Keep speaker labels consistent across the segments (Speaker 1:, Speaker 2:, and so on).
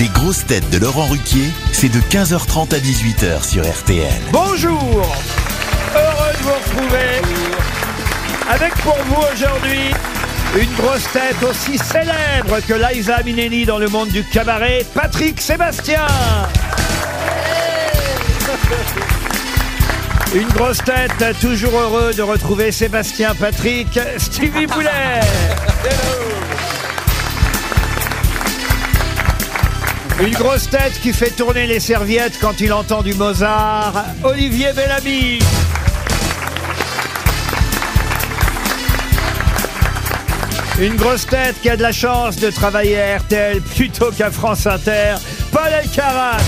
Speaker 1: Les grosses têtes de Laurent Ruquier, c'est de 15h30 à 18h sur RTL.
Speaker 2: Bonjour Heureux de vous retrouver avec pour vous aujourd'hui une grosse tête aussi célèbre que Liza Minnelli dans le monde du cabaret, Patrick Sébastien Une grosse tête toujours heureux de retrouver Sébastien Patrick, Stevie Boulet Une grosse tête qui fait tourner les serviettes quand il entend du Mozart, Olivier Bellamy. Une grosse tête qui a de la chance de travailler à RTL plutôt qu'à France Inter, Paul Elkarat.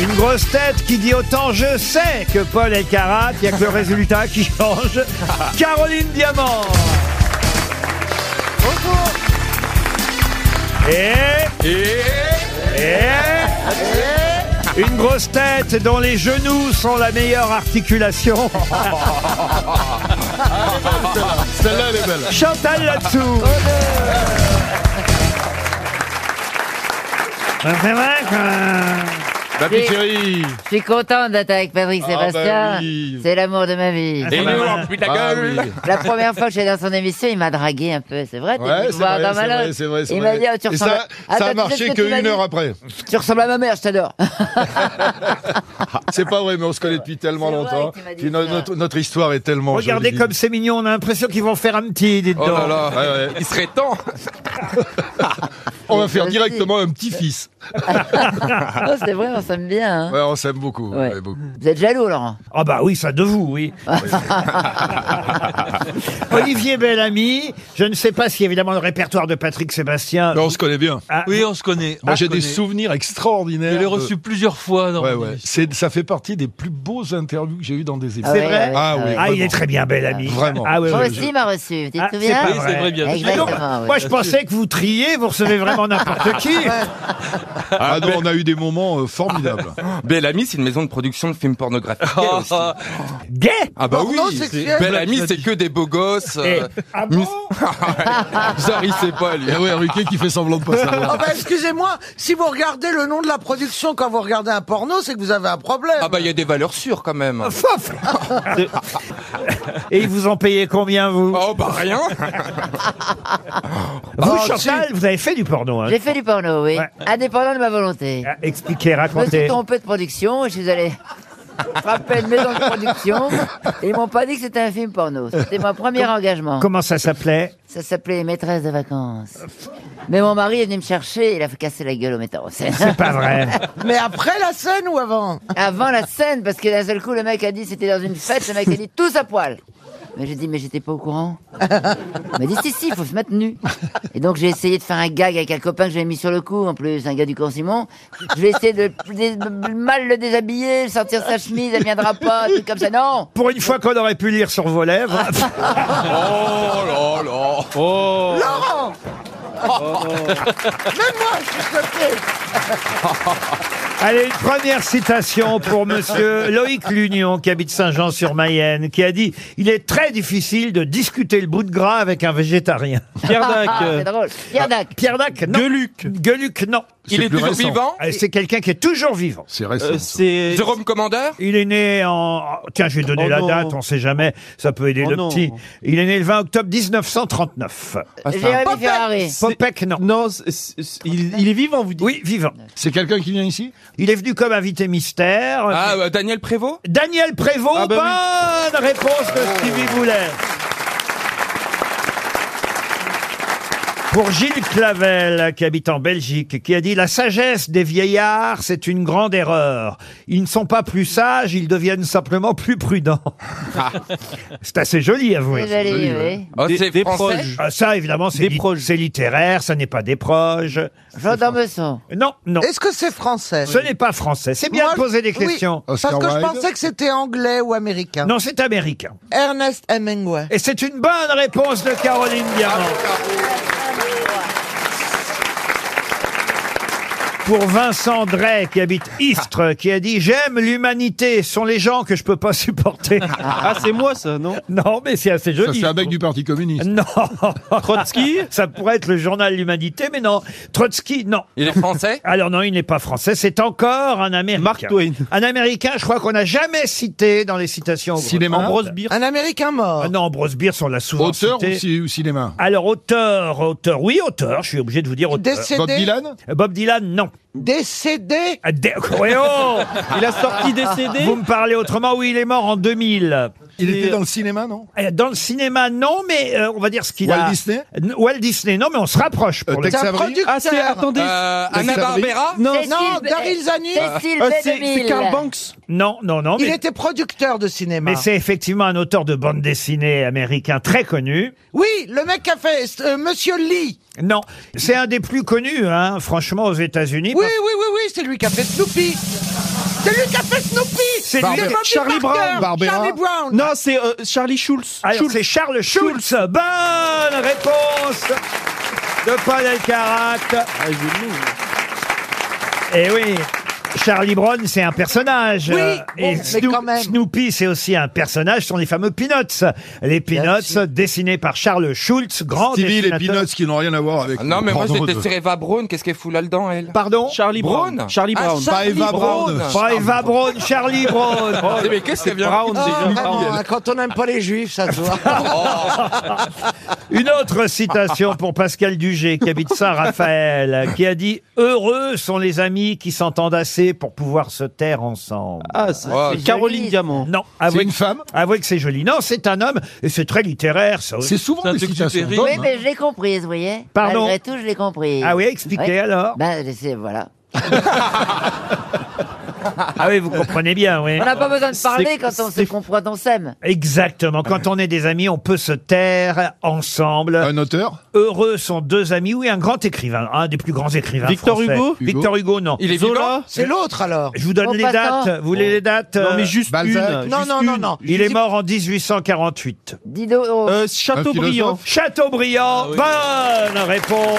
Speaker 2: Une grosse tête qui dit autant je sais que Paul Elkarat, il n'y a que le résultat qui change, Caroline Diamant. Et... Et... Une grosse tête dont les genoux sont la meilleure articulation.
Speaker 3: Celle-là, elle est belle.
Speaker 2: Chantal là-dessous. C'est vrai euh, que...
Speaker 3: Ma
Speaker 4: Et-
Speaker 3: chérie.
Speaker 4: Je suis contente d'être avec Patrick
Speaker 3: Ah,
Speaker 4: Sébastien.
Speaker 3: bah oui. Ah,
Speaker 4: C'est l'amour de ma vie.
Speaker 2: Et Bah nous, on
Speaker 3: de la gueule.
Speaker 4: La première fois que j'étais dans son émission, il m'a dragué un peu. C'est vrai, t'es venu me voir dans ma loge. Il m'a dit, oh, tu
Speaker 3: Et
Speaker 4: ressembles.
Speaker 3: ça,
Speaker 4: à-
Speaker 3: ça a
Speaker 4: Attends, tu sais ce
Speaker 3: marché
Speaker 4: que tu m'as
Speaker 3: qu'une
Speaker 4: dit
Speaker 3: heure après.
Speaker 4: Tu ressembles à ma mère, je t'adore.
Speaker 3: Ah, C'est pas vrai, mais on se connaît depuis tellement
Speaker 4: C'est vrai
Speaker 3: longtemps.
Speaker 4: qu'il m'a dit
Speaker 3: Puis no-
Speaker 4: ça.
Speaker 3: notre, notre histoire est tellement
Speaker 2: Regardez
Speaker 3: jolie.
Speaker 2: comme c'est mignon, on a l'impression qu'ils vont faire un petit, dites
Speaker 5: Oh
Speaker 2: donc.
Speaker 5: là là,
Speaker 3: Ouais, ouais.
Speaker 5: il serait temps.
Speaker 3: On va faire
Speaker 4: Aussi.
Speaker 3: directement un petit-fils.
Speaker 4: Oh, c'est vrai, on s'aime bien. hein.
Speaker 3: Ouais, on s'aime beaucoup.
Speaker 4: Ouais.
Speaker 3: Ouais, beaucoup.
Speaker 4: Vous êtes jaloux, Laurent
Speaker 2: Ah bah oui, ça de vous, oui. Olivier Bellamy, je ne sais pas si évidemment le répertoire de Patrick Sébastien.
Speaker 3: Non, on se connaît bien.
Speaker 2: Ah,
Speaker 5: Oui, on se connaît.
Speaker 3: Moi,
Speaker 5: On
Speaker 3: j'ai
Speaker 5: se
Speaker 3: des
Speaker 5: connaît.
Speaker 3: souvenirs extraordinaires.
Speaker 5: Je l'ai
Speaker 3: de-
Speaker 5: reçu plusieurs fois dans
Speaker 3: Ouais,
Speaker 5: mon
Speaker 3: ouais.
Speaker 5: émission.
Speaker 3: C'est- Ça fait partie des plus beaux interviews que j'ai eues dans des émissions.
Speaker 2: C'est vrai
Speaker 3: Ah oui.
Speaker 2: Ah, il est très bien, Bellamy.
Speaker 3: Vraiment.
Speaker 2: Ah oui,
Speaker 4: Moi
Speaker 2: oui, oui.
Speaker 4: aussi m'a reçu, tu
Speaker 2: Ah,
Speaker 4: te souviens
Speaker 2: c'est
Speaker 5: Oui, c'est vrai, bien
Speaker 2: Dis donc,
Speaker 4: Exactement, oui.
Speaker 2: Moi, je pensais que vous triez, vous recevez vraiment n'importe qui.
Speaker 3: Ah non, on a eu des moments euh, formidables. Oh.
Speaker 6: Bellamy, c'est une maison de production de films pornographiques. gay
Speaker 5: Ah,
Speaker 6: aussi.
Speaker 5: ah,
Speaker 2: Gay
Speaker 6: Ah bah oui,
Speaker 5: Porno sexuel.
Speaker 6: Bellamy, c'est que des beaux gosses. euh,
Speaker 2: Eh, ah
Speaker 6: mus- Genre, il sait pas,
Speaker 2: Eh
Speaker 6: lui.
Speaker 3: Et Eh ouais, Ruquier qui fait semblant de pas savoir.
Speaker 7: Ah bah excusez-moi, si vous regardez le nom de la production quand vous regardez un porno, c'est que vous avez un problème.
Speaker 6: Ah bah, il y a des valeurs sûres, quand même.
Speaker 2: bah, Fof Et ils vous ont payé combien, vous
Speaker 6: Oh bah, rien
Speaker 2: Vous,
Speaker 7: Ah,
Speaker 2: Chantal, vous avez fait du porno. hein.
Speaker 4: Oh, J'ai fait du porno, oui.
Speaker 2: Ouais.
Speaker 4: Indépendant de ma volonté.
Speaker 2: Ah, Expliquez,
Speaker 4: Je me suis
Speaker 2: racontez.
Speaker 4: trompé de production et je suis allé frapper une maison de production. Et ils m'ont pas dit que c'était un film porno. C'était mon premier engagement.
Speaker 2: Comment ça s'appelait
Speaker 4: Ça s'appelait Maîtresse de vacances. Mais mon mari est venu me chercher, il a fait casser la gueule au metteur en scène.
Speaker 2: C'est pas vrai.
Speaker 7: Mais après la scène ou avant
Speaker 4: Avant la scène, parce que d'un seul coup, le mec a dit, c'était dans une fête, le mec a dit, tous à poil. Mais j'ai dit, mais j'étais pas au courant. Il m'a dit, si, si, il faut se mettre nu. Et donc, j'ai essayé de faire un gag avec un copain que j'avais mis sur le coup, en plus, un gars du cours Simon. Je vais essayer de, de- de mal le déshabiller, sortir sa chemise, elle viendra pas, un truc comme ça. Non!
Speaker 2: Pour une fois qu'on aurait pu lire sur vos lèvres.
Speaker 6: Oh là là
Speaker 2: Oh.
Speaker 7: Laurent Même moi, je suis choquée.
Speaker 2: Allez, une première citation pour monsieur Loïc Lunion, qui habite Saint-Jean-sur-Mayenne, qui a dit Il est très difficile de discuter le bout de gras avec un végétarien. Pierre Dac.
Speaker 4: Ah,
Speaker 2: euh,
Speaker 4: c'est drôle. Pierre Dac.
Speaker 2: Pierre Dac, non. Gueluc. Gueluc, non.
Speaker 6: Il
Speaker 3: C'est
Speaker 6: est
Speaker 3: plus
Speaker 6: toujours
Speaker 3: récent.
Speaker 6: vivant
Speaker 2: Euh, C'est quelqu'un qui est toujours vivant.
Speaker 3: C'est récent. ça.
Speaker 5: euh, c'est
Speaker 6: Jérôme Commandeur
Speaker 2: Il est né en. Tiens, je vais donner
Speaker 5: Oh
Speaker 2: la
Speaker 5: non.
Speaker 2: date, on sait jamais, ça peut aider
Speaker 5: Oh
Speaker 2: le
Speaker 5: non.
Speaker 2: petit. Il est né le 20 octobre 1939.
Speaker 4: Jérémy Ferrari.
Speaker 2: Popek, non.
Speaker 5: non, c'est- c'est- il, il est vivant, vous dites.
Speaker 2: Oui, vivant.
Speaker 3: C'est quelqu'un qui vient ici
Speaker 2: Il est venu comme invité mystère.
Speaker 6: Ah, euh, Daniel Prévost bah
Speaker 2: Daniel Prévost,
Speaker 5: Ah
Speaker 2: bonne réponse
Speaker 6: Oh.
Speaker 2: de Stevie Boulet. Pour Gilles Clavel, qui habite en Belgique, qui a dit La sagesse des vieillards, c'est une grande erreur. Ils ne sont pas plus sages, ils deviennent simplement plus prudents. c'est assez joli, avouez.
Speaker 4: Vous allez,
Speaker 3: joli,
Speaker 4: oui.
Speaker 6: Oh,
Speaker 5: Des-
Speaker 6: c'est
Speaker 5: des
Speaker 6: français
Speaker 5: proches.
Speaker 2: Ah, Ça, évidemment, c'est
Speaker 5: Des
Speaker 2: li-
Speaker 5: proches.
Speaker 2: c'est littéraire, ça n'est pas des proches.
Speaker 4: Jean d'Ormesson.
Speaker 2: Non, non,
Speaker 7: Est-ce que c'est français
Speaker 2: ce n'est pas français. C'est bien
Speaker 7: Moi,
Speaker 2: de poser des
Speaker 7: oui,
Speaker 2: questions.
Speaker 3: Oscar
Speaker 7: parce que je
Speaker 3: Wilde.
Speaker 7: pensais que c'était anglais ou américain.
Speaker 2: Non, c'est américain.
Speaker 7: Ernest Hemingway.
Speaker 2: Et c'est une bonne réponse de Caroline Diamant. pour Vincent Drey, qui habite Istres, qui a dit J'aime l'humanité, ce sont les gens que je peux pas supporter.
Speaker 5: Ah, c'est moi ça, non
Speaker 2: non, mais c'est assez
Speaker 3: Ça,
Speaker 2: joli.
Speaker 3: c'est un mec du Parti communiste.
Speaker 2: Non,
Speaker 5: Trotsky
Speaker 2: ça pourrait être le journal L'Humanité, mais non. Trotsky, non.
Speaker 6: Il est français
Speaker 2: Alors non, il n'est pas français, c'est encore un Américain.
Speaker 5: Mark Twain.
Speaker 2: Un Américain, je crois qu'on n'a jamais cité dans les citations.
Speaker 3: Cinéma.
Speaker 2: Ambrose
Speaker 5: Ambrose
Speaker 2: Bierce.
Speaker 5: Bierce.
Speaker 7: Un Américain mort.
Speaker 2: Ah non, Ambrose Bierce, on l'a souvent
Speaker 3: Auteur ou,
Speaker 2: cité.
Speaker 3: ci- ou cinéma
Speaker 2: Alors auteur, auteur, oui auteur, je suis obligé de vous dire auteur.
Speaker 7: Décédé.
Speaker 3: Bob Dylan
Speaker 2: Bob Dylan, non.
Speaker 7: Décédé.
Speaker 2: Ah, dé- Ouais, oh
Speaker 5: Il a sorti des CD
Speaker 2: Vous me parlez autrement, oui, il est mort en 2000.
Speaker 3: Il
Speaker 5: Et-
Speaker 3: était dans le cinéma, non
Speaker 2: Euh, Dans le cinéma, non, mais euh, on va dire ce qu'il
Speaker 3: Walt
Speaker 2: a.
Speaker 3: Disney
Speaker 2: N- Walt Disney, non, mais on se rapproche pour
Speaker 3: Euh,
Speaker 2: le
Speaker 3: Tex
Speaker 7: C'est un
Speaker 3: Avery
Speaker 7: producteur.
Speaker 5: Ah, c'est. Attendez.
Speaker 6: Euh,
Speaker 3: David
Speaker 6: Anna Barbera
Speaker 5: non,
Speaker 4: C'est
Speaker 7: non,
Speaker 4: Sylvain-
Speaker 7: Daryl Zanni.
Speaker 4: C'est
Speaker 5: euh,
Speaker 2: Ah,
Speaker 4: Sylvain
Speaker 5: c'est
Speaker 4: 2000.
Speaker 5: c'est Carl Banks.
Speaker 2: Non, non, non,
Speaker 7: Il
Speaker 2: mais,
Speaker 7: était producteur de cinéma.
Speaker 2: mais c'est effectivement un auteur de bande dessinée américain très connu.
Speaker 7: Oui, le mec qui a fait euh, Monsieur Lee.
Speaker 2: Non, c'est un des plus connus, hein, franchement, aux États-Unis.
Speaker 7: Oui,
Speaker 2: parce-
Speaker 7: oui, oui, oui, c'est lui qui a fait Snoopy. C'est lui qui a fait Snoopy.
Speaker 2: C'est
Speaker 7: Bobby
Speaker 2: lui-
Speaker 3: Charlie
Speaker 7: Parker,
Speaker 3: Brown, Barbera.
Speaker 7: Charlie Brown. Ah,
Speaker 5: Non, c'est euh, Charlie Schulz.
Speaker 2: Alors, c'est Charles Schulz. Bonne réponse de Paul Elkarat.
Speaker 3: Ah,
Speaker 2: Eh oui. Charlie Brown, c'est un personnage.
Speaker 7: Oui,
Speaker 2: Euh,
Speaker 7: bon,
Speaker 2: et
Speaker 7: mais quand même.
Speaker 2: Snoopy, c'est aussi un personnage. Ce sont les fameux Peanuts. Les Peanuts, dessinés par Charles Schulz, grand
Speaker 3: Stevie, les
Speaker 2: dessinateur.
Speaker 3: Peanuts qui n'ont rien à voir avec.
Speaker 6: Ah Non, mais moi
Speaker 3: Pardon,
Speaker 6: c'était
Speaker 3: de-
Speaker 6: sur Eva Braun, qu'est-ce qu'elle fout là-dedans, elle
Speaker 2: Pardon
Speaker 5: Charlie Brown. Charlie
Speaker 6: Ah,
Speaker 5: Brown.
Speaker 3: Pas Eva
Speaker 6: Brown.
Speaker 3: Braun.
Speaker 2: Pas Eva Braun, Charlie
Speaker 8: Oh,
Speaker 2: Brown.
Speaker 6: Ah,
Speaker 8: Eh,
Speaker 6: Mais qu'est-ce qu'elle vient
Speaker 5: Brown,
Speaker 7: Oh,
Speaker 5: déjà.
Speaker 7: vraiment, hein, quand on n'aime pas les juifs, ça se voit.
Speaker 2: Une autre citation pour Pascal Dugé, qui habite Saint-Raphaël, qui a dit « Heureux sont les amis qui s'entendent assez pour pouvoir se taire ensemble.
Speaker 5: Ah, c'est
Speaker 6: Oh,
Speaker 5: c'est Caroline
Speaker 4: joli.
Speaker 5: Diamant.
Speaker 2: Non,
Speaker 3: C'est
Speaker 2: avouez,
Speaker 3: une femme
Speaker 2: avouez que c'est joli. Non, c'est un homme, et c'est très littéraire, ça.
Speaker 3: C'est souvent
Speaker 5: un
Speaker 3: des
Speaker 5: truc
Speaker 3: citations
Speaker 5: supérieur.
Speaker 3: d'hommes,
Speaker 4: Oui,
Speaker 3: hein.
Speaker 4: mais je l'ai comprise, vous voyez.
Speaker 2: Pardon
Speaker 4: Malgré tout, je l'ai comprise.
Speaker 2: Ah oui, expliquez
Speaker 4: Ouais.
Speaker 2: alors.
Speaker 4: Ben, c'est- voilà.
Speaker 2: Ah oui, vous comprenez bien, oui.
Speaker 4: On n'a pas besoin de parler quand on se
Speaker 2: c'est-
Speaker 4: comprend, on s'aime.
Speaker 2: Exactement. Quand on est des amis, on peut se taire ensemble.
Speaker 3: Un auteur
Speaker 2: Heureux sont deux amis. Oui, un grand écrivain, un des plus grands écrivains
Speaker 5: Victor
Speaker 2: français.
Speaker 5: Hugo
Speaker 2: Victor Hugo, non.
Speaker 6: Il est vivant
Speaker 7: C'est l'autre alors.
Speaker 2: Je vous donne les
Speaker 4: Maupassant
Speaker 2: dates. Vous voulez les dates
Speaker 5: Non,
Speaker 2: euh,
Speaker 5: mais juste
Speaker 3: Balzac.
Speaker 5: une.
Speaker 7: Non,
Speaker 5: juste
Speaker 7: non, non,
Speaker 5: une.
Speaker 7: non.
Speaker 2: Il est mort en 1848.
Speaker 4: Dido, oh,
Speaker 5: Euh, Chateaubriand.
Speaker 2: Chateaubriand, bonne réponse.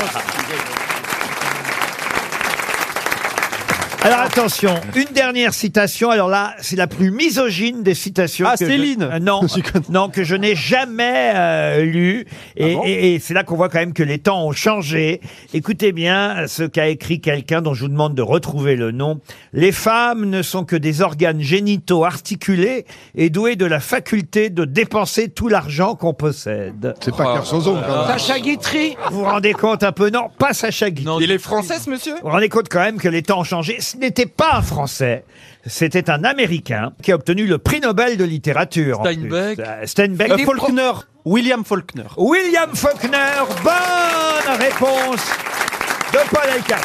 Speaker 2: Alors attention, une dernière citation. Alors là, c'est la plus misogyne des citations.
Speaker 5: Ah,
Speaker 2: que je-
Speaker 5: Céline.
Speaker 2: Euh, Non, non, que je n'ai jamais euh, lu.
Speaker 5: Ah
Speaker 2: Et, et- et c'est là qu'on voit quand même que les temps ont changé. Écoutez bien ce qu'a écrit quelqu'un dont je vous demande de retrouver le nom. Les femmes ne sont que des organes génitaux articulés et doués de la faculté de dépenser tout l'argent qu'on possède.
Speaker 3: C'est
Speaker 5: Oh.
Speaker 3: pas Kersozon, quand même.
Speaker 7: Sacha Guitry.
Speaker 2: Vous vous rendez compte un peu Non, pas Sacha Guitry.
Speaker 5: Non,
Speaker 6: Il est français, ce monsieur
Speaker 2: Vous vous rendez compte quand même que les temps ont changé. Ce n'était pas un Français, c'était un Américain qui a obtenu le prix Nobel de littérature. en plus.
Speaker 5: Steinbeck.
Speaker 2: Euh, Steinbeck.
Speaker 5: Euh, Faulkner. William Faulkner.
Speaker 2: William Faulkner. Bonne réponse de Paul Elkarat.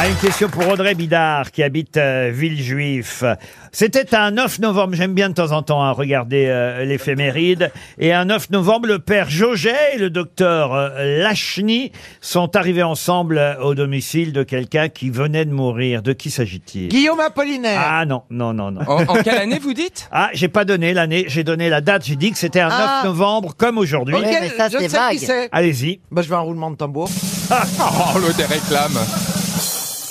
Speaker 2: Ah, une question pour Audrey Bidard qui habite euh, Villejuif. C'était un 9 novembre, j'aime bien de temps en temps hein, regarder euh, l'éphéméride. Et un 9 novembre, le père Jauget et le docteur euh, Lachny sont arrivés ensemble euh, au domicile de quelqu'un qui venait de mourir. De qui s'agit-il
Speaker 7: Guillaume Apollinaire.
Speaker 2: Ah non, non, non, non.
Speaker 6: en, en quelle année vous dites
Speaker 2: Ah, j'ai pas donné l'année, j'ai donné la date, j'ai dit que c'était un 9
Speaker 7: Ah.
Speaker 2: novembre comme aujourd'hui.
Speaker 7: Ok,
Speaker 4: Ouais, mais ça,
Speaker 7: je
Speaker 4: c'est
Speaker 7: sais
Speaker 4: vague.
Speaker 7: qui c'est.
Speaker 2: Allez-y. Ah.
Speaker 7: Bah, je veux un roulement de tambour.
Speaker 6: Oh, le réclame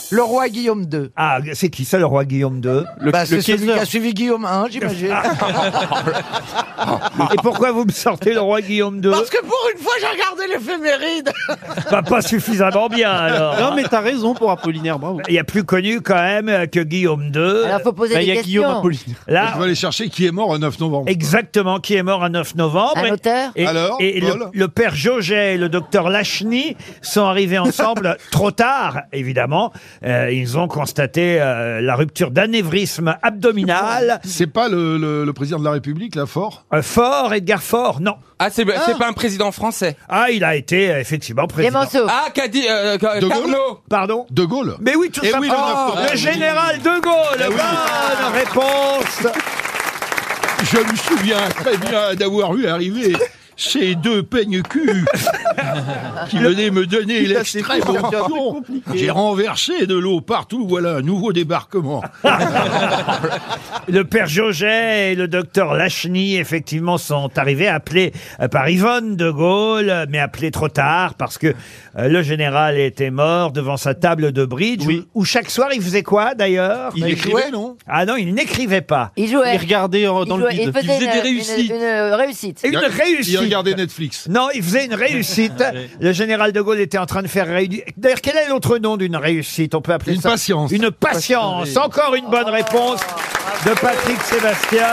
Speaker 7: Le roi Guillaume II.
Speaker 2: Ah, c'est qui ça, le roi Guillaume II
Speaker 5: Le,
Speaker 7: Bah, c'est
Speaker 5: le
Speaker 7: celui qui
Speaker 5: Kaiser.
Speaker 7: a suivi Guillaume I, j'imagine.
Speaker 2: Et pourquoi vous me sortez le roi Guillaume II
Speaker 7: Parce que pour une fois, j'ai regardé l'éphéméride.
Speaker 2: Bah, Pas suffisamment bien, alors.
Speaker 5: Non, mais t'as raison pour Apollinaire, bravo.
Speaker 2: Il y a plus connu quand même euh, que Guillaume II.
Speaker 4: alors faut poser
Speaker 5: Bah, il y
Speaker 4: des
Speaker 5: a Guillaume
Speaker 4: questions.
Speaker 5: Apollinaire.
Speaker 3: Je
Speaker 2: Là,
Speaker 3: vais aller chercher qui est mort le 9 novembre.
Speaker 2: exactement, qui est mort un 9 novembre.
Speaker 4: Un
Speaker 2: Et-
Speaker 4: auteur
Speaker 2: Et,
Speaker 3: Alors,
Speaker 2: et le,
Speaker 3: Paul
Speaker 2: le père Jauget et le docteur Lachny sont arrivés ensemble trop tard, évidemment. Euh, ils ont constaté euh, la rupture d'anévrisme abdominal.
Speaker 3: C'est pas le, le- le président de la République, là, fort
Speaker 2: Euh, Fort, Edgar Fort, non.
Speaker 6: Ah, c'est c'est pas un président français
Speaker 2: Ah, il a été euh, effectivement président.
Speaker 4: Clémenceau.
Speaker 6: Ah, qu'a dit euh, qu'a-
Speaker 3: De Gaulle
Speaker 6: Carnot
Speaker 2: Pardon
Speaker 3: De Gaulle
Speaker 2: Mais oui, tout
Speaker 3: Eh
Speaker 2: ça.
Speaker 3: oui, le
Speaker 2: Ah,
Speaker 3: neuf-
Speaker 2: le général de Gaulle.
Speaker 3: Eh oui.
Speaker 2: Bonne réponse.
Speaker 3: Je me souviens très bien d'avoir vu arriver
Speaker 9: ces deux peignes cul qui venaient me donner
Speaker 5: Putain, c'est
Speaker 9: l'extrême
Speaker 5: compliqué, c'est
Speaker 9: onction.
Speaker 5: compliqué.
Speaker 9: J'ai renversé de l'eau partout, voilà un nouveau débarquement.
Speaker 2: Le père Jauget et le docteur Lachny, effectivement, sont arrivés, appelés euh, par Yvonne de Gaulle, euh, mais appelés trop tard parce que euh, le général était mort devant sa table de bridge,
Speaker 5: Oui.
Speaker 2: où, où chaque soir il faisait quoi d'ailleurs
Speaker 5: Il écrivait,
Speaker 7: non
Speaker 2: Ah non, il n'écrivait pas.
Speaker 4: Il jouait.
Speaker 5: il regardait euh,
Speaker 4: Il
Speaker 5: dans le
Speaker 4: jouait-
Speaker 5: vide.
Speaker 4: il faisait
Speaker 6: faisait
Speaker 4: une,
Speaker 6: des
Speaker 4: une-
Speaker 6: réussites.
Speaker 4: une, euh, réussite.
Speaker 2: Une réussite
Speaker 3: Il regardait Netflix.
Speaker 2: Non, il faisait une réussite. Le général de Gaulle était en train de faire réussite. D'ailleurs, quel est l'autre nom d'une réussite On peut appeler
Speaker 3: Une
Speaker 2: ça
Speaker 3: patience.
Speaker 2: Une patience. Encore une bonne réponse de Patrick Sébastien.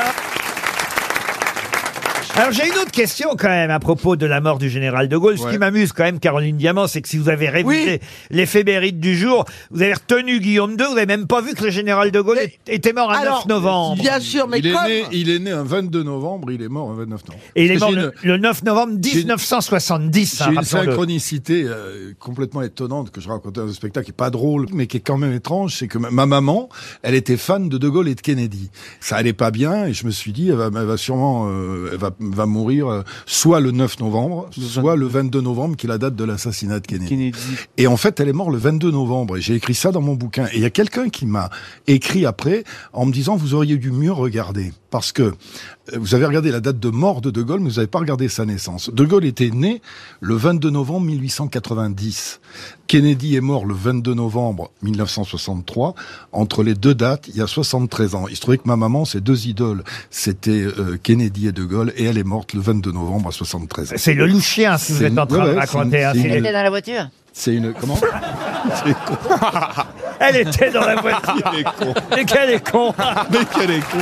Speaker 2: Alors j'ai une autre question quand même à propos de la mort du général de Gaulle. Ce qui
Speaker 3: Ouais.
Speaker 2: m'amuse quand même, Caroline Diamant, c'est que si vous avez révisé l'éphéméride du jour, vous avez retenu Guillaume II, vous n'avez même pas vu que le général de Gaulle est- était mort un 9 novembre.
Speaker 7: Bien sûr, mais
Speaker 3: Il est,
Speaker 7: comme
Speaker 3: né, il est né un 22 novembre, il est mort un 29 novembre.
Speaker 2: Et il est
Speaker 3: J'ai
Speaker 2: mort
Speaker 3: une-
Speaker 2: le, le 9 novembre
Speaker 3: une-
Speaker 2: 1970. hein,
Speaker 3: J'ai une
Speaker 2: rappelons-le.
Speaker 3: synchronicité euh, complètement étonnante que je racontais dans un spectacle qui est pas drôle, mais qui est quand même étrange. C'est que ma, ma maman, elle était fan de De Gaulle et de Kennedy. Ça allait pas bien et je me suis dit, elle va, elle va sûrement, euh, elle va, va mourir euh, soit le 9 novembre, soit le 22 novembre, qui est la date de l'assassinat de Kennedy.
Speaker 5: Kennedy.
Speaker 3: Et en fait, elle est morte le 22 novembre. Et j'ai écrit ça dans mon bouquin. Et il y a quelqu'un qui m'a écrit après en me disant vous auriez dû mieux regarder parce que euh, vous avez regardé la date de mort de De Gaulle, mais vous n'avez pas regardé sa naissance. De Gaulle était né le 22 novembre 1890. Kennedy est mort le 22 novembre 1963. Entre les deux dates, il y a 73 ans. Il se trouvait que ma maman, ses deux idoles, c'était euh, Kennedy et De Gaulle, et elle est morte le 22 novembre à 73 ans.
Speaker 2: C'est le louchien, si vous
Speaker 3: C'est
Speaker 2: êtes en
Speaker 3: une-
Speaker 2: train
Speaker 3: ouais,
Speaker 2: de
Speaker 3: ouais,
Speaker 2: raconter.
Speaker 3: c'est
Speaker 2: hein,
Speaker 3: une-
Speaker 2: c'est
Speaker 4: Il
Speaker 2: le-
Speaker 4: était dans la voiture.
Speaker 3: C'est une comment
Speaker 2: Elle était dans la voiture. Mais quel est con
Speaker 3: Mais quel est con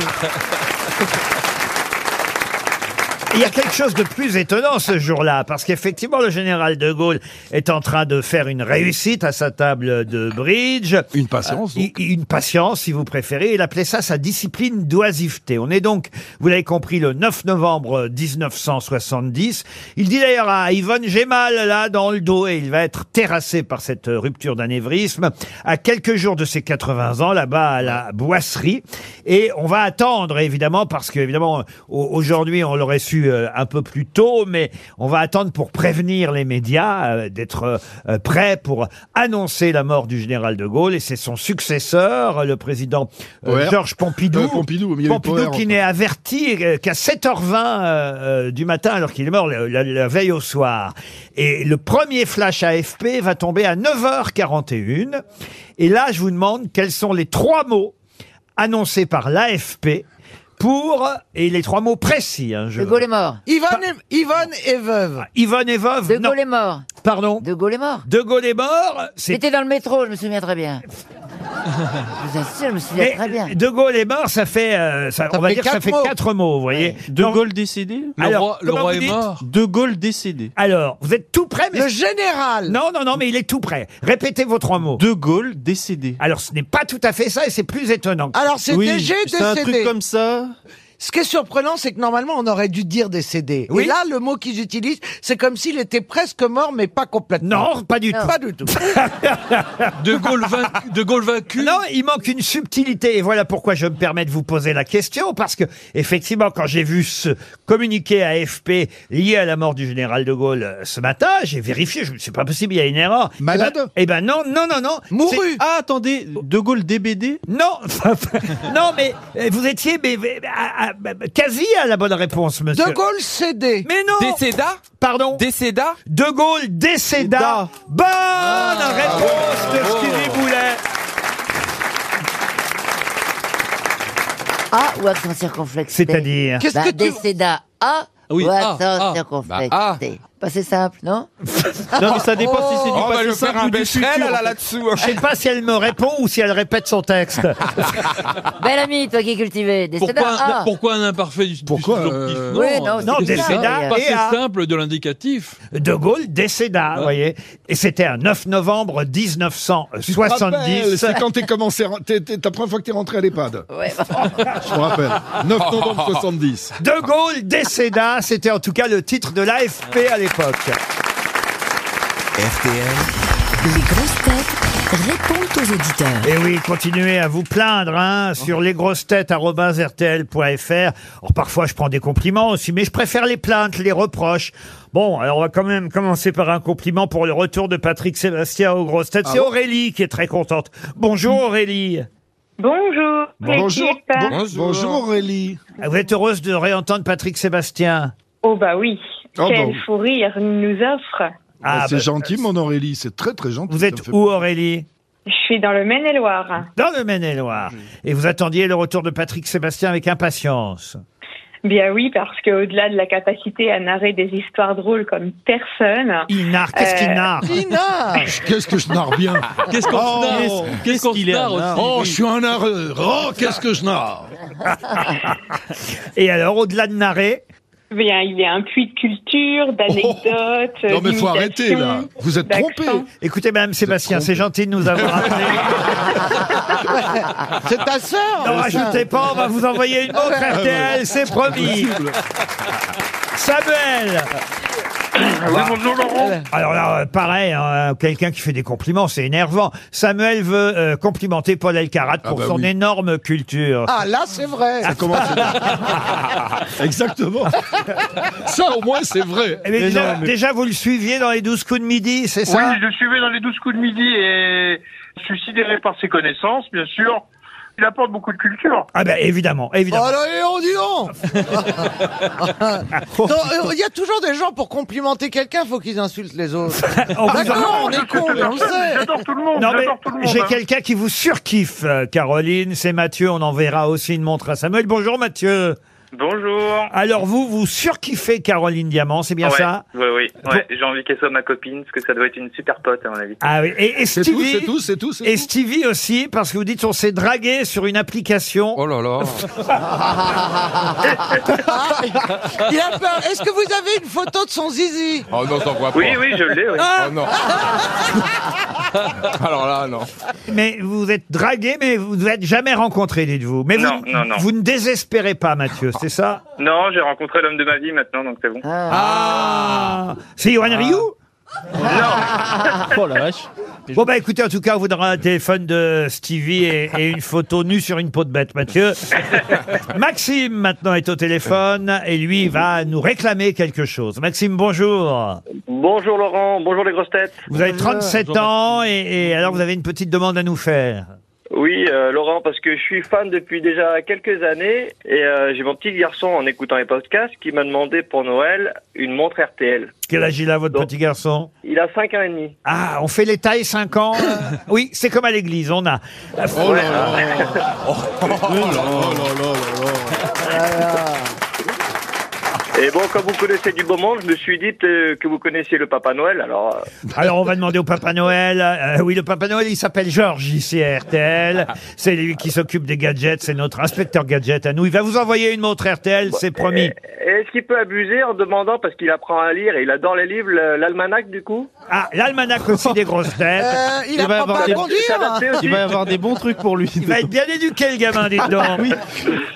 Speaker 2: Il y a quelque chose de plus étonnant ce jour-là, parce qu'effectivement, le général de Gaulle est en train de faire une réussite à sa table de bridge.
Speaker 3: Une patience. donc.
Speaker 2: I- Une patience, si vous préférez. Il appelait ça sa discipline d'oisiveté. On est donc, vous l'avez compris, le 9 novembre 1970. Il dit d'ailleurs à Yvonne, j'ai mal là dans le dos et il va être terrassé par cette euh, rupture d'anévrisme à quelques jours de ses 80 ans, là-bas à la boisserie. Et on va attendre, évidemment, parce que, évidemment, au- aujourd'hui, on l'aurait su euh, un peu plus tôt, mais on va attendre pour prévenir les médias euh, d'être euh, euh, prêt pour annoncer la mort du général de Gaulle. Et c'est son successeur, euh, le président euh,
Speaker 3: Ouais.
Speaker 2: Georges Pompidou.
Speaker 3: Euh, Pompidou, mais il y a eu
Speaker 2: Pompidou
Speaker 3: Poher,
Speaker 2: qui
Speaker 3: en
Speaker 2: n'est averti euh, qu'à 7h20 euh, euh, du matin, alors qu'il est mort la, la- la veille au soir. Et le premier flash AFP va tomber à 9h41. Et là, je vous demande quels sont les trois mots annoncés par l'AFP pour, et les trois mots précis. hein, je-
Speaker 4: De Gaulle est mort.
Speaker 7: Yvonne, est- Yvonne est veuve.
Speaker 2: Yvonne et Veuve,
Speaker 4: De
Speaker 2: non,
Speaker 4: Gaulle est mort.
Speaker 2: pardon.
Speaker 4: De Gaulle est mort.
Speaker 2: De Gaulle est mort, c'est
Speaker 4: J'étais dans le métro, je me souviens très bien. je vous assure, je me souviens
Speaker 2: Mais
Speaker 4: très bien.
Speaker 2: De Gaulle est mort, ça fait, euh, ça- on va
Speaker 7: fait
Speaker 2: dire, que ça
Speaker 7: quatre
Speaker 2: fait
Speaker 7: mots.
Speaker 2: quatre mots, vous voyez.
Speaker 5: De
Speaker 2: Non,
Speaker 5: Gaulle décédé
Speaker 6: Le
Speaker 2: Alors,
Speaker 6: roi, le
Speaker 2: comment
Speaker 6: roi
Speaker 2: vous
Speaker 6: est
Speaker 2: dites
Speaker 6: mort.
Speaker 5: De Gaulle décédé.
Speaker 2: Alors, vous êtes tout prêt, mais
Speaker 7: Le général.
Speaker 2: non, non, non, mais il est tout prêt. Répétez vos trois mots.
Speaker 5: De Gaulle décédé.
Speaker 2: Alors, ce n'est pas tout à fait ça, et c'est plus étonnant.
Speaker 7: Alors c'est
Speaker 5: Oui,
Speaker 7: DG
Speaker 5: C'est un truc
Speaker 7: décédé.
Speaker 5: comme ça.
Speaker 7: Ce qui est surprenant, c'est que normalement, on aurait dû dire décédé.
Speaker 2: Oui.
Speaker 7: Et là, le mot qu'ils utilisent, c'est comme s'il était presque mort, mais pas complètement.
Speaker 2: Non, pas du tout.
Speaker 7: Pas du tout.
Speaker 6: De Gaulle, vain- de Gaulle vaincu.
Speaker 2: Non, il manque une subtilité et voilà pourquoi je me permets de vous poser la question parce que effectivement quand j'ai vu ce communiqué AFP lié à la mort du général de Gaulle euh, ce matin, j'ai vérifié, je me suis pas possible, il y a une erreur.
Speaker 3: Malade
Speaker 2: Eh ben, eh ben non, non, non, non. C'est-
Speaker 7: Mouru.
Speaker 5: Ah, attendez. De Gaulle DBD.
Speaker 2: Non, non, mais euh, vous étiez mais, mais, à- à- bah, quasi à la bonne réponse, monsieur.
Speaker 7: De Gaulle cédé.
Speaker 2: Mais non,
Speaker 6: Décéda
Speaker 2: pardon.
Speaker 6: Décéda
Speaker 2: De Gaulle décéda. Ah.
Speaker 5: Da.
Speaker 2: Bonne réponse de
Speaker 3: Oh.
Speaker 2: Stevie Boulet.
Speaker 4: A Ah, ou accent circonflexe.
Speaker 2: C'est-à-dire
Speaker 7: Qu'est-ce
Speaker 4: bah,
Speaker 7: que tu... Ah
Speaker 4: Décéda A
Speaker 6: Oui,
Speaker 4: ou
Speaker 6: A,
Speaker 4: accent
Speaker 6: A.
Speaker 4: circonflexe.
Speaker 6: Bah, A.
Speaker 4: T.
Speaker 2: ah.
Speaker 4: Pas c'est simple, non
Speaker 5: Non, mais ça dépend si c'est du
Speaker 2: Oh,
Speaker 6: On
Speaker 2: bah,
Speaker 6: va
Speaker 5: passé
Speaker 6: lui faire
Speaker 5: simple
Speaker 6: un
Speaker 5: ou du futur.
Speaker 6: Becherel là, là-dessous.
Speaker 2: Je sais pas si elle me répond ou si elle répète son texte.
Speaker 4: Bel ami, toi qui es cultivé. Décéda
Speaker 10: Pourquoi,
Speaker 4: A.
Speaker 10: pourquoi un imparfait du, du
Speaker 3: Pourquoi,
Speaker 10: subjonctif
Speaker 3: euh,
Speaker 4: Oui, Ah. non,
Speaker 2: Non,
Speaker 4: c'est bizarre,
Speaker 2: décéda
Speaker 4: d'ailleurs.
Speaker 10: Pas
Speaker 2: et
Speaker 10: c'est
Speaker 2: à-
Speaker 10: simple de l'indicatif.
Speaker 2: De Gaulle décéda, vous voyez. Et c'était un 9 novembre
Speaker 3: Rappel,
Speaker 2: 1970.
Speaker 3: C'est quand t'es commencé, à- t'es, t'es- ta première fois que t'es rentré à l'EHPAD.
Speaker 4: Ouais.
Speaker 3: Je me rappelle. 9 novembre 70.
Speaker 2: De Gaulle décéda, c'était en tout cas le titre de l'AFP à l'époque.
Speaker 1: RTL,
Speaker 11: Les grosses têtes répond aux auditeurs.
Speaker 2: Et Eh oui, continuez à vous plaindre hein, sur lesgrossetêtes.rtl.fr. Or, parfois, je prends des compliments aussi, mais je préfère les plaintes, les reproches. Bon, alors on va quand même commencer par un compliment pour le retour de Patrick Sébastien aux grosses
Speaker 3: Ah
Speaker 2: têtes. C'est Aurélie qui est très contente. Bonjour Aurélie.
Speaker 12: Bonjour. l'équipe.
Speaker 2: Aurélie. Ah, Vous êtes heureuse de réentendre Patrick Sébastien
Speaker 12: Oh bah oui.
Speaker 3: Oh
Speaker 12: Quel
Speaker 3: bah.
Speaker 12: fou rire il nous offre.
Speaker 3: Ah, c'est
Speaker 2: bah,
Speaker 3: gentil, mon Aurélie, c'est très très gentil.
Speaker 2: Vous êtes où Aurélie
Speaker 12: Je suis dans le Maine-et-Loire.
Speaker 2: Dans le Maine-et-Loire. Et vous attendiez le retour de Patrick Sébastien avec impatience.
Speaker 12: Bien oui, parce que au-delà de la capacité à narrer des histoires drôles comme personne. euh,
Speaker 2: Il narre. Qu'est-ce qu'il narre
Speaker 12: Il narre.
Speaker 3: Qu'est-ce que je narre bien
Speaker 10: Qu'est-ce qu'on
Speaker 3: Oh,
Speaker 10: se narre
Speaker 3: qu'est-ce-
Speaker 10: Qu'est-ce qu'on
Speaker 3: qu'est-ce
Speaker 10: se
Speaker 3: qu'il est,
Speaker 10: narre
Speaker 3: là
Speaker 10: aussi
Speaker 3: Oh, je suis un
Speaker 10: narreur Oh, qu'est-ce que je narre
Speaker 2: Et alors, au-delà de narrer
Speaker 12: Bien, il y a un puits de culture, d'anecdotes.
Speaker 2: Oh. Non, mais faut
Speaker 12: d'imitations,
Speaker 2: arrêter, là. Vous êtes
Speaker 12: d'accents.
Speaker 2: trompé. Écoutez, Madame Sébastien, c'est gentil de nous avoir appelé.
Speaker 7: C'est ta sœur
Speaker 2: Non,
Speaker 7: ça.
Speaker 2: rajoutez pas, on va vous envoyer une autre
Speaker 7: Ouais.
Speaker 2: RTL, c'est promis. Samuel Alors là, euh, pareil, hein, quelqu'un qui fait des compliments, c'est énervant. Samuel veut euh, complimenter Paul Elkarat pour
Speaker 3: bah
Speaker 2: son
Speaker 3: oui.
Speaker 2: énorme culture.
Speaker 7: Ah là, c'est vrai.
Speaker 2: Ça commence-
Speaker 3: Exactement.
Speaker 2: Ça, au moins, c'est vrai.
Speaker 13: Mais
Speaker 2: Eh déjà,
Speaker 13: non, mais-
Speaker 2: déjà, vous le suiviez dans les 12 coups de midi, c'est ça
Speaker 13: Oui, je le suivais dans les 12 coups de midi et suicidé par ses connaissances, bien sûr. Il apporte beaucoup de culture.
Speaker 2: Ah ben évidemment, évidemment.
Speaker 7: Oh là, et on dit non Non, euh, Il y a toujours des gens pour complimenter quelqu'un, faut qu'ils insultent les autres.
Speaker 2: On vous
Speaker 7: D'accord,
Speaker 2: en-
Speaker 7: on est con, mais on le sait.
Speaker 2: Non, mais J'ai
Speaker 7: hein.
Speaker 2: quelqu'un qui vous surkiffe, euh, Caroline. C'est Mathieu. On enverra aussi une montre à Samuel. Bonjour, Mathieu.
Speaker 14: Bonjour.
Speaker 2: Alors, vous, vous surkiffez Caroline Diamant, c'est bien
Speaker 14: Ouais,
Speaker 2: ça
Speaker 14: Oui, oui. Ouais, J'ai envie qu'elle soit ma copine, parce que ça doit être une super pote, à mon avis.
Speaker 2: Ah oui. Et, et
Speaker 14: C'est tout,
Speaker 2: Stevie.
Speaker 14: c'est tout, c'est tout, c'est
Speaker 2: Et
Speaker 14: tout.
Speaker 2: Stevie aussi, parce que vous dites on s'est dragué sur une application. Oh là là.
Speaker 7: Il a peur. Est-ce que vous avez une photo de son zizi
Speaker 15: Oh non, t'en vois pas.
Speaker 14: Oui, oui, je l'ai, oui.
Speaker 8: Ah,
Speaker 2: Ah.
Speaker 15: Oh non. Alors là, non.
Speaker 2: mais vous êtes dragué, mais vous vous êtes jamais rencontré, dites-vous. Mais
Speaker 14: Non,
Speaker 2: vous,
Speaker 14: non, non.
Speaker 2: vous ne désespérez pas, Mathieu, c'est ça
Speaker 14: Non, j'ai rencontré l'homme de ma vie maintenant, donc c'est bon.
Speaker 2: Ah, C'est Yoann Ryu
Speaker 5: Oh la vache.
Speaker 2: Bon bah écoutez, en tout cas, on vous donnera un téléphone de Stevie et, et une photo nue sur une peau de bête, Mathieu. Maxime maintenant est au téléphone et lui va nous réclamer quelque chose. Maxime, bonjour.
Speaker 16: Bonjour Laurent, bonjour les grosses têtes.
Speaker 2: Vous avez 37
Speaker 7: Euh,
Speaker 2: ans et, et alors vous avez une petite demande à nous faire.
Speaker 16: Oui euh, Laurent, parce que je suis fan depuis déjà quelques années et euh, j'ai mon petit garçon en écoutant les podcasts qui m'a demandé pour Noël une montre RTL.
Speaker 2: Quel âge il a votre petit garçon
Speaker 16: Il a 5 ans et demi.
Speaker 2: Ah, on fait les tailles 5 ans euh, Oui, c'est comme à l'église, on a.
Speaker 16: Oh là là. Et bon, comme vous connaissez du beau monde, je me suis dit euh, que vous connaissiez le Papa Noël, alors... euh,
Speaker 2: Alors on va demander au Papa Noël. Euh, oui, le Papa Noël, il s'appelle Georges ici à RTL. C'est lui qui s'occupe des gadgets. C'est notre inspecteur gadget à nous. Il va vous envoyer une montre RTL, c'est promis.
Speaker 16: et- Est-ce qu'il peut abuser en demandant, parce qu'il apprend à lire et il adore les livres, le- l'almanach du coup
Speaker 2: Ah, l'almanach aussi des grosses têtes.
Speaker 16: Euh, il apprend pas à
Speaker 5: des-
Speaker 16: conduire, hein.
Speaker 5: il va y avoir des bons trucs pour lui.
Speaker 2: Il va être bien éduqué, le gamin, dites donc.
Speaker 5: Oui.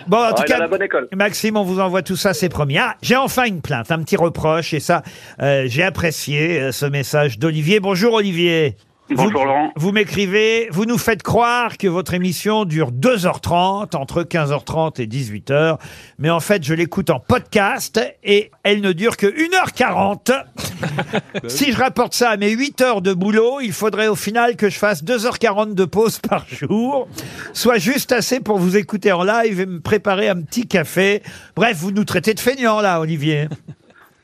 Speaker 2: Bon, en
Speaker 5: Ah,
Speaker 2: tout
Speaker 5: il a
Speaker 2: cas,
Speaker 5: la
Speaker 2: Maxime, on vous envoie tout ça, c'est promis. Ah, j'ai enfin une plainte, un petit reproche, et ça, euh, j'ai apprécié euh, ce message d'Olivier. Bonjour, Olivier.
Speaker 17: Bonjour,
Speaker 2: vous,
Speaker 17: Laurent.
Speaker 2: Vous m'écrivez, vous nous faites croire que votre émission dure 2h30, entre 15h30 et 18h, mais en fait, je l'écoute en podcast et elle ne dure que 1h40. Si je rapporte ça à mes 8 heures de boulot, il faudrait au final que je fasse 2h40 de pause par jour, soit juste assez pour vous écouter en live et me préparer un petit café. Bref, vous nous traitez de feignants là, Olivier.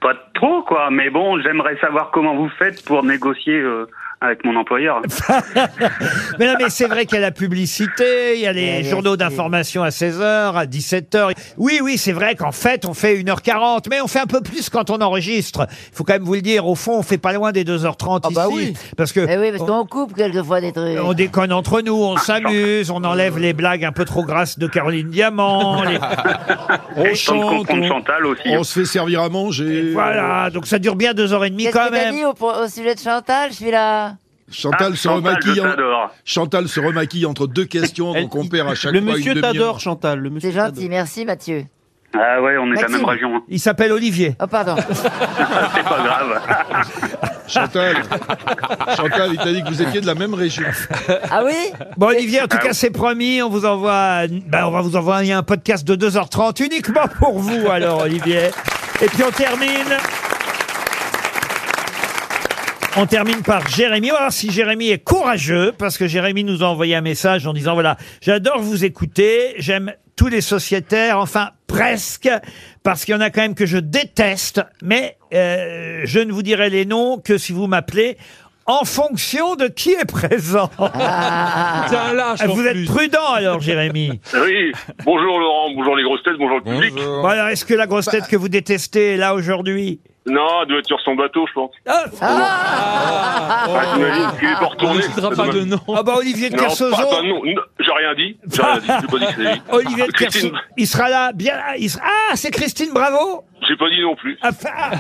Speaker 17: Pas trop, quoi. Mais bon, j'aimerais savoir comment vous faites pour négocier euh, avec mon employeur.
Speaker 2: Mais non, mais c'est vrai qu'il y a la publicité, il y a les
Speaker 17: Ouais,
Speaker 2: journaux d'information à 16h, à 17h. Oui, oui, c'est vrai qu'en fait, on fait 1h40, mais on fait un peu plus quand on enregistre. Il faut quand même vous le dire, au fond, on fait pas loin des 2h30 ici. Parce que
Speaker 4: Eh Ah bah oui, parce qu'on coupe quelquefois des trucs.
Speaker 2: On déconne entre nous,
Speaker 17: Ah,
Speaker 2: on s'amuse, on enlève les blagues un peu trop grasses de Caroline Diamant. les-
Speaker 17: Et je tente de comprendre Chantal aussi. hein.
Speaker 3: On se fait servir à manger.
Speaker 2: Voilà, donc ça dure bien deux heures et demie
Speaker 4: Qu'est-ce
Speaker 2: quand
Speaker 4: que t'as
Speaker 2: même.
Speaker 4: dit au, pro- au sujet de Chantal Je suis là.
Speaker 3: Chantal,
Speaker 17: Ah,
Speaker 3: se
Speaker 17: Chantal,
Speaker 3: remaquille
Speaker 17: je
Speaker 3: en-
Speaker 17: t'adore.
Speaker 3: Chantal se remaquille entre deux questions, donc on perd à chaque fois une demi-heure.
Speaker 5: Chantal. Le
Speaker 4: C'est gentil, merci Mathieu.
Speaker 17: Ah ouais, on est de la
Speaker 2: Maxime.
Speaker 17: même région. hein.
Speaker 2: Il s'appelle Olivier.
Speaker 4: Oh, pardon.
Speaker 17: C'est pas grave.
Speaker 10: Chantal, Chantal, il t'a dit que vous étiez de la même région.
Speaker 4: Ah oui
Speaker 2: Bon, Olivier, en tout cas, c'est promis. On vous envoie, ben, on va vous envoyer un podcast de 2h30 uniquement pour vous, alors, Olivier. Et puis, on termine. On termine par Jérémy. On va voir si Jérémy est courageux, parce que Jérémy nous a envoyé un message en disant, voilà, j'adore vous écouter, j'aime tous les sociétaires, enfin presque, parce qu'il y en a quand même que je déteste, mais euh, je ne vous dirai les noms que si vous m'appelez en fonction de qui est présent.
Speaker 6: C'est un Ah. lâche, en
Speaker 2: vous êtes
Speaker 6: plus.
Speaker 2: prudent alors, Jérémy.
Speaker 13: Oui, bonjour Laurent, bonjour les grosses têtes, bonjour le public.
Speaker 2: Bon, alors, est-ce que la grosse
Speaker 6: Bah.
Speaker 2: tête que vous détestez est là aujourd'hui
Speaker 13: Non, elle doit être sur son bateau, je pense.
Speaker 2: Ah,
Speaker 13: Ouais, j'imagine qu'il est pas retourné.
Speaker 2: Ah bah Olivier de
Speaker 13: Non,
Speaker 2: Kersozo.
Speaker 13: pas, pas, non, non, j'ai rien dit. J'ai rien dit. J'ai pas dit que c'était lui.
Speaker 2: Olivier de
Speaker 6: Ah,
Speaker 13: Christine,
Speaker 2: Kersozo, il sera là, bien. il sera- Ah, c'est Christine Bravo.
Speaker 13: J'ai pas dit non plus.
Speaker 2: Ah, ah.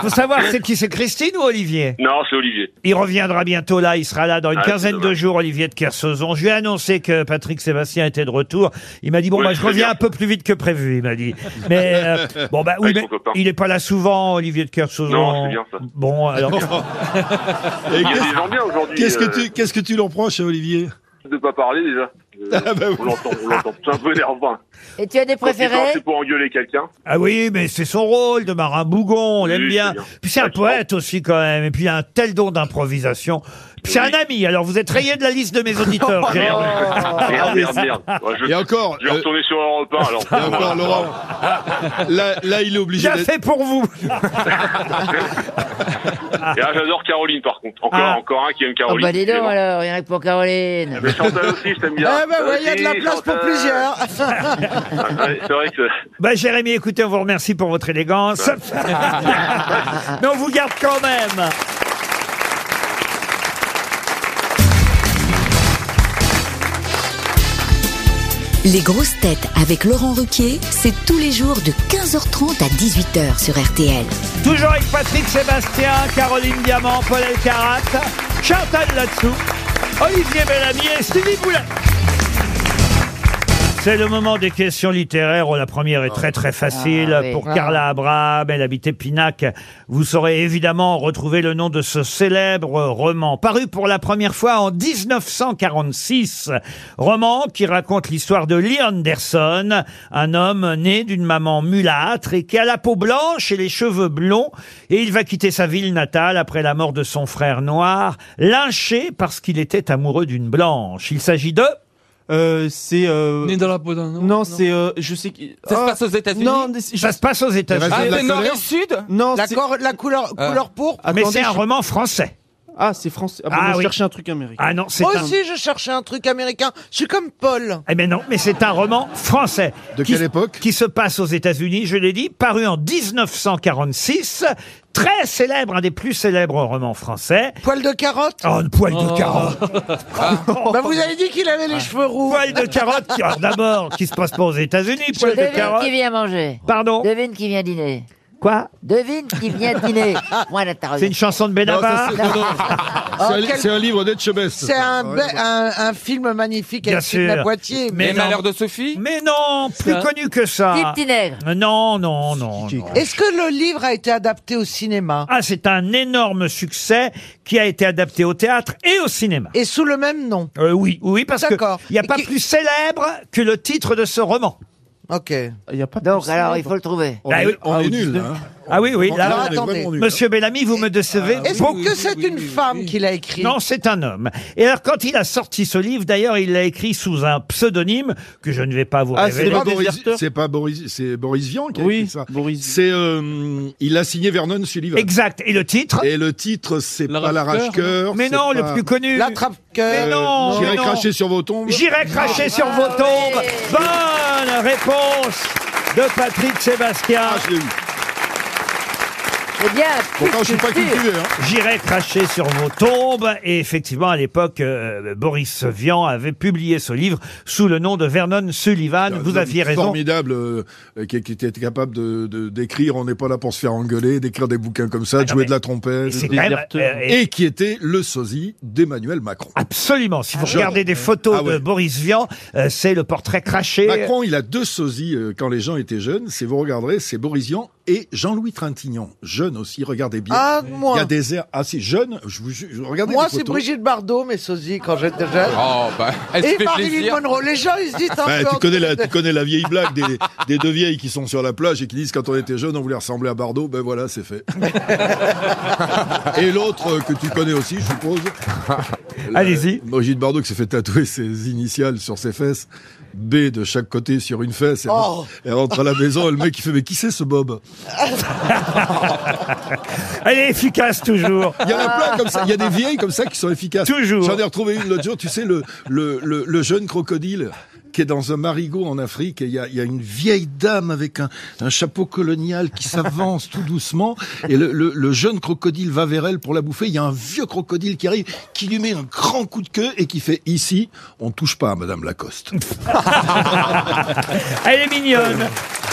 Speaker 2: Faut savoir c'est qui, c'est Christine ou Olivier
Speaker 13: Non, c'est Olivier.
Speaker 2: Il reviendra bientôt là, il sera là dans une
Speaker 13: Ah, c'est
Speaker 2: quinzaine de
Speaker 13: dommage.
Speaker 2: jours, Olivier de Kersauzon. Je lui ai annoncé que Patrick Sébastien était de retour. Il m'a dit, bon,
Speaker 13: Oui,
Speaker 2: bah, je
Speaker 13: c'est
Speaker 2: reviens
Speaker 13: bien.
Speaker 2: un peu plus vite que prévu, il m'a dit. Mais, euh, bon, bah, oui,
Speaker 13: Avec
Speaker 2: mais
Speaker 13: son copain.
Speaker 2: il n'est pas là souvent, Olivier de Kersauzon.
Speaker 13: Non, c'est bien, ça.
Speaker 2: Bon, alors.
Speaker 13: Il y a des gens bien aujourd'hui.
Speaker 3: Qu'est-ce que
Speaker 13: euh,
Speaker 3: tu, qu'est-ce que tu leur reproches, Olivier
Speaker 13: De pas parler déjà. Euh,
Speaker 3: Ah, bah oui.
Speaker 13: On l'entend, on l'entend. C'est un peu énervant.
Speaker 4: Et tu as des
Speaker 13: Quand il parle,
Speaker 4: préférés
Speaker 13: C'est pour engueuler quelqu'un.
Speaker 2: Ah oui, mais c'est son rôle de marin bougon, on l'aime
Speaker 13: Oui,
Speaker 2: bien.
Speaker 13: c'est bien.
Speaker 2: Puis c'est un poète aussi quand même, et puis il a un tel don d'improvisation. Puis c'est un ami, alors vous êtes rayé de la liste de mes auditeurs. Jérôme.
Speaker 13: Oh, Merde, merde, merde. Ouais, je,
Speaker 10: Et encore,
Speaker 13: Je vais
Speaker 10: euh,
Speaker 13: retourner sur Europe 1 alors.
Speaker 10: Et encore, Laurent, là, là, il est obligé
Speaker 2: Bien
Speaker 10: d'être...
Speaker 2: fait pour vous
Speaker 13: Et là, j'adore Caroline par contre. Encore,
Speaker 2: Ah.
Speaker 13: encore un qui aime
Speaker 4: Oh
Speaker 13: Caroline.
Speaker 4: bah dis donc
Speaker 13: Évidemment.
Speaker 4: alors, il y en a que pour Caroline.
Speaker 13: Mais Chantal aussi, je t'aime bien.
Speaker 7: Eh ben ouais, il y a de la
Speaker 13: Aussi,
Speaker 7: place pour
Speaker 13: Chantal.
Speaker 7: plusieurs.
Speaker 13: Ah, ouais, C'est vrai que.
Speaker 2: Bah Jérémy, écoutez, on vous remercie pour votre élégance. Mais on vous garde quand même.
Speaker 11: Les grosses têtes avec Laurent Ruquier, c'est tous les jours de 15h30 à 18h sur RTL.
Speaker 2: Toujours avec Patrick Sébastien, Caroline Diamant, Paul Elkarat, Chantal Latsou, Olivier Bellamy et Stevie Boulet. C'est le moment des questions littéraires. Oh, La première est très très facile
Speaker 4: Ah, oui.
Speaker 2: pour
Speaker 4: Ah.
Speaker 2: Carla Abraham. Elle habitait Pinac. Vous saurez évidemment retrouver le nom de ce célèbre roman paru pour la première fois en 1946. Roman qui raconte l'histoire de Lee Anderson, un homme né d'une maman mulâtre et qui a la peau blanche et les cheveux blonds. Et il va quitter sa ville natale après la mort de son frère noir, lynché parce qu'il était amoureux d'une blanche. Il s'agit de
Speaker 5: Euh, c'est. euh,
Speaker 6: Né dans la peau d'un
Speaker 5: Non,
Speaker 6: homme.
Speaker 5: c'est. euh, je sais qui.
Speaker 9: Ça se
Speaker 5: Ah,
Speaker 9: passe aux États-Unis
Speaker 5: Non, mais c'est- je-
Speaker 2: Ça se passe aux États-Unis.
Speaker 9: Ah,
Speaker 10: de la
Speaker 9: c'est Ah. nord
Speaker 10: colère
Speaker 9: et sud
Speaker 5: non,
Speaker 7: La,
Speaker 5: c'est- Ah.
Speaker 7: cor- la couleur,
Speaker 10: Euh,
Speaker 7: couleur pourpre.
Speaker 5: attendez,
Speaker 2: Mais c'est un
Speaker 5: je-
Speaker 2: roman français.
Speaker 5: Ah, c'est français. Ah, bon,
Speaker 2: Ah
Speaker 5: moi, je
Speaker 2: oui.
Speaker 5: cherchais un truc américain.
Speaker 2: Ah non, c'est
Speaker 7: Moi
Speaker 2: un...
Speaker 7: aussi, je cherchais un truc américain. Je suis comme Paul.
Speaker 2: Eh ben non, mais c'est un roman français.
Speaker 3: De
Speaker 2: qui-
Speaker 3: quelle époque
Speaker 2: Qui se passe aux États-Unis, je l'ai dit, paru en 1946. Très célèbre, un des plus célèbres romans français.
Speaker 7: Poil de carotte.
Speaker 2: Oh, une poil de carotte Ah.
Speaker 7: Bah, vous avez dit qu'il avait les cheveux roux.
Speaker 2: Poil de carotte, qui- alors d'abord, qui se passe pas aux États-Unis, poil de
Speaker 4: Devine
Speaker 2: carotte.
Speaker 4: qui vient manger.
Speaker 2: Pardon
Speaker 4: Devine qui vient dîner.
Speaker 2: Quoi
Speaker 4: Devine qui vient dîner. Moi,
Speaker 2: C'est une chanson de
Speaker 10: Ah,
Speaker 2: Ben
Speaker 10: Non,
Speaker 2: Oh,
Speaker 10: ça,
Speaker 2: Benabar
Speaker 10: c'est- non, non. C'est un, li-
Speaker 7: quel-
Speaker 10: c'est un livre Ah, d'Etchebest.
Speaker 7: C'est un,
Speaker 2: Ben-
Speaker 7: be- un, un film magnifique
Speaker 2: Bien
Speaker 7: avec Sidney
Speaker 2: sûr.
Speaker 7: Poitier.
Speaker 2: Mais
Speaker 9: Les
Speaker 2: non.
Speaker 9: malheurs de Sophie
Speaker 2: Mais non, plus
Speaker 9: Ça.
Speaker 2: connu que ça. Euh,
Speaker 4: Petit nègre.
Speaker 2: Non, non, non. non.
Speaker 7: Est-ce que le livre a été adapté au cinéma
Speaker 2: Ah, c'est un énorme succès qui a été adapté au théâtre et au cinéma.
Speaker 7: Et sous le même nom
Speaker 2: Euh, oui, oui, parce que
Speaker 7: D'accord.
Speaker 2: il n'y a
Speaker 7: Et
Speaker 2: pas
Speaker 7: qui-
Speaker 2: plus célèbre que le titre de ce roman.
Speaker 7: Ok.
Speaker 5: Il y a pas de
Speaker 4: Donc,
Speaker 5: plus
Speaker 4: alors, il
Speaker 5: célèbre.
Speaker 4: faut le trouver.
Speaker 10: On
Speaker 2: Bah oui.
Speaker 10: est, on
Speaker 5: Ah,
Speaker 10: est
Speaker 5: au
Speaker 10: nul,
Speaker 5: 19.
Speaker 10: hein.
Speaker 2: Ah oui, oui,
Speaker 7: Alors,
Speaker 2: là,
Speaker 10: on est
Speaker 7: attendez.
Speaker 10: vraiment nul.
Speaker 2: Monsieur Bellamy, vous me décevez.
Speaker 7: Est-ce
Speaker 2: beaucoup.
Speaker 7: que c'est une femme qui l'a écrit
Speaker 2: Non, c'est un homme. Et alors, quand il a sorti ce livre, d'ailleurs, il l'a écrit sous un pseudonyme que je ne vais pas vous
Speaker 5: Ah,
Speaker 2: révéler.
Speaker 5: c'est
Speaker 10: pas
Speaker 5: Les
Speaker 10: Boris,
Speaker 5: déserteurs.
Speaker 10: c'est pas Boris, c'est Boris Vian qui a
Speaker 5: Oui,
Speaker 10: écrit ça.
Speaker 5: Boris.
Speaker 10: C'est, euh, il a signé Vernon Sullivan.
Speaker 2: Exact. Et le titre
Speaker 10: Et le titre, c'est
Speaker 9: La
Speaker 10: pas l'arrache-cœur.
Speaker 2: Mais
Speaker 10: c'est
Speaker 2: non, le
Speaker 10: pas-
Speaker 2: plus connu.
Speaker 7: L'attrape-cœur.
Speaker 2: Mais non,
Speaker 3: Euh,
Speaker 10: J'irai
Speaker 2: mais non.
Speaker 10: cracher sur vos tombes.
Speaker 2: J'irai cracher sur vos tombes. Bonne réponse de Patrick Sébastien.
Speaker 10: Ah, je l'ai eu.
Speaker 4: C'est bien.
Speaker 18: Pourtant, je suis pas cultivé, hein.
Speaker 2: J'irai cracher sur vos tombes. Et effectivement, à l'époque, euh, Boris Vian avait publié ce livre sous le nom de Vernon Sullivan.
Speaker 3: Un
Speaker 2: Ah, Vous
Speaker 3: homme
Speaker 2: aviez raison.
Speaker 3: Euh, Formidable, euh, euh, qui, qui était capable de- de- d'écrire. On n'est pas là pour se faire engueuler, d'écrire des bouquins comme ça, de jouer de la trompette.
Speaker 2: Ah, c'est quand même, euh,
Speaker 3: et qui était le sosie d'Emmanuel Macron.
Speaker 2: Absolument. Si vous
Speaker 3: Je-
Speaker 2: regardez des photos
Speaker 3: Ah ouais.
Speaker 2: de Boris Vian, euh, c'est le portrait craché.
Speaker 3: Macron, il a deux sosies euh, quand les gens étaient jeunes. Si vous regarderez, c'est Boris Vian et Jean-Louis Trintignant. Jeune aussi, regardez bien.
Speaker 7: Ah, moi.
Speaker 3: Il y a des airs assez jeunes. Je vous ju- regardez
Speaker 7: Moi,
Speaker 3: les
Speaker 7: c'est
Speaker 3: photos.
Speaker 7: Brigitte Bardot, mes sosies, quand j'étais jeune.
Speaker 3: Oh, bah, elle se
Speaker 7: Et
Speaker 3: fait
Speaker 7: Marilyn
Speaker 3: plaisir.
Speaker 7: Monroe. Les gens, Ah, ils se disent hein, un
Speaker 3: Bah,
Speaker 7: peu
Speaker 3: tu,
Speaker 7: en
Speaker 3: connais la,
Speaker 7: dessous
Speaker 3: tu connais la vieille blague des, des deux vieilles qui sont sur la plage et qui disent quand on était jeune on voulait ressembler à Bardot, ben voilà c'est fait. et l'autre euh, que tu connais aussi je suppose. Allez-y. Brigitte Bardot qui s'est fait tatouer ses initiales sur ses fesses, B de chaque côté sur une fesse. Elle,
Speaker 2: Oh.
Speaker 3: elle rentre à la maison et le mec il fait mais qui c'est ce Bob
Speaker 2: Elle est efficace toujours.
Speaker 3: Il y en a plein comme ça. Il y a des vieilles comme ça qui sont efficaces.
Speaker 2: Toujours.
Speaker 3: J'en ai retrouvé une l'autre jour. Tu sais, le, le, le, le jeune crocodile qui est dans un marigot en Afrique et il y a, il y a une vieille dame avec un, un chapeau colonial qui s'avance tout doucement et le, le, le jeune crocodile va vers elle pour la bouffer. Il y a un vieux crocodile qui arrive, qui lui met un grand coup de queue et qui fait ici, on touche pas à Madame Lacoste.
Speaker 2: Oh,
Speaker 7: Ah
Speaker 2: Elle est mignonne.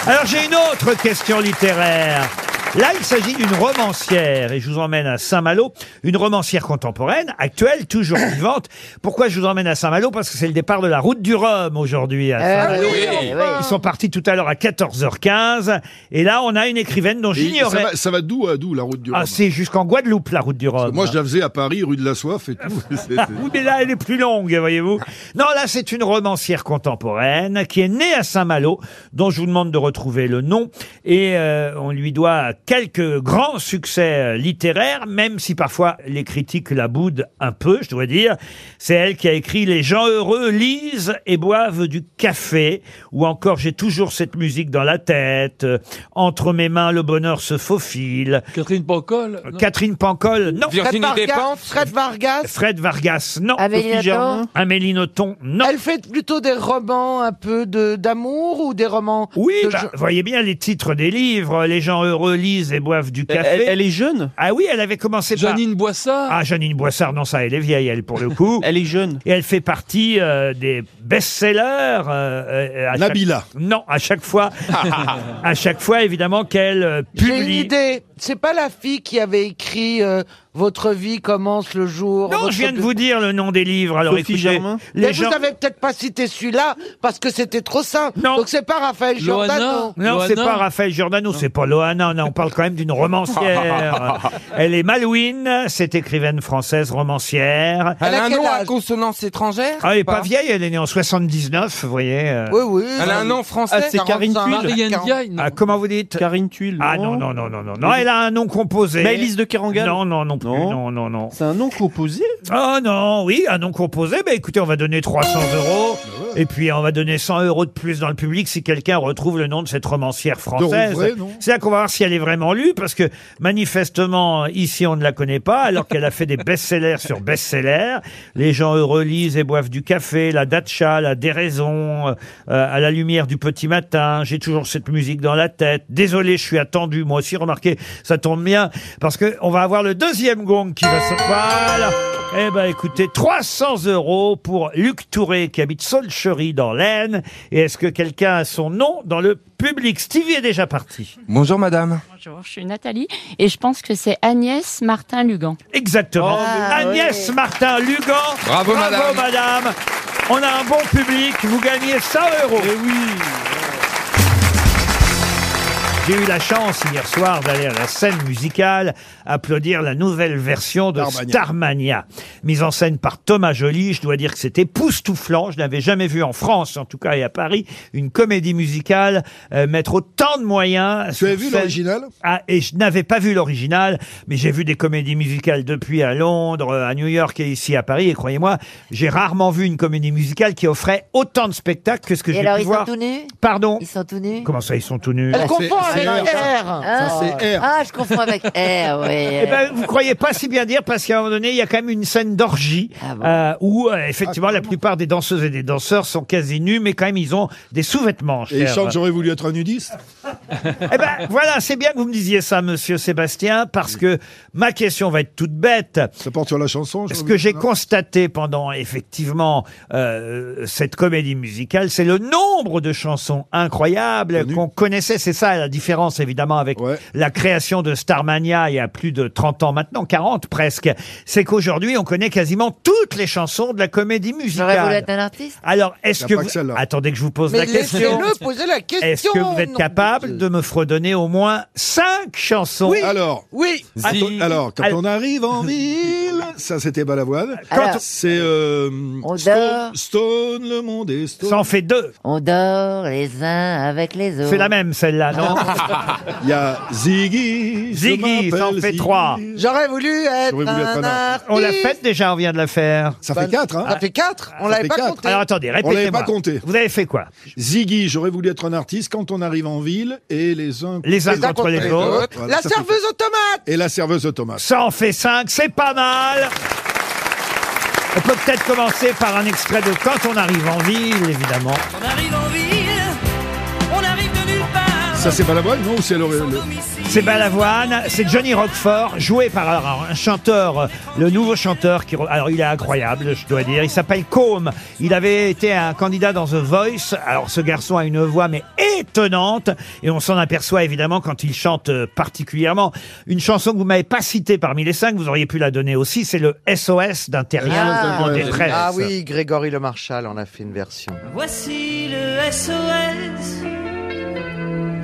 Speaker 2: Alors j'ai une autre question littéraire. Là, il s'agit d'une romancière, et je vous emmène à Saint-Malo, une romancière contemporaine, actuelle, toujours vivante. Pourquoi je vous emmène à Saint-Malo Parce que c'est le départ de la route du Rhum aujourd'hui à
Speaker 19: Ah
Speaker 2: Saint-Malo.
Speaker 19: oui, oui, oui.
Speaker 2: Ils sont partis tout à l'heure à 14h15, et là, on a une écrivaine dont
Speaker 3: Et ça
Speaker 2: j'ignorais...
Speaker 3: va, ça va d'où à d'où la route du Rhum
Speaker 2: Ah, c'est jusqu'en Guadeloupe, la route du Rhum.
Speaker 3: Moi, je la faisais à Paris, rue de la Soif et tout. C'est- c'est-
Speaker 2: Oui, mais là, elle est plus longue, voyez-vous. Non, là, c'est une romancière contemporaine qui est née à Saint-Malo, dont je vous demande de retrouver le nom. Et euh, on lui doit quelques grands succès euh, littéraires, même si parfois les critiques la boudent un peu, je dois dire. C'est elle qui a écrit Les gens heureux lisent et boivent du café, ou encore J'ai toujours cette musique dans la tête, euh, Entre mes mains, le bonheur se faufile. Catherine Pancol Catherine Pancol, non.
Speaker 7: Fred Vargas, Fred Vargas.
Speaker 2: Fred Vargas, non.
Speaker 7: Amélie Sophie Nothomb Germain.
Speaker 2: Amélie Nothomb, non.
Speaker 7: Elle fait plutôt des romans un peu de d'amour ou des romans.
Speaker 2: Oui,
Speaker 7: de
Speaker 2: bah,
Speaker 7: gen-
Speaker 2: voyez bien les titres des livres. Les gens heureux lisent et boivent du café.
Speaker 5: elle- elle
Speaker 2: est jeune Ah oui, elle avait commencé par... Janine Boissard Ah, Janine Boissard, non, ça, elle est vieille, elle, pour le coup. elle est jeune. Et elle fait partie euh, des best-sellers. euh, euh, à
Speaker 3: Nabila.
Speaker 2: chaque- Non, à chaque fois, à chaque fois, évidemment, qu'elle euh,
Speaker 7: J'ai une
Speaker 2: publie...
Speaker 7: idée. C'est pas la fille qui avait écrit euh, Votre vie commence le jour.
Speaker 2: Non,
Speaker 7: votre
Speaker 2: je viens de
Speaker 7: but-
Speaker 2: vous dire le nom des livres. Alors, écoutez,
Speaker 7: Mais
Speaker 2: les gens...
Speaker 7: vous avez peut-être pas cité celui-là parce que c'était trop simple. Donc c'est pas Raphaël Giordano.
Speaker 2: Non, c'est pas Raphaël Giordano, c'est pas Loana. Non, on parle quand même d'une romancière. Elle est Malouine, cette écrivaine française romancière.
Speaker 8: Elle, a un nom à consonance étrangère
Speaker 2: Ah, elle est pas vieille, elle est née en 79, vous voyez. euh.
Speaker 8: Oui, oui. Elle a un nom français,
Speaker 2: Ah, c'est Karine
Speaker 8: 45.
Speaker 2: Tuile.
Speaker 8: Marianne Diaye, non
Speaker 2: Ah, comment vous dites Karine Tuile. Ah non, non, non, non, non. Non, elle a un nom composé.
Speaker 5: Maëlys de Kerangal
Speaker 2: Non, non, non plus. Non, non, non. C'est un nom composé Ah non, oui, un nom composé. Bah écoutez, on va donner 300 euros.
Speaker 3: Bah
Speaker 2: Et puis on va donner 100 euros de plus dans le public si quelqu'un retrouve le nom de cette romancière française.
Speaker 3: Rouvray, non
Speaker 2: C'est là qu'on va voir si elle est vraiment lue, parce que manifestement, ici, on ne la connaît pas, alors qu'elle a fait des best-sellers sur best-sellers. Les gens heureux lisent et boivent du café, la datcha, la déraison, euh, à la lumière du petit matin, j'ai toujours cette musique dans la tête, désolé, je suis attendu, moi aussi, remarquez, ça tombe bien, parce que on va avoir le deuxième gong qui va se... Voilà eh ben écoutez, 300 euros pour Luc Touré qui habite Solcherie dans l'Aisne. Et est-ce que quelqu'un a son nom dans le public Stevie est déjà parti.
Speaker 8: Bonjour madame.
Speaker 12: Bonjour, je suis Nathalie et je pense que c'est Agnès Martin-Lugan. Oh,
Speaker 2: Exactement.
Speaker 12: bah
Speaker 2: Agnès Martin Lugan.
Speaker 8: Bravo, madame.
Speaker 2: madame. On a un bon public. Vous gagnez 100 euros. J'ai eu la chance hier soir d'aller à la scène musicale applaudir la nouvelle version de
Speaker 3: Starmania.
Speaker 2: Starmania, mise en scène par Thomas Joly. Je dois dire que c'était époustouflant. Je n'avais jamais vu en France, en tout cas et à Paris, une comédie musicale euh, mettre autant de moyens. Tu
Speaker 3: avais vu l'original
Speaker 2: ah, et je n'avais pas vu l'original, mais j'ai vu des comédies musicales depuis à Londres, euh, à New York et ici à Paris. Et croyez-moi, j'ai rarement vu une comédie musicale qui offrait autant de spectacles que ce que
Speaker 4: Et
Speaker 2: j'ai
Speaker 4: alors,
Speaker 2: pu
Speaker 4: ils sont
Speaker 2: voir.
Speaker 4: tous nus
Speaker 2: Pardon
Speaker 4: Ils sont tous nus
Speaker 2: Comment ça, ils sont tous nus
Speaker 4: Elle confond
Speaker 2: Ah,
Speaker 4: avec
Speaker 2: C'est-
Speaker 3: Ah,
Speaker 2: c'est-
Speaker 4: R.
Speaker 2: Ça, c'est R.
Speaker 4: Ah, je confonds avec R, oui.
Speaker 2: Eh ben, vous croyez pas si bien dire parce qu'à un moment donné, il y a quand même une scène d'orgie euh, où euh, effectivement la plupart des danseuses et des danseurs sont quasi nus, mais quand même ils ont des sous-vêtements.
Speaker 3: Et ils
Speaker 2: cher.
Speaker 3: chantent, j'aurais voulu être un nudiste
Speaker 2: Eh ben, voilà, c'est bien que vous me disiez ça, monsieur Sébastien, parce que ma question va être toute bête.
Speaker 3: Ça porte sur la chanson.
Speaker 2: Ce que j'ai constaté pendant, effectivement, euh, cette comédie musicale, c'est le nombre de chansons incroyables qu'on connaissait. C'est ça la différence, évidemment, avec la création de Starmania il y a plus de 30 ans maintenant, 40 presque. C'est qu'aujourd'hui, on connaît quasiment toutes les chansons de la comédie musicale.
Speaker 4: J'aurais voulu être un artiste.
Speaker 2: Alors,
Speaker 4: Il y
Speaker 2: est-ce
Speaker 4: a
Speaker 2: que
Speaker 4: pas
Speaker 2: vous...
Speaker 4: que celle-là.
Speaker 2: Attendez que je vous pose
Speaker 7: Mais
Speaker 2: la question.
Speaker 7: laissez-le poser la question.
Speaker 2: Est-ce que vous êtes
Speaker 7: non.
Speaker 2: capable de me fredonner au moins cinq chansons
Speaker 3: Oui. Alors,
Speaker 7: oui.
Speaker 3: Attends, alors, quand on arrive en ville, ça c'était Balavoine.
Speaker 7: Ah,
Speaker 4: Alors-
Speaker 3: Quand c'est euh, Stone, Stone, le monde est Stone.
Speaker 2: Ça en fait deux.
Speaker 4: On dort les uns avec les autres.
Speaker 2: C'est la même celle-là, non
Speaker 3: Il y a Ziggy. je
Speaker 2: Ziggy, ça en
Speaker 3: m'appelle
Speaker 2: fait
Speaker 3: Ziggy.
Speaker 2: trois.
Speaker 7: J'aurais voulu être
Speaker 2: J'aurais voulu être
Speaker 7: un
Speaker 2: un
Speaker 7: artiste.
Speaker 2: On l'a faite déjà, on vient de la faire.
Speaker 3: Ça fait quatre, hein
Speaker 7: Ça fait quatre. On l'avait pas compté.
Speaker 2: Alors attendez,
Speaker 3: On l'avait pas
Speaker 2: répétez-moi.
Speaker 3: compté.
Speaker 2: Vous avez fait quoi
Speaker 3: Ziggy, j'aurais voulu être un artiste quand on arrive en ville et les uns
Speaker 2: Les uns contre les autres.
Speaker 3: Voilà,
Speaker 7: la
Speaker 3: ça fait
Speaker 7: serveuse aux tomates.
Speaker 3: Et la serveuse automatique.
Speaker 2: Ça en fait cinq, c'est pas mal On peut peut-être commencer par un extrait de Quand on arrive en ville, évidemment.
Speaker 15: On arrive en ville, on arrive de nulle part.
Speaker 3: Ça, c'est Balavoine, non Ou c'est le. le-
Speaker 2: C'est Balavoine, c'est Johnny Roquefort, joué par un chanteur, euh, le nouveau chanteur qui, re- alors il est incroyable, je dois dire. Il s'appelle Combe. Il avait été un candidat dans The Voice. Alors ce garçon a une voix mais étonnante et on s'en aperçoit évidemment quand il chante euh, particulièrement une chanson que vous m'avez pas citée parmi les cinq. Vous auriez pu la donner aussi. C'est le SOS d'un
Speaker 10: Ah,
Speaker 2: terrien en détresse.
Speaker 20: Ah oui, Grégory Le Marchal en a fait une version.
Speaker 15: Voici le SOS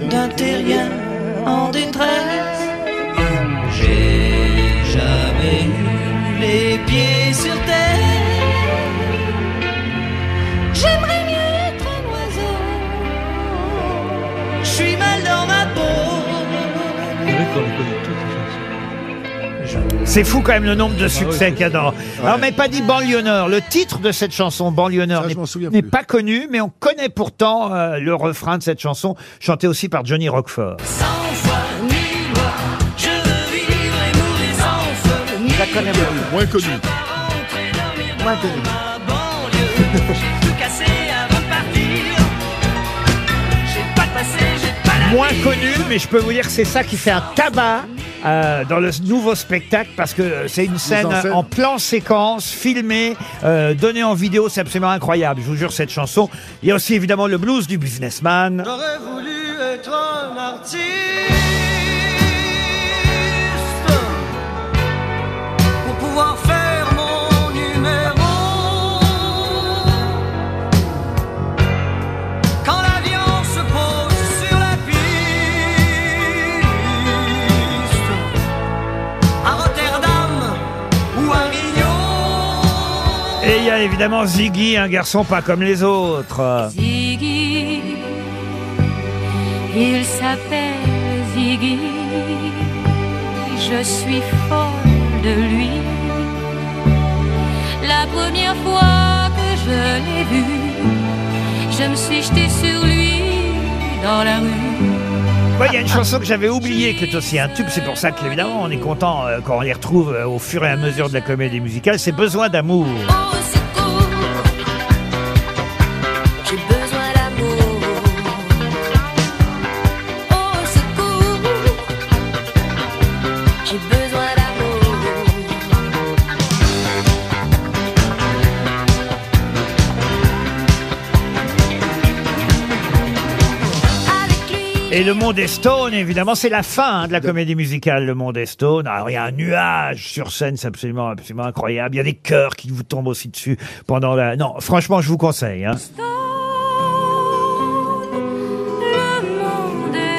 Speaker 15: d'un terrien en détresse. J'ai jamais eu les pieds sur terre. J'aimerais mieux être un oiseau. Je suis mal dans ma peau.
Speaker 2: C'est fou quand même le
Speaker 3: Ah
Speaker 2: nombre de succès qu'il y a dans. Alors, mais pas dit Banlieue Le titre de cette chanson, Banlieue Nord, n'est- n'est pas connu, mais on connaît pourtant euh, le refrain de cette chanson, chantée aussi par Johnny Roquefort.
Speaker 15: Sans foi ni loi, je veux vivre et mourir sans feu ni loi.
Speaker 3: Moins connu.
Speaker 15: Moins connu. Ma banlieue, j'ai tout cassé avant de partir. J'ai pas de passé, j'ai pas
Speaker 2: Moins connu, mais je peux vous dire que c'est ça qui fait un tabac. euh, dans le nouveau spectacle, parce que euh, c'est une scène
Speaker 3: en scène.
Speaker 2: en plan séquence, filmée, euh, donnée en vidéo, c'est absolument incroyable. Je vous jure cette chanson. Il y a aussi évidemment le blues du businessman.
Speaker 15: J'aurais voulu être un artiste. Pour pouvoir faire mon numéro. Quand l'avion se pose sur la piste. À Rotterdam ou à Rio.
Speaker 2: Et il y a évidemment Ziggy, un garçon pas comme les autres.
Speaker 18: Ziggy, il s'appelle Ziggy, je suis folle de lui. La première fois que je l'ai vu, je me suis jetée sur lui dans la rue.
Speaker 2: Moi, Il y a une chanson que j'avais oubliée qui est aussi un tube, c'est pour ça que évidemment on est content euh, quand on les retrouve euh, au fur et à mesure de la comédie musicale, c'est Besoin d'amour.
Speaker 18: Au secours, j'ai besoin d'amour. Oh, Au secours, j'ai besoin d'amour.
Speaker 2: Et Le Monde est Stone, évidemment, c'est la fin hein, de la comédie musicale, Le Monde est Stone. Alors il y a un nuage sur scène, c'est absolument, absolument incroyable. Il y a des cœurs qui vous tombent aussi dessus pendant la... Non, franchement, je vous conseille. hein.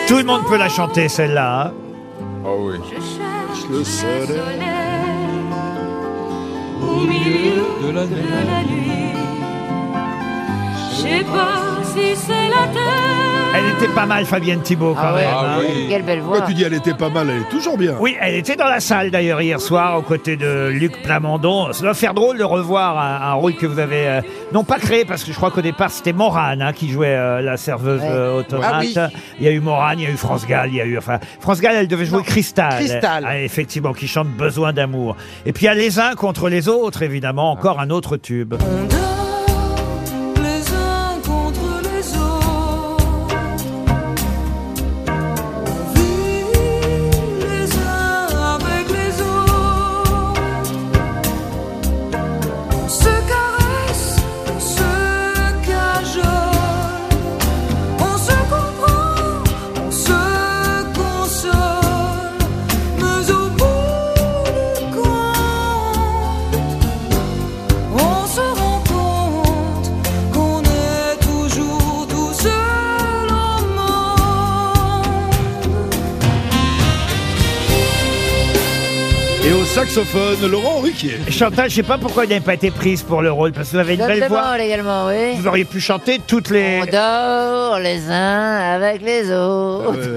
Speaker 2: Tout le monde peut la chanter, celle-là. hein.
Speaker 9: Oh oui.
Speaker 3: Le soleil.
Speaker 18: Au milieu de la nuit, je sais pas si c'est la terre.
Speaker 2: Elle était pas mal, Fabienne Thibault,
Speaker 3: Ah
Speaker 2: quand même. hein.
Speaker 3: Pourquoi tu dis elle était pas mal Elle est toujours bien.
Speaker 2: Oui, elle était dans la salle d'ailleurs hier soir aux côtés de Luc Plamondon. Ça doit faire drôle de revoir un, un rôle que vous avez euh, non pas créé parce que je crois qu'au départ c'était Morane hein, qui jouait euh, la serveuse
Speaker 7: Ouais.
Speaker 2: euh, aux tomates.
Speaker 7: Ah oui.
Speaker 2: Il y a eu Morane, il y a eu France Gall, il y a eu enfin France Gall, elle devait jouer Cristal.
Speaker 7: Cristal.
Speaker 2: Ah, effectivement, qui chante Besoin d'amour. Et puis il y a les uns contre les autres évidemment, encore un autre tube.
Speaker 15: Les uns contre les autres.
Speaker 2: saxophone, Laurent Ruquier. Chantal, je sais pas pourquoi vous n'avez pas été prise pour le rôle, parce que vous avez une belle voix.
Speaker 4: Exactement, légalement, oui.
Speaker 2: Vous auriez pu chanter toutes les...
Speaker 4: On dort les uns avec les
Speaker 3: Ah
Speaker 4: autres.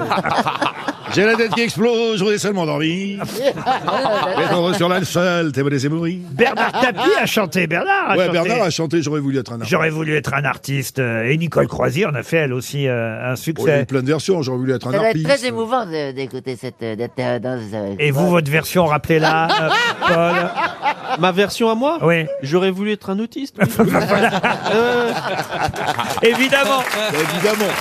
Speaker 10: J'ai la tête qui explose, je voudrais seulement dormir.
Speaker 18: Ah.
Speaker 10: M'étendre sur l'asphalte et me laisser mourir.
Speaker 2: Bernard Tapie a chanté, Bernard a
Speaker 10: Ouais,
Speaker 2: chanté.
Speaker 10: Bernard a chanté, j'aurais voulu être un artiste.
Speaker 2: J'aurais voulu être un artiste. euh, Et Nicole Croisier en a fait, elle aussi, euh,
Speaker 10: Oh, il y a
Speaker 2: un
Speaker 10: eu
Speaker 2: succès.
Speaker 10: plein de versions, j'aurais voulu être un
Speaker 4: Ça doit être
Speaker 10: harpiste.
Speaker 4: très émouvant de- d'écouter cette euh, d'être, euh, dans ce-
Speaker 2: Et vous, votre version, rappelez-la, euh, Paul
Speaker 5: Ma version à moi
Speaker 2: Oui.
Speaker 5: J'aurais voulu être un autiste. oui. Euh,
Speaker 2: Évidemment.
Speaker 10: Bah,
Speaker 2: Évidemment.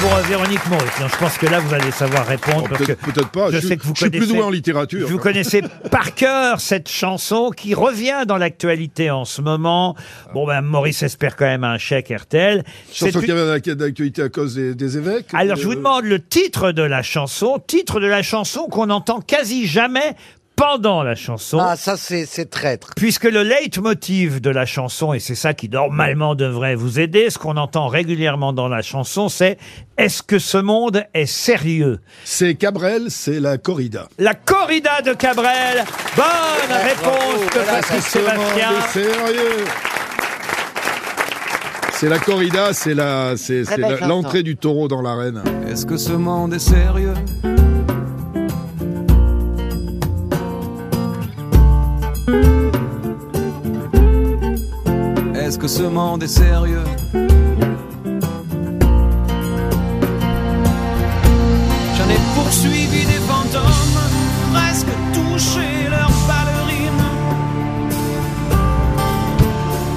Speaker 2: Pour euh, Véronique Moreau, je pense que là, vous allez savoir répondre. parce que
Speaker 10: Oh, peut-être- peut-être pas,
Speaker 2: Je,
Speaker 10: je suis-
Speaker 2: sais que vous
Speaker 10: je suis plus
Speaker 2: connaissez-
Speaker 10: doué en littérature. hein.
Speaker 2: Vous connaissez par cœur cette chanson qui revient dans l'actualité en ce moment. Bon, ben, Maurice espère quand même un chèque RTL. C'est
Speaker 10: Chanson
Speaker 2: une-
Speaker 10: qui avait d'actualité à cause des, des évêques.
Speaker 2: Alors, je vous
Speaker 10: Euh,
Speaker 2: demande le titre de la chanson, titre de la chanson qu'on n'entend quasi jamais pendant la chanson.
Speaker 7: Ah, ça, c'est c'est traître.
Speaker 2: Puisque le leitmotiv de la chanson, et c'est ça qui normalement devrait vous aider, ce qu'on entend régulièrement dans la chanson, c'est Est-ce que ce monde est sérieux
Speaker 10: C'est Cabrel, c'est la corrida.
Speaker 2: La corrida de Cabrel Bonne réponse de Patrick Sébastien
Speaker 10: C'est
Speaker 3: euh,
Speaker 10: sérieux. C'est la corrida, c'est la, c'est,
Speaker 2: Très
Speaker 10: c'est
Speaker 2: belle
Speaker 10: la-
Speaker 2: chanson.
Speaker 10: l'entrée du taureau dans l'arène.
Speaker 9: Est-ce que ce monde est sérieux Est-ce que ce monde est sérieux
Speaker 15: J'en ai poursuivi des fantômes, presque touché leurs ballerines.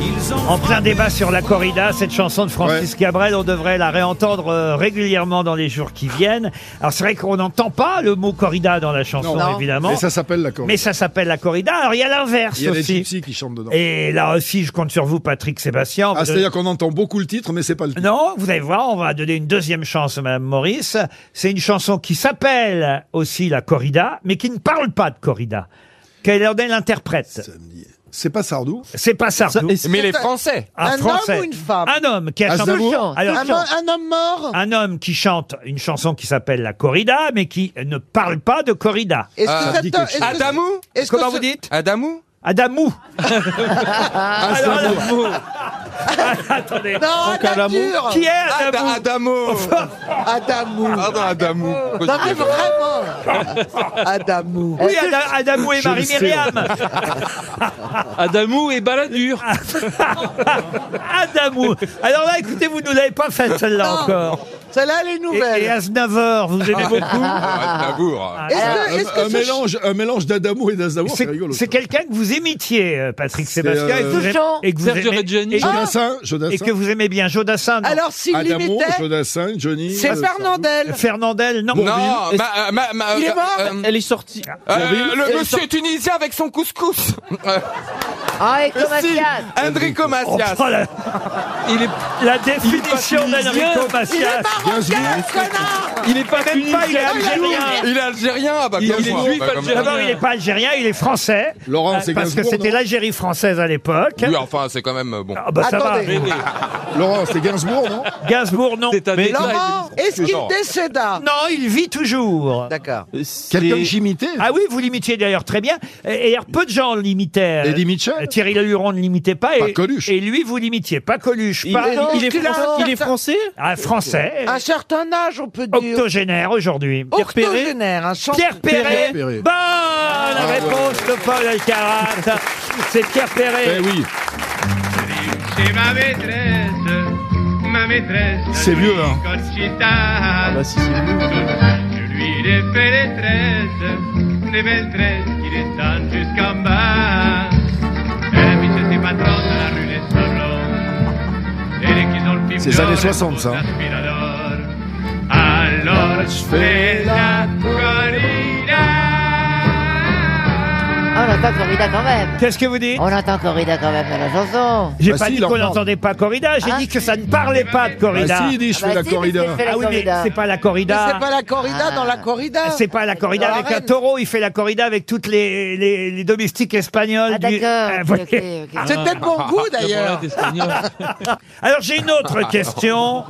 Speaker 15: Ils ont
Speaker 2: En plein débat sur la corrida, cette chanson de Francis Cabrel, on devrait la réentendre euh, régulièrement dans les jours qui viennent. Alors c'est vrai qu'on n'entend pas le mot corrida dans la chanson,
Speaker 10: Non.
Speaker 2: évidemment.
Speaker 10: Mais ça s'appelle la corrida.
Speaker 2: Mais ça s'appelle la corrida. Alors il y a l'inverse
Speaker 10: Il y a les
Speaker 2: aussi.
Speaker 10: gypsies qui chantent dedans.
Speaker 2: Et là aussi, je compte sur vous, Patrick Sébastien.
Speaker 10: Ah, c'est-à-dire qu'on entend beaucoup le titre, mais c'est pas le titre.
Speaker 2: Non, vous allez voir, on va donner une deuxième chance à Madame Maurice. C'est une chanson qui s'appelle aussi la corrida, mais qui ne parle pas de corrida. Quelle en est l'interprète
Speaker 10: C'est pas Sardou
Speaker 2: C'est pas Sardou.
Speaker 10: Ça- Mais les Français.
Speaker 2: Un,
Speaker 10: Un homme
Speaker 2: Français. Ah.
Speaker 10: ou une femme
Speaker 2: Un homme qui a chanté.
Speaker 10: Aznavour
Speaker 2: Alors,
Speaker 10: Un
Speaker 2: chante-
Speaker 7: homme mort
Speaker 2: un homme qui chante une chanson qui s'appelle La Corrida, mais qui ne parle pas de corrida.
Speaker 8: Est-ce que Ah, ça ça me dit te- quelque chose. est-ce que-
Speaker 2: Adamou
Speaker 8: est-ce que
Speaker 2: Comment
Speaker 8: ce-
Speaker 2: vous dites
Speaker 8: Adamou
Speaker 2: Adamou
Speaker 18: Ah,
Speaker 2: Alors,
Speaker 8: Adamou.
Speaker 2: Attendez.
Speaker 8: Non, Donc, Adamou. nature.
Speaker 2: Qui est Adamou
Speaker 8: Ada- Adamo.
Speaker 7: Adamou.
Speaker 8: Pardon, Adamou.
Speaker 7: Non, mais vraiment Adamou.
Speaker 2: Ah, bah, Oui, Ada- Adamou et
Speaker 7: Je le sais.
Speaker 2: Marie-Myriam.
Speaker 6: ah, Adamou et Baladur. Ah,
Speaker 2: Adamou. Alors là, écoutez, vous ne l'avez pas faite celle-là
Speaker 7: Non.
Speaker 2: encore.
Speaker 7: Celle-là, elle est nouvelle.
Speaker 2: Et, et Aznavour, vous aimez beaucoup.
Speaker 10: Ah,
Speaker 2: Ah,
Speaker 7: Est-ce que- est-ce que
Speaker 10: un,
Speaker 7: ce-
Speaker 10: mélange, un mélange d'Adamo et d'Aznavour, c'est
Speaker 2: C'est
Speaker 10: rigolo.
Speaker 2: c'est quelqu'un que vous imitiez, euh, Patrick Sébastien, et, que
Speaker 10: euh,
Speaker 2: vous aimez-
Speaker 10: Touchant.
Speaker 2: et que vous
Speaker 10: Serge
Speaker 2: aimez-
Speaker 10: Reggiani.
Speaker 2: et que-
Speaker 10: Jodassin, Jodassin.
Speaker 2: et que vous aimez bien Jodassin. non.
Speaker 7: Alors, s'il
Speaker 10: Adamo,
Speaker 7: l'imitait,
Speaker 10: Jodassin, Johnny.
Speaker 7: c'est
Speaker 10: euh,
Speaker 7: Fernandel.
Speaker 2: Fernandel, non.
Speaker 8: Non, Ah, ma- euh, ma- ma-
Speaker 7: Il est mort
Speaker 8: euh,
Speaker 5: Elle est sortie.
Speaker 8: Euh,
Speaker 5: Bourvil
Speaker 8: le
Speaker 5: Elle est
Speaker 8: monsieur
Speaker 5: sortie.
Speaker 8: tunisien avec son couscous. Euh,
Speaker 4: Ah, et Comasias
Speaker 8: Enrico Macias.
Speaker 2: Oh, la,
Speaker 6: Il est,
Speaker 2: la définition
Speaker 6: Il est
Speaker 2: d'Enrico Macias.
Speaker 6: il est pas
Speaker 2: Même pas, il est
Speaker 6: tunisien.
Speaker 2: algérien.
Speaker 8: Il est algérien, ah bah,
Speaker 6: Il-
Speaker 8: comme
Speaker 6: il est
Speaker 8: moi,
Speaker 6: juif
Speaker 8: bah, comme moi.
Speaker 6: algérien.
Speaker 2: D'abord, il n'est pas algérien, il est français.
Speaker 8: Laurent,
Speaker 2: Euh,
Speaker 8: c'est
Speaker 2: Parce que
Speaker 8: Gainsbourg,
Speaker 2: c'était
Speaker 8: non
Speaker 2: l'Algérie française à l'époque.
Speaker 8: Oui, enfin, c'est quand même euh, bon.
Speaker 2: Ah bah, ça va.
Speaker 7: Attendez.
Speaker 10: Laurent, c'est Gainsbourg, non
Speaker 2: Gainsbourg, non.
Speaker 6: C'est un
Speaker 2: Mais-
Speaker 6: détail.
Speaker 7: Laurent, est-ce qu'il
Speaker 2: Non.
Speaker 7: décéda
Speaker 2: Non, il vit toujours.
Speaker 7: D'accord.
Speaker 5: Euh,
Speaker 10: Quelqu'un que j'imitais
Speaker 2: Ah oui, vous l'imitiez d'ailleurs très bien. Et et d'ailleurs, peu de gens l'imitaient.
Speaker 10: Eddie Mitchell
Speaker 2: Euh, Thierry Leluron ne l'imitait pas.
Speaker 10: Pas
Speaker 2: et,
Speaker 10: Coluche.
Speaker 2: et lui, vous l'imitiez. Pas Coluche,
Speaker 5: Il
Speaker 2: pas
Speaker 5: est- il est
Speaker 7: Est-ce qu'il a
Speaker 5: français-
Speaker 7: un
Speaker 5: il est
Speaker 7: certain-
Speaker 5: français
Speaker 2: un Français.
Speaker 10: Ah,
Speaker 7: Un certain âge, on peut dire.
Speaker 2: Octogénaire aujourd'hui.
Speaker 5: Perret.
Speaker 7: Octogénaire, un chanteur.
Speaker 2: Pierre
Speaker 10: Pierre
Speaker 2: Perret.
Speaker 10: Perret. Ah,
Speaker 2: Bonne réponse de Paul Alcarat. C'est Pierre Perret.
Speaker 10: Eh oui,
Speaker 15: C'est ma maîtresse, ma maîtresse.
Speaker 10: C'est vieux, hein.
Speaker 15: Conchita.
Speaker 5: bah si, c'est vieux.
Speaker 15: Je lui ai fait les tresses, les belles tresses qui descendent jusqu'en bas. Elle habite ses patrons dans la rue des Sablons. Elle est qu'ils ont le
Speaker 10: c'est les années 60, ça. hein.
Speaker 15: Mirador. Alors je fais la corrida.
Speaker 4: Ah, On entend Corrida quand même.
Speaker 2: Qu'est-ce que vous dites
Speaker 4: On entend Corrida quand même dans la chanson.
Speaker 2: J'ai
Speaker 10: Bah
Speaker 2: pas
Speaker 10: si,
Speaker 2: dit
Speaker 10: leur
Speaker 2: qu'on
Speaker 10: parle.
Speaker 2: n'entendait pas corrida, j'ai
Speaker 4: Hein
Speaker 2: dit que ça ne parlait pas de corrida.
Speaker 10: Bah si, il dit, je
Speaker 4: Ah
Speaker 10: fais
Speaker 4: bah
Speaker 10: la
Speaker 4: si, parce
Speaker 10: corrida.
Speaker 4: qu'elle fait la
Speaker 2: ah oui, mais
Speaker 4: corrida.
Speaker 2: c'est pas la
Speaker 7: Mais
Speaker 2: corrida. Ah,
Speaker 7: c'est pas la corrida dans la corrida.
Speaker 2: C'est pas la corrida
Speaker 7: Dans la
Speaker 2: avec un
Speaker 7: reine.
Speaker 2: taureau, il fait la corrida avec toutes les, les, les domestiques espagnols.
Speaker 4: Ah
Speaker 2: du-
Speaker 4: d'accord,
Speaker 2: Euh,
Speaker 4: ok,
Speaker 2: voyez.
Speaker 4: ok, ok.
Speaker 10: Ah.
Speaker 2: Ah,
Speaker 7: C'est peut-être mon goût
Speaker 6: Voilà,
Speaker 7: d'ailleurs.
Speaker 6: d'espagnol.
Speaker 2: Alors j'ai une autre question.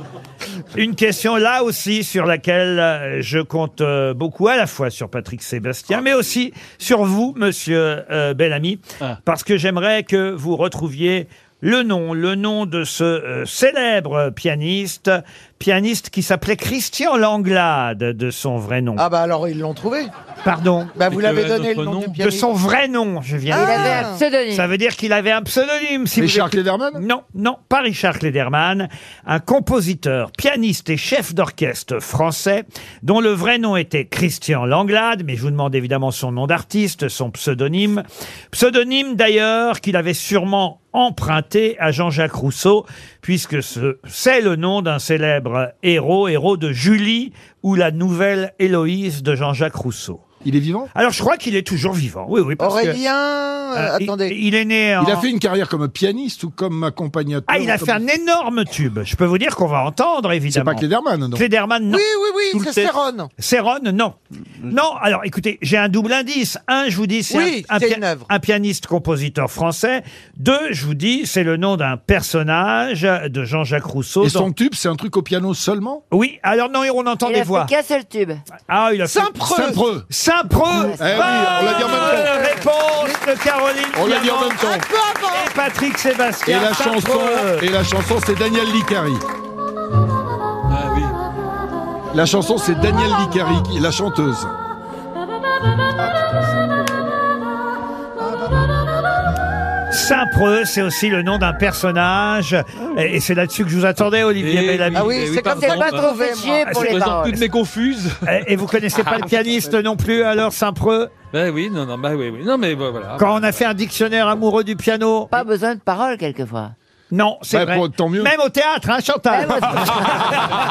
Speaker 2: Une question là aussi sur laquelle euh, je compte euh, beaucoup à la fois sur Patrick Sébastien, mais aussi sur vous, monsieur euh, Bellamy,
Speaker 7: Ah.
Speaker 2: parce que j'aimerais que vous retrouviez le nom, le nom de ce euh, célèbre pianiste, pianiste qui s'appelait Christian Langlade de son vrai nom.
Speaker 7: Ah bah alors ils l'ont trouvé.
Speaker 2: Pardon.
Speaker 7: Bah, vous Mais l'avez quel est donné, notre le nom nom du
Speaker 2: de
Speaker 7: pianiste
Speaker 2: son vrai nom, je viens.
Speaker 7: Ah,
Speaker 2: de
Speaker 7: il
Speaker 2: dire.
Speaker 7: avait un pseudonyme.
Speaker 2: Ça veut dire qu'il avait un pseudonyme. Si Richard Klederman Non, non, pas Richard Klederman. Un compositeur, pianiste et chef d'orchestre français dont le vrai nom était Christian Langlade, mais je vous demande évidemment son nom d'artiste, son pseudonyme. Pseudonyme d'ailleurs qu'il avait sûrement emprunté à Jean-Jacques Rousseau, puisque ce- c'est le nom d'un célèbre héros, héros de Julie ou la nouvelle Héloïse de Jean-Jacques Rousseau. Il est vivant Alors je crois qu'il est toujours vivant. Oui, oui. parce que-
Speaker 7: Aurélien,
Speaker 2: Euh,
Speaker 7: euh,
Speaker 2: il-
Speaker 7: attendez.
Speaker 2: Il, est né. En...
Speaker 3: Il a fait une carrière comme pianiste ou comme accompagnateur.
Speaker 2: Ah, il a
Speaker 3: comme-
Speaker 2: fait un énorme tube. Je peux vous dire qu'on va entendre, évidemment.
Speaker 3: pas Klederman, non
Speaker 2: Klederman, non.
Speaker 7: Oui, oui, oui, c'est Céron.
Speaker 2: Céron, non. Non, alors écoutez, j'ai un double indice. Un, je vous dis, c'est
Speaker 7: Oui,
Speaker 2: un, un
Speaker 7: c'est
Speaker 2: pia-
Speaker 7: une œuvre.
Speaker 2: un pianiste-compositeur français. Deux, je vous dis, c'est le nom d'un personnage de Jean-Jacques Rousseau.
Speaker 3: Et son
Speaker 2: Donc-
Speaker 3: tube, c'est un truc au piano seulement
Speaker 2: Oui, alors non, on entend
Speaker 4: Il
Speaker 2: des
Speaker 4: a
Speaker 2: voix.
Speaker 4: fait qu'un seul tube.
Speaker 2: Ah, il a fait-
Speaker 3: Saint-Preux. Saint-Preux.
Speaker 2: Saint-Preux.
Speaker 3: Eh oui, on l'a dit en même temps.
Speaker 2: Bonne réponse de Caroline
Speaker 3: On l'a dit en
Speaker 2: Diamant
Speaker 3: même temps. Un
Speaker 2: Et Patrick
Speaker 3: Et
Speaker 2: Sébastien.
Speaker 3: la chanson,
Speaker 2: Saint-Preux.
Speaker 3: et la chanson, c'est Daniel Licari.
Speaker 15: Ah
Speaker 3: La chanson, c'est Daniel Licari, qui- la chanteuse.
Speaker 2: Saint-Preux, c'est aussi le nom d'un personnage.
Speaker 3: Ah
Speaker 2: Et et c'est là-dessus que je vous attendais, Olivier
Speaker 6: Eh
Speaker 2: Bellamy.
Speaker 6: oui, Ah oui, eh oui, c'est comme pardon, ça qu'on pardon. fait chier pour les paroles. Eh, toutes mes Ah,
Speaker 2: confuses. Eh, Et vous connaissez pas
Speaker 3: Ah,
Speaker 2: le pianiste non plus, alors Saint-Preux
Speaker 6: Bah oui, non, non, bah oui, oui. Non, mais bah,
Speaker 3: Ah.
Speaker 6: voilà.
Speaker 2: Quand on a fait un dictionnaire amoureux du piano.
Speaker 4: Pas besoin de paroles, quelquefois.
Speaker 2: Non, c'est
Speaker 4: Ouais,
Speaker 2: vrai.
Speaker 4: pour-
Speaker 2: tant mieux. Même au théâtre, hein,
Speaker 6: Eh,
Speaker 2: Chantal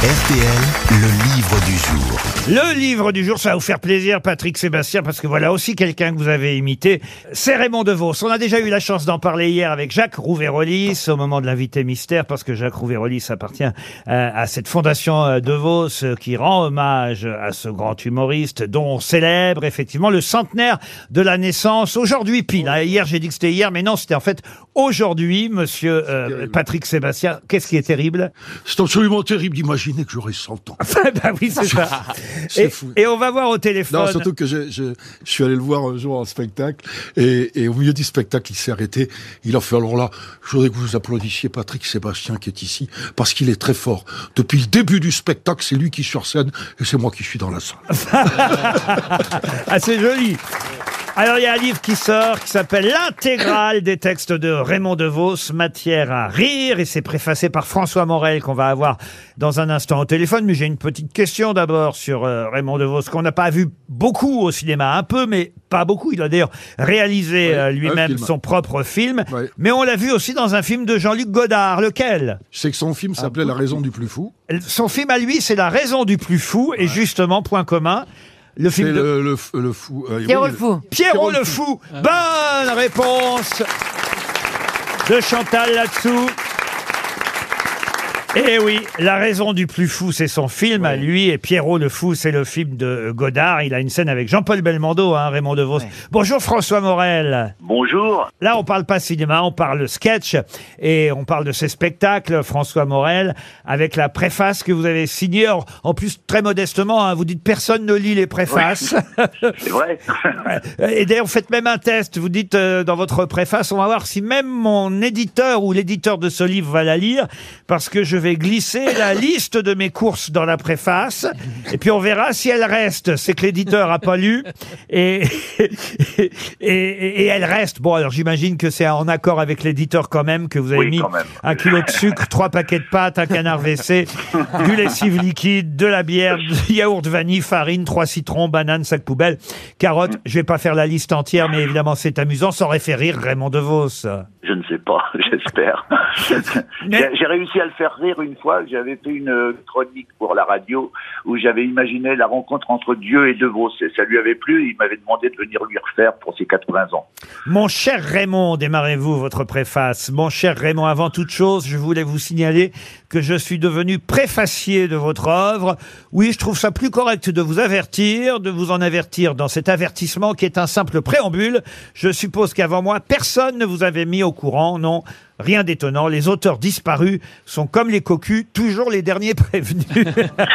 Speaker 1: RTL, le livre du jour.
Speaker 2: Le livre du jour, ça va vous faire plaisir, Patrick Sébastien, parce que voilà aussi quelqu'un que vous avez imité. C'est Raymond DeVos. On a déjà eu la chance d'en parler hier avec Jacques Rouvérolis au moment de l'invité mystère, parce que Jacques Rouvérolis appartient euh, à cette fondation euh, DeVos euh, qui rend hommage à ce grand humoriste dont on célèbre effectivement le centenaire de la naissance aujourd'hui pile. hein. Hier, j'ai dit que c'était hier, mais non, c'était en fait aujourd'hui, monsieur euh, Patrick Sébastien. Qu'est-ce qui est terrible
Speaker 10: C'est absolument terrible d'imaginer que j'aurais 100 ans.
Speaker 2: bah oui, c'est ça.
Speaker 10: Ah, C'est
Speaker 2: Et-
Speaker 10: fou.
Speaker 2: Et on va voir au téléphone.
Speaker 10: Non, surtout que je, je, je suis allé le voir un jour en spectacle, et, et au milieu du spectacle, il s'est arrêté. Il a fait alors là, je voudrais que vous applaudissiez Patrick Sébastien qui est ici, parce qu'il est très fort. Depuis le début du spectacle, c'est lui qui est sur scène, et c'est moi qui suis dans la salle.
Speaker 2: ah, c'est joli. Alors, il y a un livre qui sort qui s'appelle L'intégrale des textes de Raymond DeVos, Matière à rire, et c'est préfacé par François Morel qu'on va avoir dans un instant au téléphone. Mais j'ai une petite question d'abord sur euh, Raymond DeVos, qu'on n'a pas vu beaucoup au cinéma, un peu, mais pas beaucoup. Il a d'ailleurs réalisé euh, lui-même
Speaker 10: film.
Speaker 2: son propre film, mais on l'a vu aussi dans un film de Jean-Luc Godard. Lequel Ah
Speaker 10: Je sais que son film s'appelait La raison du plus fou.
Speaker 2: Son film à lui, c'est La raison du plus fou, et justement, point commun, le film
Speaker 10: C'est
Speaker 2: de...
Speaker 10: le, le, f- le fou. euh, oui,
Speaker 2: Pierrot, le fou. Ah Bonne réponse de Chantal là-dessous. Eh oui, La raison du plus fou, c'est son film à lui, et Pierrot le fou, c'est le film de Godard. Il a une scène avec Jean-Paul Belmondo, hein, Raymond DeVos. Bonjour François Morel.
Speaker 21: Bonjour.
Speaker 2: Là, on parle pas cinéma, on parle sketch et on parle de ses spectacles, François Morel, avec la préface que vous avez signée. Or, En plus, très modestement, hein, vous dites personne ne lit les préfaces.
Speaker 21: C'est vrai.
Speaker 2: Et d'ailleurs, vous faites même un test. Vous dites euh, dans votre préface, on va voir si même mon éditeur ou l'éditeur de ce livre va la lire, parce que je vais glisser la liste de mes courses dans la préface, et puis on verra si elle reste. C'est que l'éditeur a pas lu, et, et, et- et elle reste. Bon, alors j'imagine que c'est en accord avec l'éditeur quand même que vous avez
Speaker 21: Oui,
Speaker 2: mis
Speaker 21: quand même.
Speaker 2: un kilo de sucre, trois paquets de pâtes, un canard WC, du lessive liquide, de la bière, du yaourt vanille, farine, trois citrons, bananes, sac poubelle, carottes. Je vais pas faire la liste entière, mais évidemment c'est amusant. Ça aurait fait rire Raymond DeVos.
Speaker 21: Je ne sais pas, j'espère. J'ai- J'ai réussi à le faire rire une fois. J'avais fait une euh, chronique pour la radio où j'avais imaginé la rencontre entre Dieu et De Vos. Et ça lui avait plu. Il m'avait demandé de venir lui refaire pour ses 80 ans.
Speaker 2: Mon cher Raymond, démarrez-vous votre préface. Mon cher Raymond, avant toute chose, je voulais vous signaler que je suis devenu préfacier de votre œuvre. Oui, je trouve ça plus correct de vous avertir, de vous en avertir dans cet avertissement qui est un simple préambule. Je suppose qu'avant moi, personne ne vous avait mis au au courant, non. Rien d'étonnant, les auteurs disparus sont comme les cocus, toujours les derniers prévenus.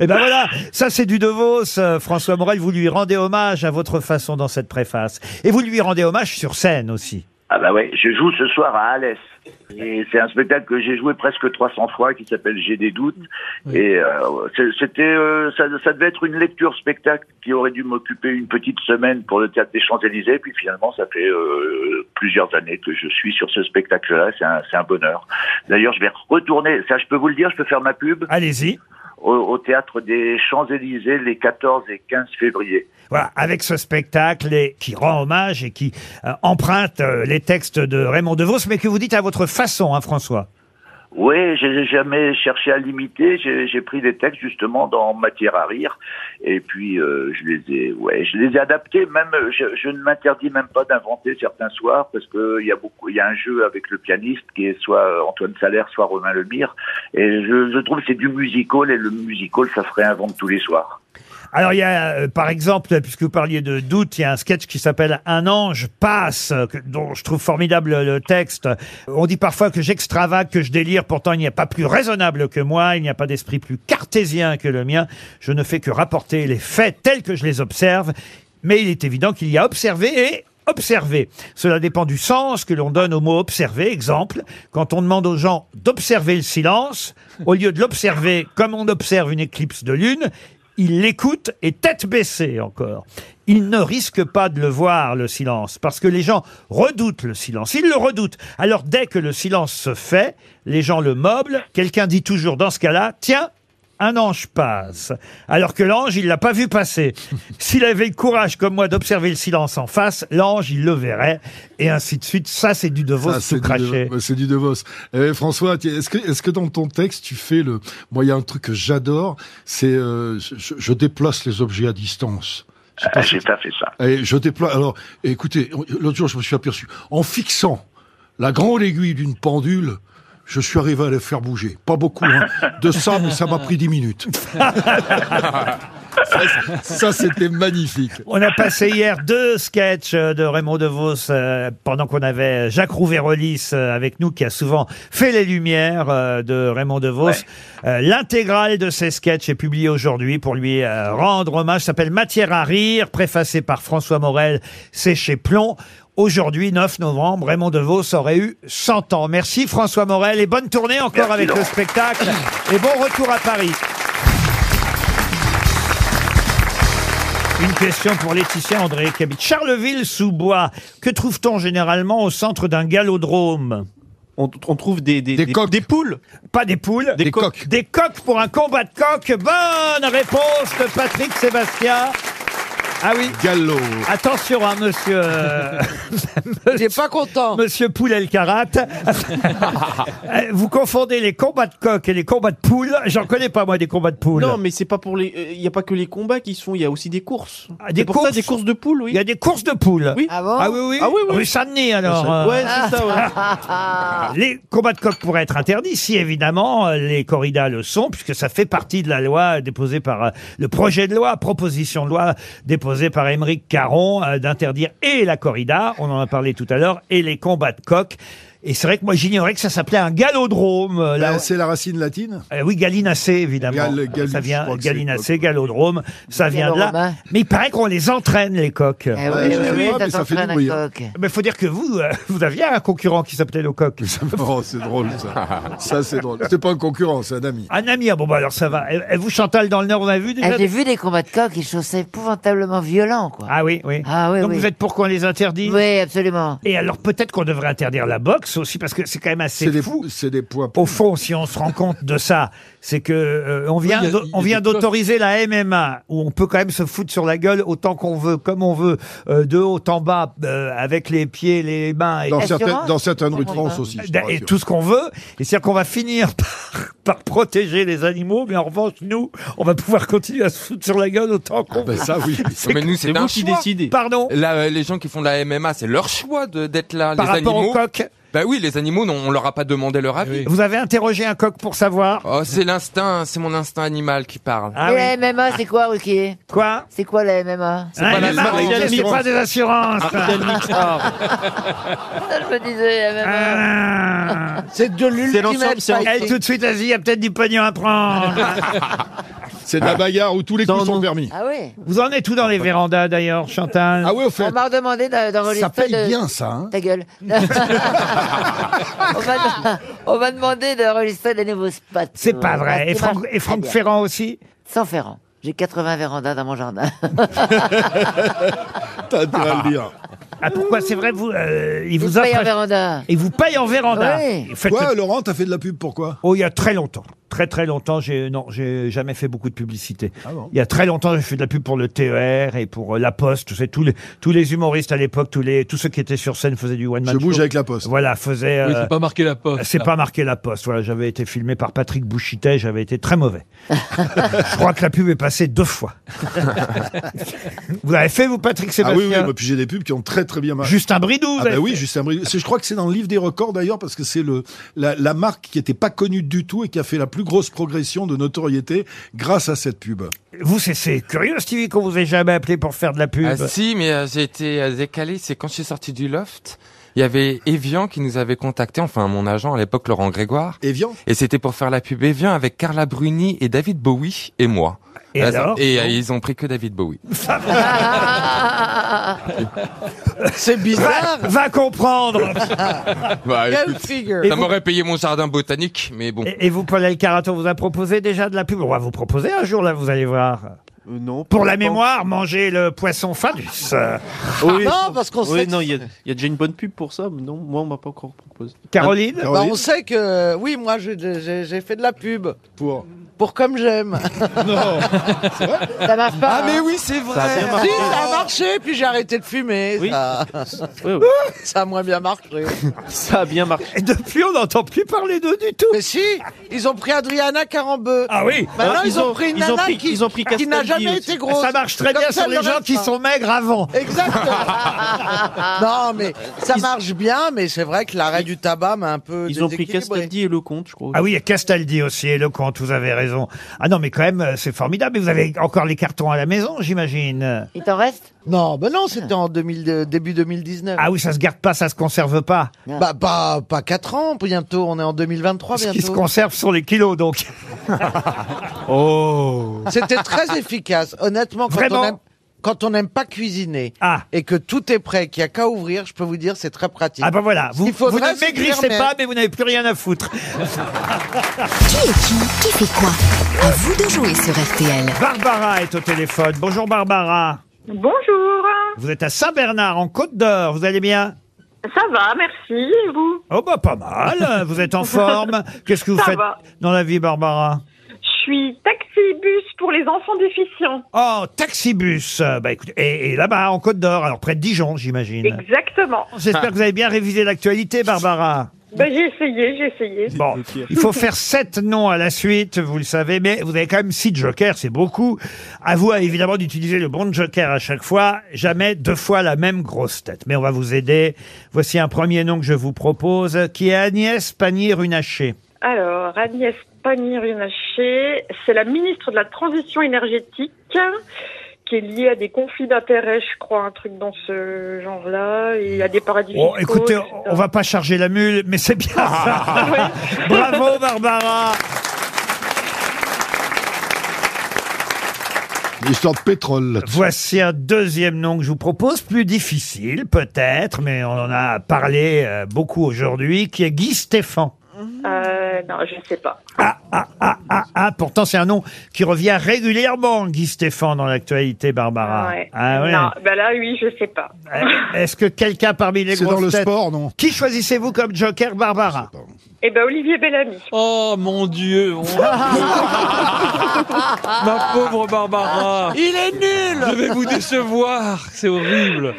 Speaker 2: Et ben voilà, ça c'est du De Vos. Euh, François Morel, vous lui rendez hommage à votre façon dans cette préface. Et vous lui rendez hommage sur scène aussi.
Speaker 21: Ah bah ouais, je joue ce soir à Alès. Et c'est un spectacle que j'ai joué presque 300 fois qui s'appelle J'ai des doutes. Et euh, c'est- c'était, euh, ça, ça devait être une lecture spectacle qui aurait dû m'occuper une petite semaine pour le théâtre des Champs-Élysées. Puis finalement, ça fait euh, plusieurs années que je suis sur ce spectacle-là. C'est un, c'est un bonheur. D'ailleurs, je vais retourner. Ça, je peux vous le dire, je peux faire ma pub.
Speaker 2: Allez-y.
Speaker 21: Au, au théâtre des Champs-Élysées les 14 et 15 février.
Speaker 2: Voilà, avec ce spectacle et qui rend hommage et qui euh, emprunte euh, les textes de Raymond DeVos, mais que vous dites à votre façon, hein, François.
Speaker 21: Oui, j'ai j'ai jamais cherché à limiter. J'ai j'ai pris des textes justement dans matière à rire, et puis euh, je les ai, ouais, je les ai adaptés. Même, euh, je, je ne m'interdis même pas d'inventer certains soirs parce que il y a beaucoup, il y a un jeu avec le pianiste qui est soit euh, Antoine Salaire, soit Romain Lemire, et je, je trouve que c'est du musical et le musical ça se réinvente tous les soirs.
Speaker 2: Alors il y a, euh, par exemple, puisque vous parliez de doute, il y a un sketch qui s'appelle Un ange passe, euh, que- dont je trouve formidable euh, le texte. On dit parfois que j'extravague, que je délire, pourtant il n'y a pas plus raisonnable que moi, il n'y a pas d'esprit plus cartésien que le mien. Je ne fais que rapporter les faits tels que je les observe, mais il est évident qu'il y a observé et observer. Cela dépend du sens que l'on donne au mot observer. Exemple, quand on demande aux gens d'observer le silence, au lieu de l'observer comme on observe une éclipse de lune, ils l'écoutent et tête baissée encore. Ils ne risquent pas de le voir, le silence, parce que les gens redoutent le silence. Ils le redoutent. Alors dès que le silence se fait, les gens le meublent. Quelqu'un dit toujours dans ce cas-là, tiens, un ange passe, alors que l'ange, il l'a pas vu passer. S'il avait le courage, comme moi, d'observer le silence en face, l'ange, il le verrait, et ainsi de suite. Ça, c'est du devoir
Speaker 3: Ça,
Speaker 2: tout
Speaker 3: c'est du
Speaker 2: craché.
Speaker 3: De- C'est du DeVos. Eh, François, tiens, est-ce que, est-ce que dans ton texte, tu fais le... Moi, il y a un truc que j'adore, c'est euh, je, je déplace les objets à distance. Je sais
Speaker 21: Ah,
Speaker 3: pas si-
Speaker 21: J'ai pas fait ça.
Speaker 3: Et je déploie. Alors, écoutez, l'autre jour, je me suis aperçu, en fixant la grande aiguille d'une pendule, je suis arrivé à la faire bouger. Pas beaucoup, hein. De ça, mais ça m'a pris dix minutes. Ça, ça, c'était magnifique.
Speaker 2: On a passé hier deux sketchs euh, de Raymond DeVos euh, pendant qu'on avait Jacques Rouvérolis euh, avec nous qui a souvent fait les lumières euh, de Raymond DeVos. Euh, L'intégrale de ces sketchs est publiée aujourd'hui pour lui euh, rendre hommage. Ça s'appelle Matière à rire, préfacé par François Morel. C'est chez Plomb. Aujourd'hui, 9 novembre, Raymond DeVos aurait eu 100 ans. Merci François Morel et bonne tournée encore
Speaker 12: Merci,
Speaker 2: avec le
Speaker 12: Laurent.
Speaker 2: spectacle et bon retour à Paris. Une question pour Laetitia André qui habite Charleville-sous-Bois. Que trouve-t-on généralement au centre d'un galodrome on, trouve des, des, poules. Pas des poules. Des, coques. Des coques pour un combat de coques. Bonne réponse de Patrick Sébastien. Ah oui.
Speaker 3: Gallo.
Speaker 2: Attention, hein, monsieur. Il n'est pas content. Monsieur Poulel Carat. Euh, Vous confondez les combats de coques et les combats de poules. J'en connais pas, moi, des combats de poules.
Speaker 5: Non, mais c'est pas pour les. euh, Il n'y a pas que les combats qui sont, il y a aussi des courses.
Speaker 2: Ah, des
Speaker 5: C'est pour ça,
Speaker 2: courses
Speaker 5: des courses de poules, oui. Il y
Speaker 2: a des courses de poules.
Speaker 5: Oui.
Speaker 2: Ah bon Ah oui, oui.
Speaker 5: Ah oui, oui.
Speaker 2: Rue Saint-Denis, alors, euh.
Speaker 5: Ouais, c'est ça, ouais.
Speaker 2: Les combats de coqs pourraient être interdits si évidemment euh, les corridas le sont, puisque ça fait partie de la loi déposée par euh, le projet de loi, proposition de loi déposée par Émeric Caron euh, d'interdire et la corrida, on en a parlé tout à l'heure, et les combats de coqs. Et c'est vrai que moi j'ignorais que ça s'appelait un galodrome. euh, là,
Speaker 3: Ben, C'est la racine latine
Speaker 2: euh, oui, gallinacé, évidemment. Euh,
Speaker 3: Gal- gal-
Speaker 2: ça
Speaker 3: je
Speaker 2: vient,
Speaker 3: crois que c'est
Speaker 2: gallinacé, galodrome, ça vient de là.
Speaker 3: Galoroma.
Speaker 2: Mais il paraît qu'on les entraîne, les coqs.
Speaker 3: Eh oui, Ouais, oui, je sais oui, pas, mais ça fait du t'entraînes un bruit, hein.
Speaker 2: Mais faut dire que vous, euh, vous aviez un concurrent qui s'appelait le coq.
Speaker 3: Oh, c'est drôle, ça. Ça, c'est drôle. C'est pas un concurrent, c'est un ami.
Speaker 2: Un ami, ah bon, bah alors ça va. Et, et vous, Chantal, dans le Nord, on a vu déjà.
Speaker 4: Ah, j'ai vu des combats de coqs, ils sont c'est épouvantablement violents, quoi.
Speaker 2: Ah oui, oui.
Speaker 4: Ah oui,
Speaker 2: Donc
Speaker 4: oui.
Speaker 2: vous êtes pour qu'on les interdise
Speaker 4: Oui, absolument.
Speaker 2: Et alors peut-être qu'on devrait interdire la boxe aussi parce que c'est quand même assez
Speaker 3: C'est des,
Speaker 2: fou.
Speaker 3: c'est des poids.
Speaker 2: Au fond, si on se rend compte de ça, c'est que euh, on vient
Speaker 3: Oui, il y a-
Speaker 2: d'au-
Speaker 3: il y a
Speaker 2: on vient
Speaker 3: des classes.
Speaker 2: d'autoriser la MMA où on peut quand même se foutre sur la gueule autant qu'on veut, comme on veut, euh, de haut en bas, euh, avec les pieds, les mains. Et Bah,
Speaker 3: Dans certaines- Assurance dans certaines rues de France aussi, je te
Speaker 2: Et
Speaker 3: rassure.
Speaker 2: tout ce qu'on veut. Et c'est-à-dire qu'on va finir par, par protéger les animaux, mais en revanche, nous, on va pouvoir continuer à se foutre sur la gueule autant
Speaker 3: Ah
Speaker 2: qu'on
Speaker 3: bah
Speaker 2: veut. C'est
Speaker 8: mais nous,
Speaker 2: que-
Speaker 8: c'est un choix.
Speaker 2: Pardon
Speaker 8: Là, euh, les gens qui font de la MMA, c'est leur choix de- d'être là.
Speaker 2: Par
Speaker 8: les
Speaker 2: rapport
Speaker 8: animaux.
Speaker 2: au coq Eh
Speaker 8: Bah oui, les animaux, non, on leur a pas demandé leur avis.
Speaker 2: Vous avez interrogé un coq pour savoir
Speaker 8: Oh, c'est l'instinct, c'est mon instinct animal qui parle.
Speaker 4: et la MMA, c'est quoi, Ruquier
Speaker 2: Ah Quoi
Speaker 4: C'est quoi la MMA
Speaker 8: C'est pas la
Speaker 2: MMA,
Speaker 8: marque
Speaker 2: on
Speaker 8: des
Speaker 2: ne fait
Speaker 8: assurances.
Speaker 2: pas des assurances.
Speaker 3: Ah.
Speaker 4: Je me disais, la
Speaker 2: Ah,
Speaker 4: MMA.
Speaker 2: C'est de
Speaker 4: l'ultimate
Speaker 2: l'ultimate
Speaker 4: c'est en- fighting.
Speaker 2: tout de suite, vas-y, il y a peut-être du pognon à prendre.
Speaker 10: C'est de la bagarre où tous les coups sont permis.
Speaker 4: Ah oui
Speaker 2: Vous en êtes tout dans les vérandas d'ailleurs, Chantal Ah
Speaker 10: oui, au fait.
Speaker 4: On m'a redemandé d'en- d'enregistrer.
Speaker 10: Ça paye
Speaker 4: de-
Speaker 10: bien, ça, hein.
Speaker 4: Ta gueule. on m'a- on m'a demandé d'enregistrer des nouveaux spots.
Speaker 2: C'est pas vrai.
Speaker 4: Parce
Speaker 2: Et
Speaker 4: que
Speaker 2: Franck-
Speaker 4: moi-
Speaker 2: et Franck
Speaker 4: Ah bien.
Speaker 2: Ferrand aussi
Speaker 4: Sans Ferrand. J'ai 80 vérandas dans mon jardin.
Speaker 10: T'as intérêt à le dire.
Speaker 2: Ah pourquoi c'est vrai vous euh, il
Speaker 4: Il
Speaker 2: vous
Speaker 4: paye en
Speaker 2: offre
Speaker 4: véranda.
Speaker 2: il vous paye en véranda.
Speaker 4: Ouais.
Speaker 10: Quoi, Laurent, t'as fait de la pub, pourquoi
Speaker 2: Oh il y a très longtemps. Très très longtemps, j'ai non, j'ai jamais fait beaucoup de publicité.
Speaker 10: Ah
Speaker 2: Il y a très longtemps, j'ai fait de la pub pour le TER et pour euh, la Poste. C'est tous les tous les humoristes à l'époque, tous les tous ceux qui étaient sur scène faisaient du one man
Speaker 10: Je bouge avec la poste.
Speaker 2: Voilà, faisait.
Speaker 6: Oui, c'est pas marqué la poste,
Speaker 2: C'est
Speaker 6: là.
Speaker 2: pas marqué la poste. Voilà, j'avais été filmé par Patrick Bouchité, j'avais été très mauvais. Je crois que la pub est passée deux fois. vous l'avez fait vous, Patrick
Speaker 10: Ah
Speaker 2: Sébastien
Speaker 10: oui, oui, moi, puis j'ai des pubs qui ont très très bien marché.
Speaker 2: Justin Bridou, vous
Speaker 10: Ah bah
Speaker 2: avez
Speaker 10: oui,
Speaker 2: fait.
Speaker 10: Justin Bridou. C'est- Je crois que c'est dans le livre des records d'ailleurs, parce que c'est le la, la marque qui était pas connue du tout et qui a fait la plus grosse progression de notoriété grâce à cette pub.
Speaker 2: Vous, c'est- c'est curieux, Stevie, qu'on vous ait jamais appelé pour faire de la pub.
Speaker 8: Ah si, mais euh, j'ai été euh, décalé. C'est quand je suis sorti du loft, il y avait Evian qui nous avait contacté, enfin mon agent à l'époque, Laurent Grégoire.
Speaker 10: Evian
Speaker 8: Et c'était pour faire la pub Evian avec Carla Bruni et David Bowie et moi.
Speaker 2: Et
Speaker 8: Là, ça-
Speaker 2: alors
Speaker 8: et, euh, ils ont pris que David Bowie.
Speaker 2: C'est bizarre. Va, va comprendre.
Speaker 8: Bah,
Speaker 2: Quelle
Speaker 8: écoute,
Speaker 2: figure. Et
Speaker 8: ça
Speaker 2: vous-
Speaker 8: m'aurait payé mon jardin botanique, mais bon.
Speaker 2: et, et vous, Paul Elkarato, vous a proposé déjà de la pub On va vous proposer un jour, là, vous allez voir.
Speaker 8: Euh,
Speaker 5: non.
Speaker 2: Pour la
Speaker 5: pas-
Speaker 2: mémoire, mangez le poisson phallus. Euh,
Speaker 5: Oui,
Speaker 7: Ah Non, parce qu'on
Speaker 5: oui,
Speaker 7: sait que-
Speaker 5: non, il y, a- il y a déjà une bonne pub pour ça, mais non, moi, on m'a pas encore proposé.
Speaker 2: Caroline
Speaker 7: Bah, on sait que oui, moi j'ai- j'ai j'ai fait de la pub
Speaker 10: pour
Speaker 7: pour comme j'aime.
Speaker 10: non,
Speaker 4: ça marche pas.
Speaker 7: Ah mais oui, c'est
Speaker 5: hein. Ça a bien marché.
Speaker 7: Si, ça a marché, puis j'ai arrêté de fumer.
Speaker 5: Oui.
Speaker 7: Ça...
Speaker 5: Oui, oui.
Speaker 7: ça a moins bien marché.
Speaker 5: Ça a bien marché.
Speaker 2: Et depuis, on n'entend plus parler d'eux du tout.
Speaker 7: Mais si, ils ont pris Adriana Carambeu.
Speaker 2: Ah oui.
Speaker 7: Maintenant,
Speaker 5: Ah,
Speaker 7: ils, ont, pris une
Speaker 5: ils ont
Speaker 7: nana
Speaker 5: pris-
Speaker 7: qui,
Speaker 5: ils ont pris
Speaker 7: qui n'a
Speaker 5: Castaldi
Speaker 7: jamais
Speaker 5: aussi.
Speaker 7: été grosse.
Speaker 2: Ça marche très
Speaker 7: Comme
Speaker 2: bien
Speaker 7: ça,
Speaker 2: sur
Speaker 7: elle
Speaker 2: les
Speaker 7: leur
Speaker 2: gens
Speaker 7: reste
Speaker 2: qui
Speaker 7: pas.
Speaker 2: sont maigres avant.
Speaker 4: Ah.
Speaker 7: Exactement. non, mais
Speaker 4: Euh,
Speaker 7: ça marche bien, mais c'est vrai que l'arrêt du tabac m'a un peu
Speaker 5: Ils ont pris
Speaker 7: déséquilibré.
Speaker 5: Castaldi et Lecomte, je crois.
Speaker 2: Ah oui, il y a Castaldi aussi, et Lecomte, vous avez raison. Ah non, mais quand même, euh, c'est formidable. Mais vous avez encore les cartons à la maison,
Speaker 7: Euh.
Speaker 2: j'imagine.
Speaker 4: Il t'en reste Ah.
Speaker 7: Non, ben non, c'était en 2000, euh, début 2019.
Speaker 2: Ah oui, ça se garde pas, ça se conserve pas.
Speaker 4: Ah.
Speaker 7: Bah, pas, pas 4 ans, bientôt, on est en 2023
Speaker 2: Ce qui se
Speaker 7: bientôt.
Speaker 2: conserve sont les kilos, donc. oh
Speaker 7: C'était très efficace. Honnêtement, quand
Speaker 2: Vraiment
Speaker 7: on aime- quand on n'aime pas cuisiner
Speaker 2: Ah.
Speaker 7: et que tout est prêt, qu'il n'y a qu'à ouvrir, je peux vous dire, c'est très pratique.
Speaker 2: Ah bah voilà, vous,
Speaker 7: Il faudrait
Speaker 2: vous ne
Speaker 7: se dire,
Speaker 2: maigrissez
Speaker 7: mais-
Speaker 2: pas, mais vous n'avez plus rien à foutre.
Speaker 11: Qui est qui Qui fait quoi À vous de jouer sur RTL.
Speaker 2: Barbara est au téléphone. Bonjour Barbara.
Speaker 12: Bonjour,
Speaker 2: Vous êtes à Saint-Bernard, en Côte d'Or. Vous allez bien
Speaker 12: ça va, merci, et vous
Speaker 2: Oh bah pas mal. Vous êtes en forme. Qu'est-ce que vous
Speaker 12: Ça
Speaker 2: faites
Speaker 12: va.
Speaker 2: dans la vie, Barbara
Speaker 12: Je suis taxi-bus pour les enfants déficients.
Speaker 2: Oh, taxibus. Euh, Bah écoutez, et, et là-bas, en Côte d'Or, alors près de Dijon, j'imagine.
Speaker 12: Exactement.
Speaker 7: Ah.
Speaker 2: J'espère que vous avez bien révisé l'actualité, Barbara.
Speaker 12: Ben, j'ai essayé, j'ai essayé.
Speaker 2: Bon, il faut faire sept noms à la suite, vous le savez, mais vous avez quand même six jokers, c'est beaucoup. À vous, évidemment, d'utiliser le bon joker à chaque fois, jamais deux fois la même grosse tête. Mais on va vous aider. Voici un premier nom que je vous propose, qui est Agnès Pannier-Runacher.
Speaker 12: Alors, Agnès Pannier-Runacher, c'est la ministre de la Transition énergétique qui est liée à des conflits d'intérêts, je crois, un truc dans ce genre-là, et à des paradis
Speaker 2: Oh,
Speaker 12: fiscaux,
Speaker 2: écoutez,
Speaker 12: etc.
Speaker 2: on va pas charger la mule, mais c'est bien ça. Bravo, Barbara.
Speaker 10: Histoire de pétrole. là-dessus.
Speaker 2: Voici un deuxième nom que je vous propose, plus difficile peut-être, mais on en a parlé euh, beaucoup aujourd'hui, qui est Guy Stéphane.
Speaker 12: Euh, non, je ne sais pas.
Speaker 2: Ah, ah, pourtant c'est un nom qui revient régulièrement, Guy Stéphane, dans l'actualité, Barbara.
Speaker 12: Ouais.
Speaker 2: Ah ouais.
Speaker 12: Non, ben là, oui, je sais pas.
Speaker 2: Euh, Est-ce que quelqu'un parmi les
Speaker 10: C'est dans
Speaker 2: grosses
Speaker 10: le
Speaker 2: têtes-
Speaker 10: sport, non
Speaker 2: Qui choisissez-vous comme joker, Barbara
Speaker 12: Eh ben, Olivier Bellamy.
Speaker 6: Oh mon Dieu, mon- ma pauvre Barbara.
Speaker 7: Il est nul
Speaker 6: Je vais vous décevoir, c'est horrible.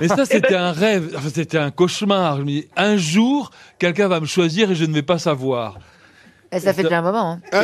Speaker 6: Mais ça, c'était un rêve, enfin, c'était un cauchemar. Je me dis, un jour, quelqu'un va me choisir et je ne vais pas savoir.
Speaker 4: Et ça fait déjà un moment. hein.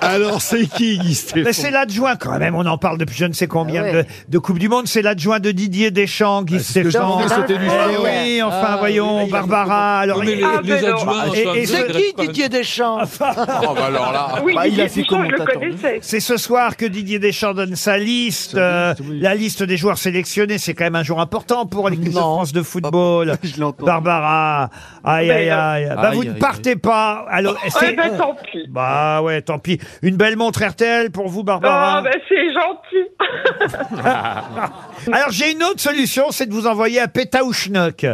Speaker 2: Alors, c'est qui, Mais c'est l'adjoint, quand même. On en parle depuis je ne sais combien
Speaker 4: Ah ouais.
Speaker 2: de, de Coupe du Monde. C'est l'adjoint de Didier Deschamps, Guy
Speaker 10: Bah, ce que je
Speaker 2: Stéphane.
Speaker 10: pensais, c'était lui.
Speaker 2: Eh oui, enfin,
Speaker 10: Ah, oui,
Speaker 2: voyons,
Speaker 10: là, il y a
Speaker 2: Barbara.
Speaker 10: beaucoup-
Speaker 2: Alors,
Speaker 10: Oui, mais les- Ah, les mais non. adjoints,
Speaker 2: Et-
Speaker 10: ça
Speaker 2: et-
Speaker 10: ne
Speaker 7: C'est
Speaker 10: s'intéresse
Speaker 7: qui
Speaker 10: pas.
Speaker 7: Didier Deschamps
Speaker 10: Oh, bah alors là. Oui, Bah, il Didier a fait Deschamps, comme on je le t'attendait. connaissais.
Speaker 2: C'est ce soir que Didier Deschamps donne sa liste, euh, la liste des joueurs sélectionnés. C'est quand même un jour important pour l'équipe de France de football. Barbara, aïe
Speaker 15: Mais,
Speaker 2: aïe
Speaker 15: euh,
Speaker 2: aïe. Bah,
Speaker 15: aïe,
Speaker 2: vous
Speaker 15: aïe,
Speaker 2: ne
Speaker 15: aïe.
Speaker 2: partez pas. Alors,
Speaker 15: Eh
Speaker 10: Ah,
Speaker 2: c'est-
Speaker 15: ben, tant pis.
Speaker 2: Bah ouais, tant pis. Une belle montre RTL pour vous,
Speaker 12: Ah,
Speaker 2: Barbara.
Speaker 10: Oh,
Speaker 12: ben c'est gentil.
Speaker 2: Alors j'ai une autre solution, c'est de vous envoyer à Pétaouchnock.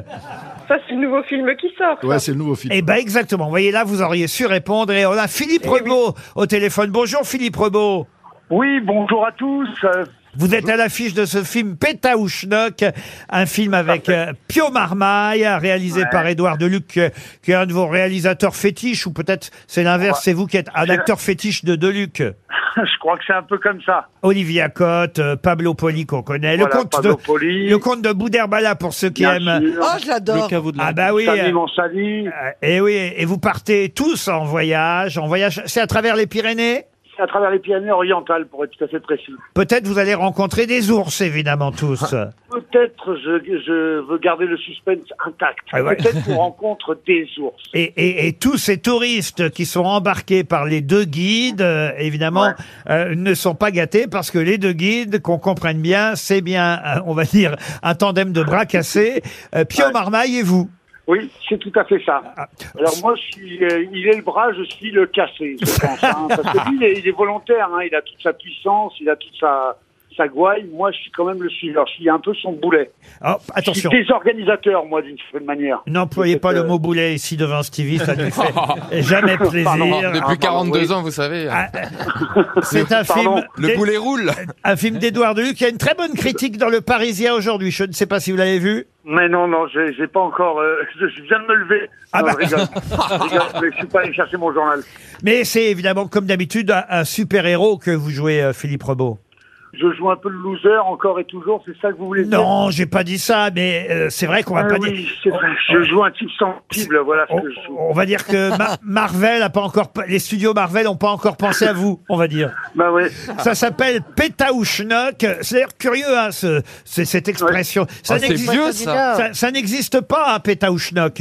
Speaker 12: Ça, c'est le nouveau film qui sort. ça.
Speaker 2: le nouveau film. Eh ben exactement. Vous voyez là, vous auriez su répondre. Et on a Philippe
Speaker 12: Eh
Speaker 2: Rebaud au téléphone. Bonjour Philippe Rebaud.
Speaker 14: Oui, bonjour à tous. Euh,
Speaker 2: Vous êtes à l'affiche de ce film Pétaouchnock, un film avec euh, Pio Marmaille, réalisé
Speaker 14: Ouais.
Speaker 2: par Édouard Deluc, euh, qui est un de vos réalisateurs fétiches, ou peut-être c'est l'inverse,
Speaker 14: Ouais.
Speaker 2: c'est vous qui êtes un
Speaker 14: C'est-
Speaker 2: acteur fétiche de Deluc.
Speaker 14: Je crois que c'est un peu comme ça.
Speaker 2: Olivier Acotte, euh, Pablo Poli qu'on connaît,
Speaker 14: Voilà,
Speaker 2: le comte
Speaker 14: Pablo
Speaker 2: de le comte de Bouderbala pour ceux qui
Speaker 14: Bien
Speaker 2: aiment.
Speaker 14: sûr. Oh, je l'adore. Le caveau de la-
Speaker 2: Ah bah oui.
Speaker 14: Samy
Speaker 2: Et oui, et vous partez tous en voyage, en voyage. C'est à travers les Pyrénées.
Speaker 14: C'est à travers les Pyrénées orientales, pour être tout à fait précis.
Speaker 2: Peut-être vous allez rencontrer des ours, évidemment tous.
Speaker 14: Peut-être je, je veux garder le suspense intact.
Speaker 2: Ah ouais.
Speaker 14: Peut-être qu'on rencontre des ours.
Speaker 2: Et, et- et tous ces touristes qui sont embarqués par les deux guides, euh, évidemment, euh, ne sont pas gâtés parce que les deux guides, qu'on comprenne bien, c'est bien, euh, on va dire, un tandem de bras cassés, euh, Pio Marmaille et vous. Ah,
Speaker 14: Oui, c'est tout à fait ça. Alors moi, je suis, euh, il est le bras, je suis le cassé, je pense. hein. parce que lui, il est, il est volontaire, hein. il a toute sa puissance, il a toute sa, sa gouaille. Moi, je suis quand même le suiveur, je suis un peu son boulet.
Speaker 2: Alors, oh, Ah, attention.
Speaker 14: Je suis désorganisateur, moi, d'une certaine manière. euh,
Speaker 2: N'employez pas le mot boulet ici devant Stevie, ça ne lui fait jamais plaisir. Ah,
Speaker 14: Pardon,
Speaker 8: Ah, Depuis 42 ans, vous savez.
Speaker 2: C'est un
Speaker 8: Pardon,
Speaker 2: film.
Speaker 8: Le
Speaker 2: d'E-
Speaker 8: boulet roule.
Speaker 2: Un film d'Edouard Deluc qui a une très bonne critique dans Le Parisien aujourd'hui. Je ne sais pas si vous l'avez vu.
Speaker 14: Mais non, non, j'ai j'ai pas encore. euh, je, je viens de me lever.
Speaker 2: Ah
Speaker 14: Non,
Speaker 2: bah.
Speaker 14: je rigole. Je rigole, mais je suis pas allé chercher mon journal.
Speaker 2: Mais c'est évidemment, comme d'habitude, un, un super-héros que vous jouez, euh, Philippe Rebaud.
Speaker 14: Je joue un peu le loser encore et toujours. C'est ça que vous voulez dire
Speaker 2: Non, j'ai pas dit ça, mais euh, c'est vrai qu'on va
Speaker 14: Ah
Speaker 2: pas
Speaker 14: oui,
Speaker 2: dire.
Speaker 14: c'est vrai. Je joue un type sensible. Voilà ce que je joue.
Speaker 2: On va dire que Ma- Marvel a pas encore, les studios Marvel n'ont pas encore pensé à vous, on va dire.
Speaker 14: Bah ouais.
Speaker 2: Ça s'appelle pétaouchnock. C'est d'ailleurs curieux, hein, ce- c'est- cette expression.
Speaker 14: Ah, c'est
Speaker 2: n'existe-
Speaker 14: vieux, ça.
Speaker 2: Ça, ça n'existe pas, hein, pétaouchnock.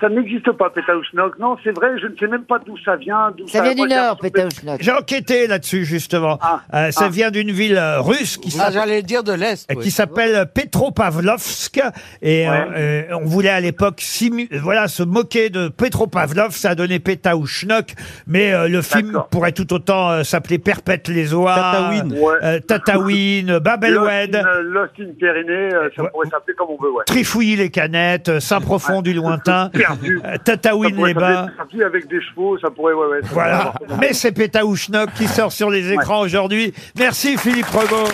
Speaker 14: Ça n'existe pas, Pétaouchnok. Non, c'est vrai. Je ne sais même pas d'où ça vient. d'où
Speaker 2: Ça vient du
Speaker 14: regarde.
Speaker 2: Nord, J'ai enquêté là-dessus, justement. Euh, ça
Speaker 14: ah.
Speaker 2: vient d'une ville euh, russe qui
Speaker 7: Ah,
Speaker 2: s'appelle...
Speaker 7: j'allais dire de l'Est.
Speaker 2: euh,
Speaker 7: oui.
Speaker 2: qui s'appelle Petropavlovsk et euh, euh, on voulait à l'époque simu- voilà se moquer de Petropavlov ça a donné Péta ou Schnock mais euh, le film pourrait tout autant euh, s'appeler Perpète les oies
Speaker 14: Tataouine.
Speaker 2: euh, Tataouine Babelwed
Speaker 14: Lost in, euh, Lost in Pyrénées, euh, ça pourrait s'appeler comme on veut, ouais.
Speaker 2: Trifouiller les canettes euh, Saint-Profond du lointain
Speaker 14: Perdu.
Speaker 2: euh,
Speaker 14: Ça
Speaker 2: Tataouine
Speaker 14: pourrait
Speaker 2: les bains
Speaker 14: s'appeler Perdu avec des chevaux, ça pourrait, ouais, ouais. ça pourrait
Speaker 2: Voilà.
Speaker 14: avoir-
Speaker 2: Mais c'est Pétaouchnok qui sort sur les écrans aujourd'hui. Merci Philippe Rebaud.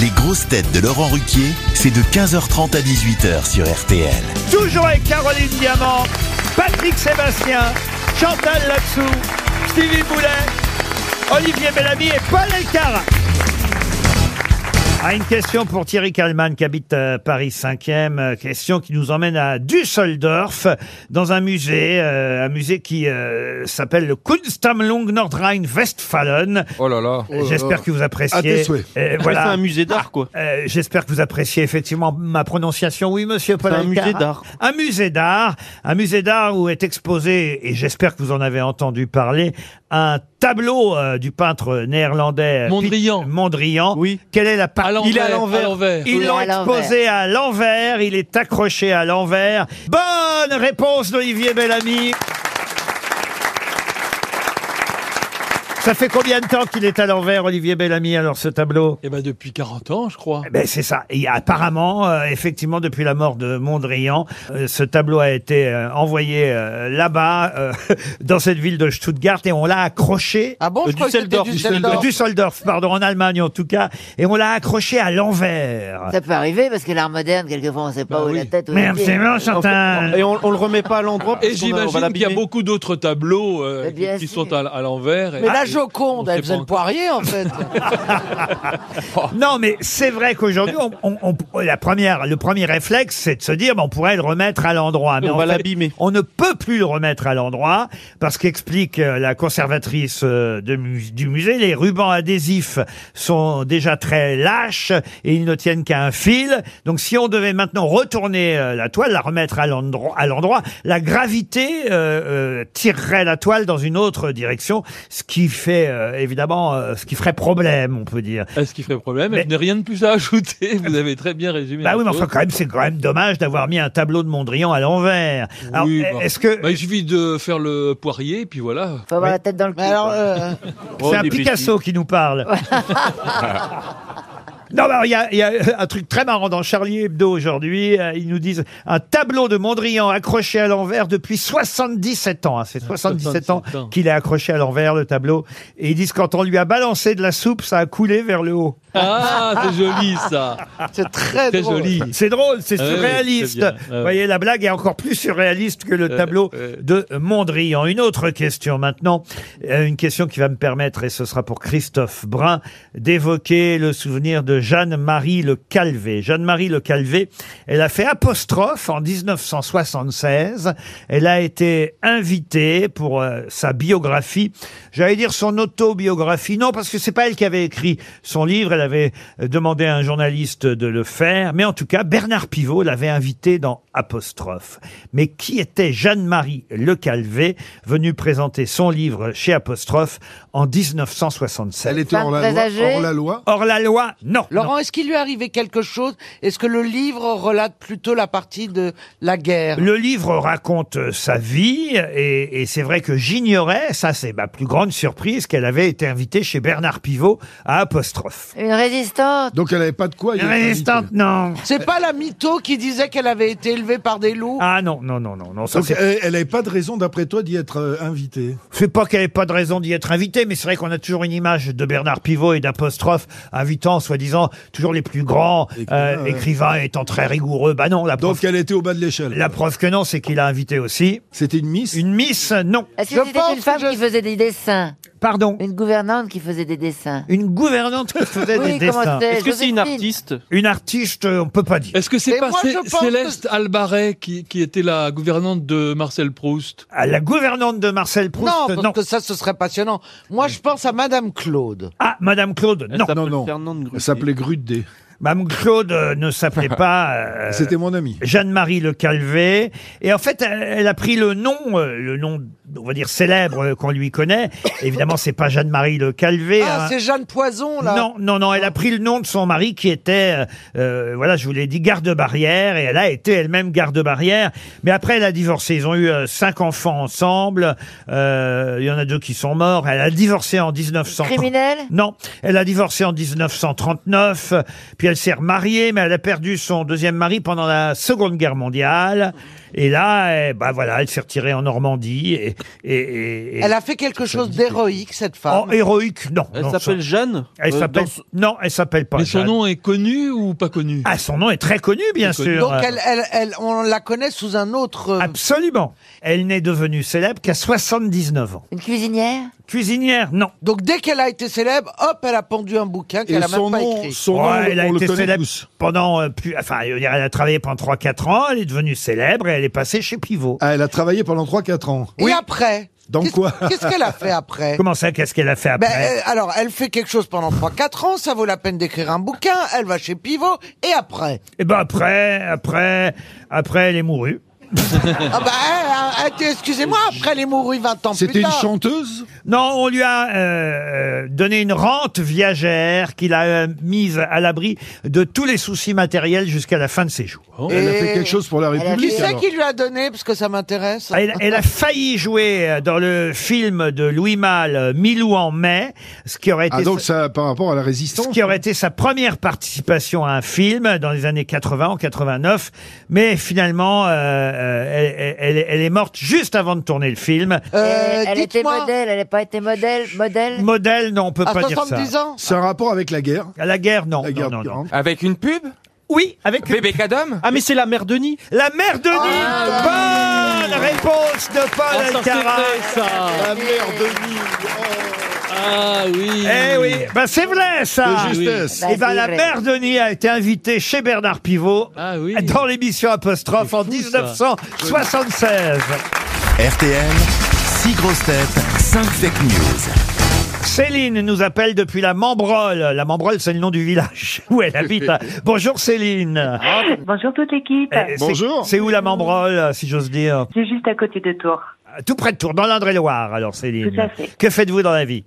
Speaker 1: Les grosses têtes de Laurent Ruquier, c'est de 15h30 à 18h sur RTL.
Speaker 2: Toujours avec Caroline Diamant, Patrick Sébastien, Chantal Latsou, Stevie Boulet, Olivier Bellamy et Paul Elkara. Ah, une question pour Thierry Kalman qui habite euh, Paris 5e, euh, question qui nous emmène à Düsseldorf, dans un musée, euh, un musée qui euh, s'appelle le Kunstsammlung Nordrhein-Westfalen.
Speaker 8: Oh là là.
Speaker 2: J'espère que vous appréciez.
Speaker 8: À tes souhaits.
Speaker 2: Euh,
Speaker 8: Ouais, c'est un musée d'art, quoi.
Speaker 2: Euh, J'espère que vous appréciez effectivement ma prononciation. Oui, monsieur Paul
Speaker 5: C'est un
Speaker 2: Alcarat.
Speaker 5: musée d'art.
Speaker 2: Un musée d'art. Un musée d'art où est exposé, et j'espère que vous en avez entendu parler, un tableau euh, du peintre néerlandais euh,
Speaker 6: Mondrian.
Speaker 2: Piet- Mondrian. Oui. Quelle est la partie
Speaker 6: Il est à l'envers. À l'envers.
Speaker 2: Ils
Speaker 6: Oui,
Speaker 2: l'ont
Speaker 6: à l'envers.
Speaker 2: exposé à l'envers. Il est accroché à l'envers. Bonne réponse d'Olivier Bellamy. Ça fait combien de temps qu'il est à l'envers, Olivier Bellamy, alors ce tableau
Speaker 6: Eh ben depuis 40 ans, je crois.
Speaker 2: Eh ben, c'est ça. Et apparemment, euh, effectivement, depuis la mort de Mondrian, euh, ce tableau a été euh, envoyé euh, là-bas, euh, dans cette ville de Stuttgart, et on l'a accroché. Ah bon,
Speaker 7: je crois que c'était Euh, Düsseldorf.
Speaker 2: Düsseldorf, pardon, en Allemagne en tout cas, et on l'a accroché à l'envers.
Speaker 4: Ça peut arriver parce que l'art moderne, quelquefois, on sait pas où est la tête. Où
Speaker 2: Mais
Speaker 4: est le pied.
Speaker 2: absolument, Chantal.
Speaker 5: Et on, on le remet pas à l'endroit.
Speaker 6: Et j'imagine qu'il y a beaucoup d'autres tableaux euh,
Speaker 4: bien
Speaker 6: qui sont à, à l'envers. et-
Speaker 7: Mais là,
Speaker 6: et-
Speaker 7: je Joconde, elle faisait le poirier en fait.
Speaker 4: Oh.
Speaker 2: Non, mais c'est vrai qu'aujourd'hui, on- on- on- la première, le premier réflexe, c'est de se dire, bah, on pourrait le remettre à l'endroit. Mais
Speaker 5: On
Speaker 2: en
Speaker 5: va
Speaker 2: fait,
Speaker 5: l'abîmer.
Speaker 2: On ne peut plus le remettre à l'endroit parce qu'explique euh, la conservatrice euh, de mu- du musée, les rubans adhésifs sont déjà très lâches et ils ne tiennent qu'à un fil. Donc, si on devait maintenant retourner euh, la toile, la remettre à l'endroit, à l'endroit, la gravité euh, euh, tirerait la toile dans une autre direction, ce qui fait euh, évidemment, euh, ce qui ferait problème, on peut dire.
Speaker 6: Euh, Ce qui ferait problème, je n'ai rien de plus à ajouter. Vous avez très bien résumé.
Speaker 2: Bah
Speaker 6: la
Speaker 2: oui, mais enfin,
Speaker 6: chose.
Speaker 2: quand même, c'est quand même dommage d'avoir mis un tableau de Mondrian à l'envers. Alors,
Speaker 6: Oui, bah,
Speaker 2: est-ce que
Speaker 6: bah, il suffit de faire le poirier, et puis voilà.
Speaker 4: Faut avoir la tête dans le cul.
Speaker 7: alors,
Speaker 4: quoi.
Speaker 6: Oh,
Speaker 2: c'est un
Speaker 6: des
Speaker 2: Picasso qui nous parle Non, mais alors, il y a, il y a un truc très marrant dans Charlie Hebdo aujourd'hui. euh, Ils nous disent un tableau de Mondrian accroché à l'envers depuis 77 ans. hein. C'est 77,
Speaker 6: 77
Speaker 2: ans
Speaker 6: Ah, ans.
Speaker 2: qu'il est accroché à l'envers, le tableau. Et ils disent quand on lui a balancé de la soupe, ça a coulé vers le haut.
Speaker 6: Ah, c'est joli ça.
Speaker 7: C'est très
Speaker 6: C'est
Speaker 7: drôle.
Speaker 6: joli.
Speaker 2: C'est drôle, c'est
Speaker 6: Ah oui,
Speaker 2: surréaliste.
Speaker 6: c'est bien. Ah oui.
Speaker 2: Vous voyez, la blague est encore plus surréaliste que le
Speaker 6: Euh,
Speaker 2: tableau
Speaker 6: euh.
Speaker 2: de Mondrian. Une autre question maintenant, euh, une question qui va me permettre, et ce sera pour Christophe Brun, d'évoquer le souvenir de Jeanne-Marie Le Calvé. Jeanne-Marie Le Calvé, elle a fait apostrophe en 1976. Elle a été invitée pour euh, sa biographie, j'allais dire son autobiographie, non, parce que c'est pas elle qui avait écrit son livre, elle avait euh, demandé à un journaliste de le faire, mais en tout cas, Bernard Pivot l'avait invité dans Apostrophe. Mais qui était Jeanne-Marie Le Calvé, venue présenter son livre chez Apostrophe en 1967
Speaker 3: Elle était hors la loi. Hors la loi.
Speaker 2: Hors la loi, non.
Speaker 7: Laurent, est-ce qu'il lui est arrivé quelque chose Est-ce que le livre relate plutôt la partie de la guerre
Speaker 2: Le livre raconte euh, sa vie et, et c'est vrai que j'ignorais, ça c'est ma plus grande surprise, qu'elle avait été invitée chez Bernard Pivot à apostrophe.
Speaker 4: Une résistante.
Speaker 3: Donc elle n'avait pas de quoi. y
Speaker 2: Une
Speaker 3: être
Speaker 2: résistante,
Speaker 3: invitée.
Speaker 2: non.
Speaker 7: C'est pas la mytho qui disait qu'elle avait été élevée par des loups
Speaker 2: Ah non, non, non, non, non. ça,
Speaker 3: Donc
Speaker 2: c'est-
Speaker 3: elle elle n'avait pas de raison, d'après toi, d'y être euh, invitée.
Speaker 2: C'est pas qu'elle n'ait pas de raison d'y être invitée, mais c'est vrai qu'on a toujours une image de Bernard Pivot et d'apostrophe invitant, soi-disant, toujours les plus grands euh,
Speaker 3: Écrivain, ouais.
Speaker 2: écrivains étant très rigoureux. Bah non, la preuve,
Speaker 3: Donc elle était au bas de l'échelle.
Speaker 2: la preuve que non, c'est qu'il a invité aussi.
Speaker 3: C'était une miss.
Speaker 2: Une Miss, non.
Speaker 4: Est-ce
Speaker 7: Je
Speaker 4: que c'était
Speaker 7: pense
Speaker 4: une femme
Speaker 7: que je-
Speaker 4: qui faisait des dessins
Speaker 2: Pardon.
Speaker 4: Une gouvernante qui faisait des dessins
Speaker 2: Une gouvernante qui faisait
Speaker 4: Oui,
Speaker 2: des dessins.
Speaker 4: comment c'est
Speaker 5: Est-ce que c'est une
Speaker 4: Joséphine.
Speaker 5: artiste
Speaker 2: Une artiste, euh, on peut pas dire.
Speaker 6: Est-ce que c'est
Speaker 7: Mais
Speaker 6: pas
Speaker 7: moi,
Speaker 6: Cé-
Speaker 7: je pense
Speaker 6: Céleste Albaret qui, qui était la gouvernante de Marcel Proust
Speaker 2: Ah, La gouvernante de Marcel Proust,
Speaker 7: Non, parce
Speaker 2: non.
Speaker 7: que ça, ce serait passionnant. Moi, je pense à Madame Claude.
Speaker 2: Ah, Madame Claude, non.
Speaker 5: s'appelle
Speaker 3: Non, non.
Speaker 5: Fernande Gruber.
Speaker 3: Elle s'appelait Grudé.
Speaker 2: Madame Claude euh, ne s'appelait pas. euh,
Speaker 3: C'était mon ami.
Speaker 2: Jeanne-Marie Le Calvé. Et en fait, elle, elle a pris le nom, euh, le nom, on va dire, célèbre euh, qu'on lui connaît. Évidemment, c'est pas Jeanne-Marie Le Calvé.
Speaker 7: Ah,
Speaker 2: hein.
Speaker 7: c'est Jeanne Poison, là
Speaker 2: Non, non, non, elle a pris le nom de son mari qui était, euh, euh, voilà, je vous l'ai dit, garde-barrière, et elle a été elle-même garde-barrière. Mais après, elle a divorcé. Ils ont eu euh, cinq enfants ensemble. Euh, Il y en a deux qui sont morts. Elle a divorcé en 1930.
Speaker 4: Criminelle
Speaker 2: Non, elle a divorcé en 1939, euh, puis elle s'est remariée, mais elle a perdu son deuxième mari pendant la Seconde Guerre mondiale. Et là, eh, bah voilà, elle s'est retirée en Normandie. Et, et, et- et-
Speaker 7: Elle a fait quelque chose d'héroïque, cette femme.
Speaker 2: en Oh, héroïque, non.
Speaker 5: Elle
Speaker 2: non,
Speaker 5: s'appelle
Speaker 2: ça-
Speaker 5: Jeanne
Speaker 2: Elle
Speaker 5: Euh,
Speaker 2: s'appelle.
Speaker 5: dans ce-
Speaker 2: Non, elle s'appelle pas.
Speaker 6: Mais son
Speaker 2: Jeanne.
Speaker 6: nom est connu ou pas connu
Speaker 2: Ah, son nom est très connu, bien
Speaker 6: Très connu.
Speaker 2: sûr.
Speaker 7: Donc, elle, elle, elle- on la connaît sous un autre... euh,
Speaker 2: Absolument. Elle n'est devenue célèbre qu'à 79 ans.
Speaker 4: Une cuisinière
Speaker 2: Cuisinière, non.
Speaker 7: Donc, dès qu'elle a été célèbre, hop, elle a pendu un bouquin
Speaker 3: Et
Speaker 7: qu'elle a même
Speaker 3: son
Speaker 7: pas
Speaker 3: nom,
Speaker 7: écrit.
Speaker 3: son nom,
Speaker 2: Ouais, elle a
Speaker 3: on le
Speaker 2: été
Speaker 3: connaît
Speaker 2: célèbre
Speaker 3: tous.
Speaker 2: pendant euh, plus, enfin, je veux dire, elle a travaillé pendant 3-4 ans, elle est devenue célèbre et elle est passée chez Pivot.
Speaker 3: Ah, elle a travaillé pendant 3-4 ans.
Speaker 7: Et après
Speaker 3: Dans
Speaker 7: Qu'est-ce-
Speaker 3: quoi
Speaker 7: Qu'est-ce qu'elle a fait après
Speaker 2: Comment ça, qu'est-ce qu'elle a fait après
Speaker 7: Ben, elle- alors, elle fait quelque chose pendant 3-4 ans, ça vaut la peine d'écrire un bouquin, elle va chez Pivot, et après
Speaker 2: Et ben après, après, après, elle est mourue.
Speaker 7: Ah bah, elle- elle- elle- excusez-moi, après elle est mourue 20 ans plus
Speaker 3: C'était une
Speaker 7: tard.
Speaker 3: chanteuse
Speaker 2: Non, on lui a euh, donné une rente viagère qu'il a euh, mise à l'abri de tous les soucis matériels jusqu'à la fin de ses jours.
Speaker 3: Oh, Elle a
Speaker 7: Et-
Speaker 3: fait quelque chose pour la
Speaker 4: Elle a
Speaker 7: Qui
Speaker 3: République.
Speaker 4: fait-
Speaker 7: c'est
Speaker 3: alors.
Speaker 7: qui lui a donné, parce que ça m'intéresse
Speaker 2: Elle, elle a failli jouer euh, dans le film de Louis Malle, euh, Milou en mai, ce qui aurait été
Speaker 3: Ah, donc
Speaker 2: sa-
Speaker 3: ça, par rapport à la
Speaker 2: ce
Speaker 3: résistance hein.
Speaker 2: qui aurait été sa première participation à un film dans les années 80 en 89, mais finalement, euh, euh, elle, elle- elle est morte juste avant de tourner le film.
Speaker 7: Euh,
Speaker 4: Elle- Elle était
Speaker 7: dites-moi-
Speaker 4: modèle, elle n'a pas été modèle Modèle
Speaker 2: Modèle, non, on peut
Speaker 7: À
Speaker 2: pas dire ça.
Speaker 7: 70 ans
Speaker 3: C'est un rapport avec la guerre.
Speaker 2: À la guerre, non.
Speaker 3: La guerre hein.
Speaker 2: non, non, non.
Speaker 3: de
Speaker 8: Avec une pub
Speaker 2: Oui, avec
Speaker 8: Bébé Cadom
Speaker 5: Ah, mais c'est la mère Denis
Speaker 2: la mère de
Speaker 5: Ah,
Speaker 2: Ah. Nîmes. Bonne réponse de Paul
Speaker 5: Ah, ça, c'est
Speaker 2: Alcaraz.
Speaker 5: vrai, ça
Speaker 3: La mère de Nîmes. Oh.
Speaker 6: Ah, Ah oui.
Speaker 2: Eh oui, ben c'est vrai ça.
Speaker 6: De justesse.
Speaker 2: Et ben
Speaker 6: Vas-y,
Speaker 2: la
Speaker 6: Ray.
Speaker 2: mère Denis a été invitée chez Bernard Pivot dans l'émission Apostrophe en 1976.
Speaker 1: RTL, 6 grosses têtes, 5 fake news.
Speaker 2: Céline nous appelle depuis la Membrole. La Membrole, c'est le nom du village où elle habite. Bonjour Céline.
Speaker 16: Bonjour toute l'équipe.
Speaker 2: Eh, c'est- C'est où la Membrole, si j'ose dire Ah,
Speaker 16: C'est juste à côté de Tours.
Speaker 2: Tout près de Tours, dans l'Indre-et-Loire, alors Céline.
Speaker 16: Tout à fait.
Speaker 2: Que faites-vous dans la vie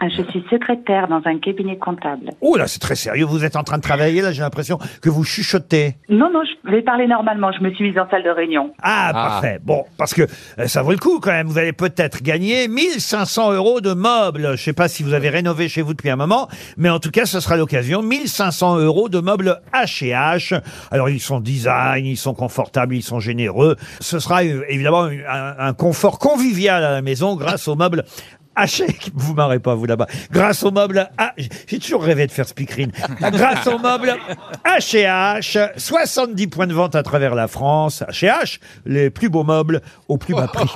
Speaker 16: Ah, Je suis secrétaire dans un cabinet comptable.
Speaker 2: Oh là, c'est très sérieux. Vous êtes en train de travailler, là, j'ai l'impression que vous chuchotez.
Speaker 16: Non, non, je vais parler normalement. Je me suis mise en salle de réunion.
Speaker 2: Ah, parfait. Bon, parce que euh, ça vaut le coup quand même. Vous allez peut-être gagner 1500 euros de meubles. Je ne sais pas si vous avez rénové chez vous depuis un moment, mais en tout cas, ce sera l'occasion. 1500 euros de meubles H&H. Alors, ils sont design, ils sont confortables, ils sont généreux. Ce sera euh, évidemment un, un confort convivial à la maison grâce aux meubles H&H. vous marrez pas vous là-bas. Grâce aux meubles, ah, j- j'ai toujours rêvé de faire speakerine. Grâce aux meubles H&H, 70 points de vente à travers la France. H&H, les plus beaux meubles au plus bas prix.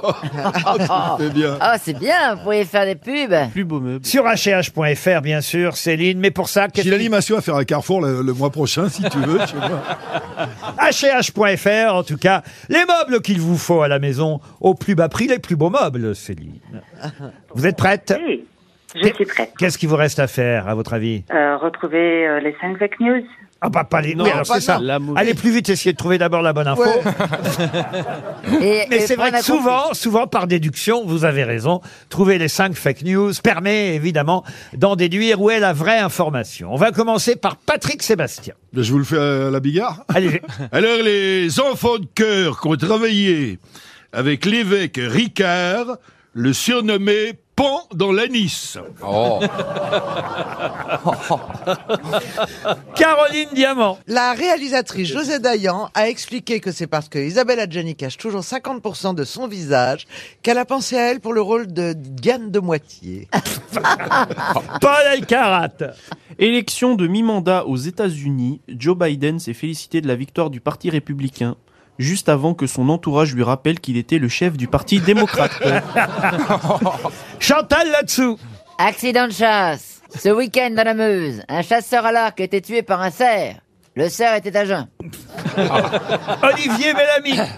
Speaker 4: c'est bien. Oh, c'est bien, vous pourriez faire des pubs.
Speaker 2: Plus beaux meubles. Sur H&H.fr bien sûr, Céline. Mais pour ça,
Speaker 3: J'ai l'animation à faire à Carrefour le, le mois prochain, si tu veux. tu vois.
Speaker 2: H&H.fr en tout cas, les meubles qu'il vous faut à la maison au plus bas prix, les plus beaux meubles, Céline.
Speaker 4: Ah.
Speaker 2: Vous êtes prête
Speaker 16: Oui, je suis prête.
Speaker 2: Qu'est-ce qui vous reste à faire à votre avis
Speaker 16: Euh, retrouver euh, les 5 fake news.
Speaker 2: Ah bah pas les
Speaker 16: Non,
Speaker 2: oui, alors
Speaker 16: pas
Speaker 2: c'est ça.
Speaker 16: non. La mauvaise.
Speaker 2: Allez plus vite, essayez de trouver d'abord la bonne info. Mais c'est vrai que souvent, souvent par déduction, vous avez raison, trouver les cinq fake news permet évidemment d'en déduire où est la vraie information. On va commencer par Patrick Sébastien.
Speaker 10: Ben, Je vous le fais à la bigarre.
Speaker 2: Allez.
Speaker 10: Alors, les enfants de cœur qui ont travaillé avec l'évêque Ricard, le surnommé Pan dans l'anis.
Speaker 8: Oh.
Speaker 2: Caroline Diamant.
Speaker 7: La réalisatrice José Dayan a expliqué que c'est parce que Isabelle Adjani cache toujours 50% de son visage qu'elle a pensé à elle pour le rôle de Diane de Moitié.
Speaker 2: Paul Alcarat.
Speaker 5: Élection de mi-mandat aux États-Unis, Joe Biden s'est félicité de la victoire du Parti républicain, juste avant que son entourage lui rappelle qu'il était le chef du Parti démocrate.
Speaker 2: Chantal là-dessous.
Speaker 4: Accident de chasse. Ce week-end dans la Meuse, un chasseur à l'arc a été tué par un cerf. Le cerf était à jeun.
Speaker 2: Olivier Bellamy.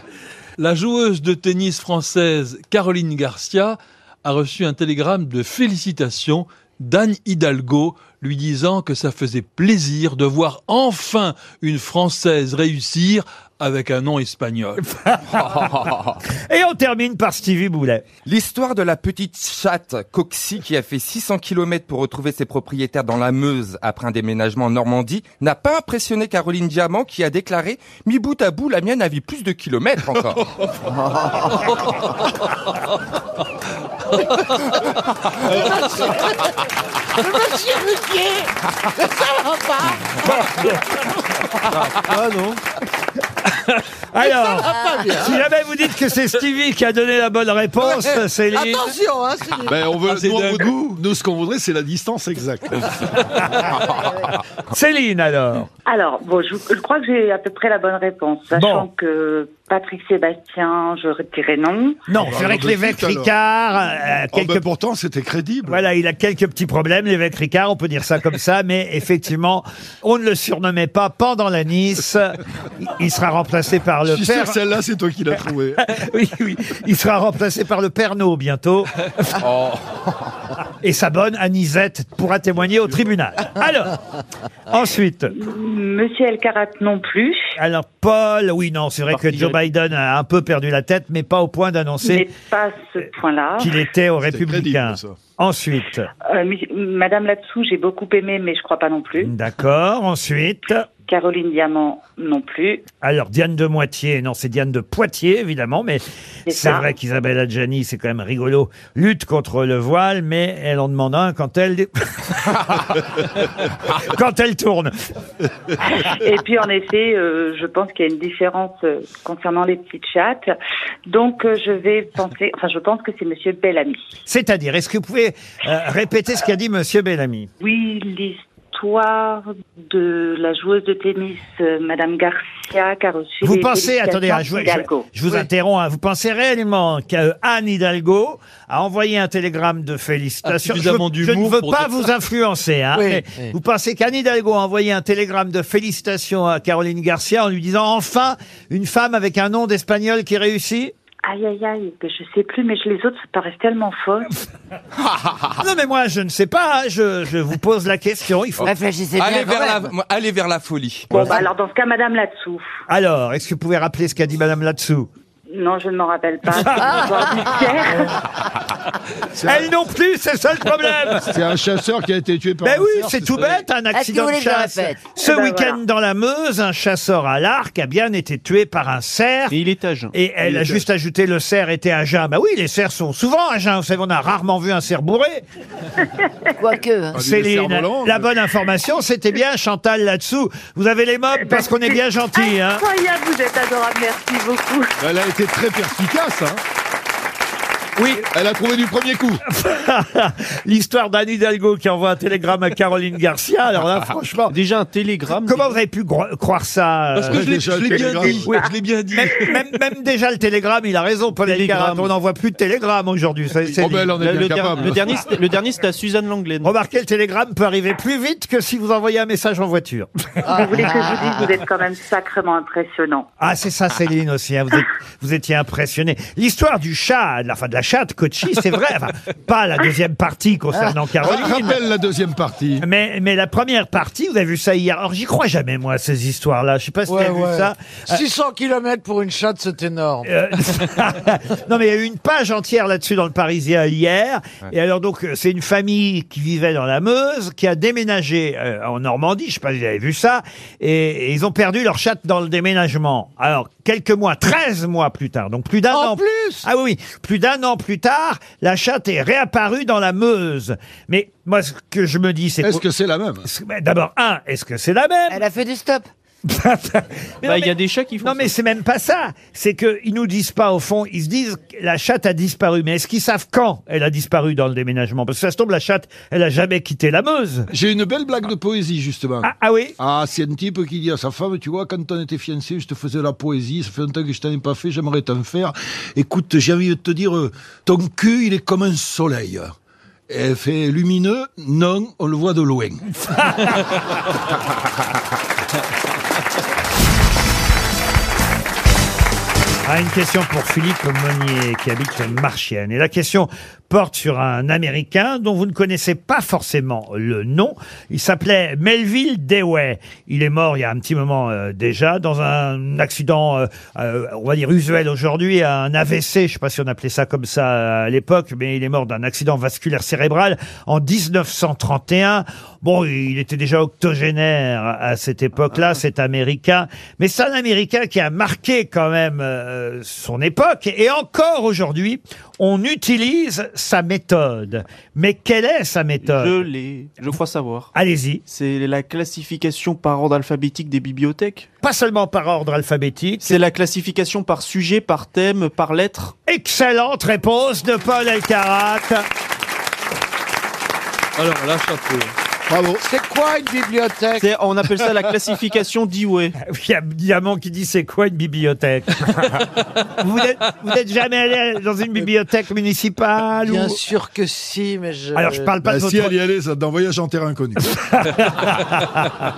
Speaker 6: La joueuse de tennis française Caroline Garcia a reçu un télégramme de félicitations d'Anne Hidalgo lui disant que ça faisait plaisir de voir enfin une Française réussir avec un nom espagnol.
Speaker 2: Et on termine par Stevie Boulet.
Speaker 8: L'histoire de la petite chatte Coxie qui a fait 600 km pour retrouver ses propriétaires dans la Meuse après un déménagement en Normandie n'a pas impressionné Caroline Diamant qui a déclaré « Mi bout à bout, la mienne a vu plus de kilomètres encore. Ah.
Speaker 18: Monsieur Ruquier, ça va
Speaker 2: Ah non. Alors,
Speaker 18: Ça va pas bien.
Speaker 2: si jamais vous dites que c'est Stevie qui a donné la bonne réponse,
Speaker 7: Ouais.
Speaker 2: Céline.
Speaker 7: Attention, hein, Céline.
Speaker 10: Ben, on veut, nous, on
Speaker 2: dingue.
Speaker 10: veut- nous, nous, ce qu'on voudrait, c'est la distance exacte.
Speaker 2: Céline alors.
Speaker 16: Alors, bon, je, je crois que j'ai à peu près la bonne réponse, sachant
Speaker 2: Bon.
Speaker 16: que Patrick Sébastien, je retirais non.
Speaker 2: Non,
Speaker 10: Ah,
Speaker 2: c'est vrai que l'évêque Ricard a quelques...
Speaker 10: ben, pourtant, c'était crédible.
Speaker 2: Voilà, il a quelques petits problèmes, l'évêque Ricard, on peut dire ça comme ça, mais effectivement, on ne le surnommait pas pendant la Nice. Il- Il sera remplacé par
Speaker 10: Je
Speaker 2: le
Speaker 10: suis sûr
Speaker 2: père...
Speaker 10: que celle-là, c'est toi qui l'as trouvée.
Speaker 2: oui, oui, il sera remplacé par le Pernod bientôt.
Speaker 10: Oh.
Speaker 2: Et sa bonne Anisette pourra témoigner au tribunal. Alors, ensuite...
Speaker 16: Monsieur Elkarat non plus.
Speaker 2: Alors, Paul, oui, non, c'est vrai que Joe Biden a un peu perdu la tête, mais pas au point d'annoncer
Speaker 16: Mais pas à ce point-là.
Speaker 2: Euh, qu'il était aux
Speaker 16: C'était crédible,
Speaker 2: Républicains.
Speaker 16: ça.
Speaker 2: Ensuite,
Speaker 16: Euh, mais- Madame Latsou, j'ai beaucoup aimé, mais je crois pas non plus.
Speaker 2: d'accord, ensuite.
Speaker 16: Caroline Diamant non plus.
Speaker 2: Alors, Diane de Moitié, non, c'est Diane de Poitiers, évidemment, mais
Speaker 16: C'est
Speaker 2: c'est
Speaker 16: ça.
Speaker 2: vrai qu'Isabelle Adjani, c'est quand même rigolo, lutte contre le voile, mais elle en demande un quand elle... quand elle tourne.
Speaker 16: Et puis en effet, euh, je pense qu'il y a une différence euh, concernant les petites chattes. Donc euh, je vais penser, enfin je pense que c'est Monsieur Bellamy.
Speaker 2: C'est-à-dire, est-ce que vous pouvez euh, répéter ce qu'a dit Monsieur Bellamy
Speaker 16: Oui, l'histoire l'histoire de la joueuse de tennis, euh, Madame Garcia, qui a reçu.
Speaker 2: Vous
Speaker 16: les
Speaker 2: pensez,
Speaker 16: félicitations
Speaker 2: attendez, hein, je, je-
Speaker 16: d'Hidalgo.
Speaker 2: je vous interromps, hein, vous pensez réellement qu'Anne Hidalgo a envoyé un télégramme de félicitations
Speaker 6: Ah,
Speaker 2: Je,
Speaker 6: suffisamment
Speaker 2: je ne
Speaker 6: d'humour
Speaker 2: veux
Speaker 6: pour
Speaker 2: pas
Speaker 6: dire
Speaker 2: vous
Speaker 6: ça.
Speaker 2: influencer, hein,
Speaker 6: Oui,
Speaker 2: mais
Speaker 6: oui.
Speaker 2: vous pensez qu'Anne Hidalgo a envoyé un télégramme de félicitations à Caroline Garcia en lui disant enfin une femme avec un nom d'espagnol qui réussit
Speaker 16: Aïe, aïe, aïe, que je sais plus, mais je- les autres, ça paraissent tellement fausses.
Speaker 2: Non mais moi je ne sais pas, hein, je, je vous pose la question, il faut Eh
Speaker 8: allez, vers la, allez vers la folie.
Speaker 16: Bon, bah, alors, dans ce cas, Madame Latsou.
Speaker 2: Alors, est-ce que vous pouvez rappeler ce qu'a dit madame là-dessous
Speaker 16: Non, je ne m'en rappelle pas. C'est une histoire du Caire.
Speaker 2: Elle non plus, c'est ça le problème
Speaker 3: C'est un chasseur qui a été tué par
Speaker 2: Ben
Speaker 3: un
Speaker 2: oui,
Speaker 3: cerf,
Speaker 2: c'est tout
Speaker 3: vrai.
Speaker 2: bête, un accident de chasse. Ce
Speaker 3: Eh ben
Speaker 2: week-end
Speaker 3: voilà.
Speaker 2: dans la Meuse, un chasseur à l'arc a bien été tué par un cerf. Et il est à jeun. Et elle
Speaker 6: Il
Speaker 2: a
Speaker 6: est
Speaker 2: juste ajouté le cerf était à jeun. Ben oui, les cerfs sont souvent à jeun. Vous savez, on a rarement vu un cerf bourré.
Speaker 4: Quoique. hein.
Speaker 2: Ah, Céline, hein. la bonne information, c'était bien Chantal là-dessous. Vous avez les mobs parce qu'on est bien gentil. Hein.
Speaker 16: Incroyable, vous êtes adorable, merci beaucoup.
Speaker 3: Elle a été très perspicace, hein.
Speaker 2: Oui.
Speaker 3: Elle a trouvé du premier coup.
Speaker 2: L'histoire d'Anne Hidalgo qui envoie un télégramme à Caroline Garcia. Alors là, franchement. Déjà un télégramme. Comment vous avez pu gro- croire ça euh,
Speaker 6: Parce que je l'ai- je l'ai bien dit.
Speaker 2: Oui.
Speaker 6: Je l'ai bien dit.
Speaker 2: Même, même- même déjà le télégramme, il a raison, Paul Elkarat. On n'envoie plus de télégramme aujourd'hui. ça, c'est dit.
Speaker 5: le, der- le dernier, c'était- le dernier, c'était à Suzanne Langlaine.
Speaker 2: Remarquez, le télégramme peut arriver plus vite que si vous envoyez un message en voiture.
Speaker 16: Vous voulez que je vous dise, vous êtes quand même sacrément impressionnant.
Speaker 2: Ah, c'est ça, Céline aussi. hein. Vous, êtes- vous étiez impressionné. L'histoire du chat, de la, enfin de la chatte Kochi, c'est vrai. Enfin, pas la deuxième partie concernant
Speaker 7: Ah.
Speaker 2: Caroline.
Speaker 3: Ah, Rappelle la deuxième partie.
Speaker 2: Mais, mais la première partie, vous avez vu ça hier. Alors, j'y crois jamais, moi, à ces histoires-là. Je sais pas si vous
Speaker 7: Ouais,
Speaker 2: avez vu
Speaker 7: ouais.
Speaker 2: ça. Euh,
Speaker 7: 600 km pour une chatte, c'est énorme.
Speaker 2: Euh, non, mais il y a eu une page entière là-dessus dans le Parisien hier. Et alors, donc, euh, c'est une famille qui vivait dans la Meuse, qui a déménagé euh, en Normandie. Je sais pas si vous avez vu ça. Et, et ils ont perdu leur chatte dans le déménagement. Alors, quelques mois, 13 mois plus tard, donc plus d'un an. plus Ah oui, oui, plus d'un an plus tard, la chatte est réapparue dans la Meuse. Mais moi, ce que je me dis, c'est.
Speaker 3: Est-ce que c'est la même
Speaker 2: Ben, D'abord, un, est-ce que c'est la même
Speaker 4: Elle a fait du stop.
Speaker 2: Bah, il y a des chats qui font Non, mais c'est même pas ça. C'est qu'ils nous disent pas, au fond, ils se disent que la chatte a disparu. Mais est-ce qu'ils savent quand elle a disparu dans le déménagement Parce que ça se tombe, la chatte, elle a jamais quitté la Meuse.
Speaker 3: J'ai une belle blague de poésie, justement. Ah,
Speaker 2: oui
Speaker 3: Ah, c'est un type qui dit à sa femme, tu vois, quand on était fiancés, je te faisais la poésie, ça fait longtemps que je t'en ai pas fait, j'aimerais t'en faire. Écoute, j'ai envie de te dire, euh, ton cul, il est comme un soleil. Et elle fait lumineux, non, on le voit de loin.
Speaker 2: Ah, une question pour Philippe Monnier qui habite Marchienne. Et la question porte sur un Américain dont vous ne connaissez pas forcément le nom. Il s'appelait Melville Dewey. Il est mort il y a un petit moment euh, déjà dans un accident, euh, euh, on va dire usuel aujourd'hui, un AVC. Je ne sais pas si on appelait ça comme ça à l'époque, mais il est mort d'un accident vasculaire cérébral en 1931. Bon, il était déjà octogénaire à cette
Speaker 5: Ah.
Speaker 2: époque-là, cet Américain. Mais c'est un Américain qui a marqué quand même euh, son époque. Et encore aujourd'hui, on utilise sa méthode. Mais quelle est sa méthode
Speaker 5: Je l'ai. Je crois savoir.
Speaker 2: Allez-y.
Speaker 5: C'est la classification par ordre alphabétique des bibliothèques.
Speaker 2: Pas seulement par ordre alphabétique.
Speaker 5: C'est la classification par sujet, par thème, par lettre.
Speaker 2: Excellente réponse de Paul Elkarat.
Speaker 5: Alors là, chapeau.
Speaker 3: Bravo.
Speaker 7: C'est quoi une bibliothèque
Speaker 5: On appelle ça la classification D-Way.
Speaker 2: Ah Il y a Diamant qui dit c'est quoi une bibliothèque Vous n'êtes- vous n'êtes jamais allé dans une bibliothèque municipale
Speaker 7: Bien
Speaker 2: ou-
Speaker 7: sûr que si, mais je.
Speaker 2: Alors, je parle pas de
Speaker 3: Bah, si
Speaker 2: votre-
Speaker 3: elle y allait, ça d'un voyage en terrain inconnu.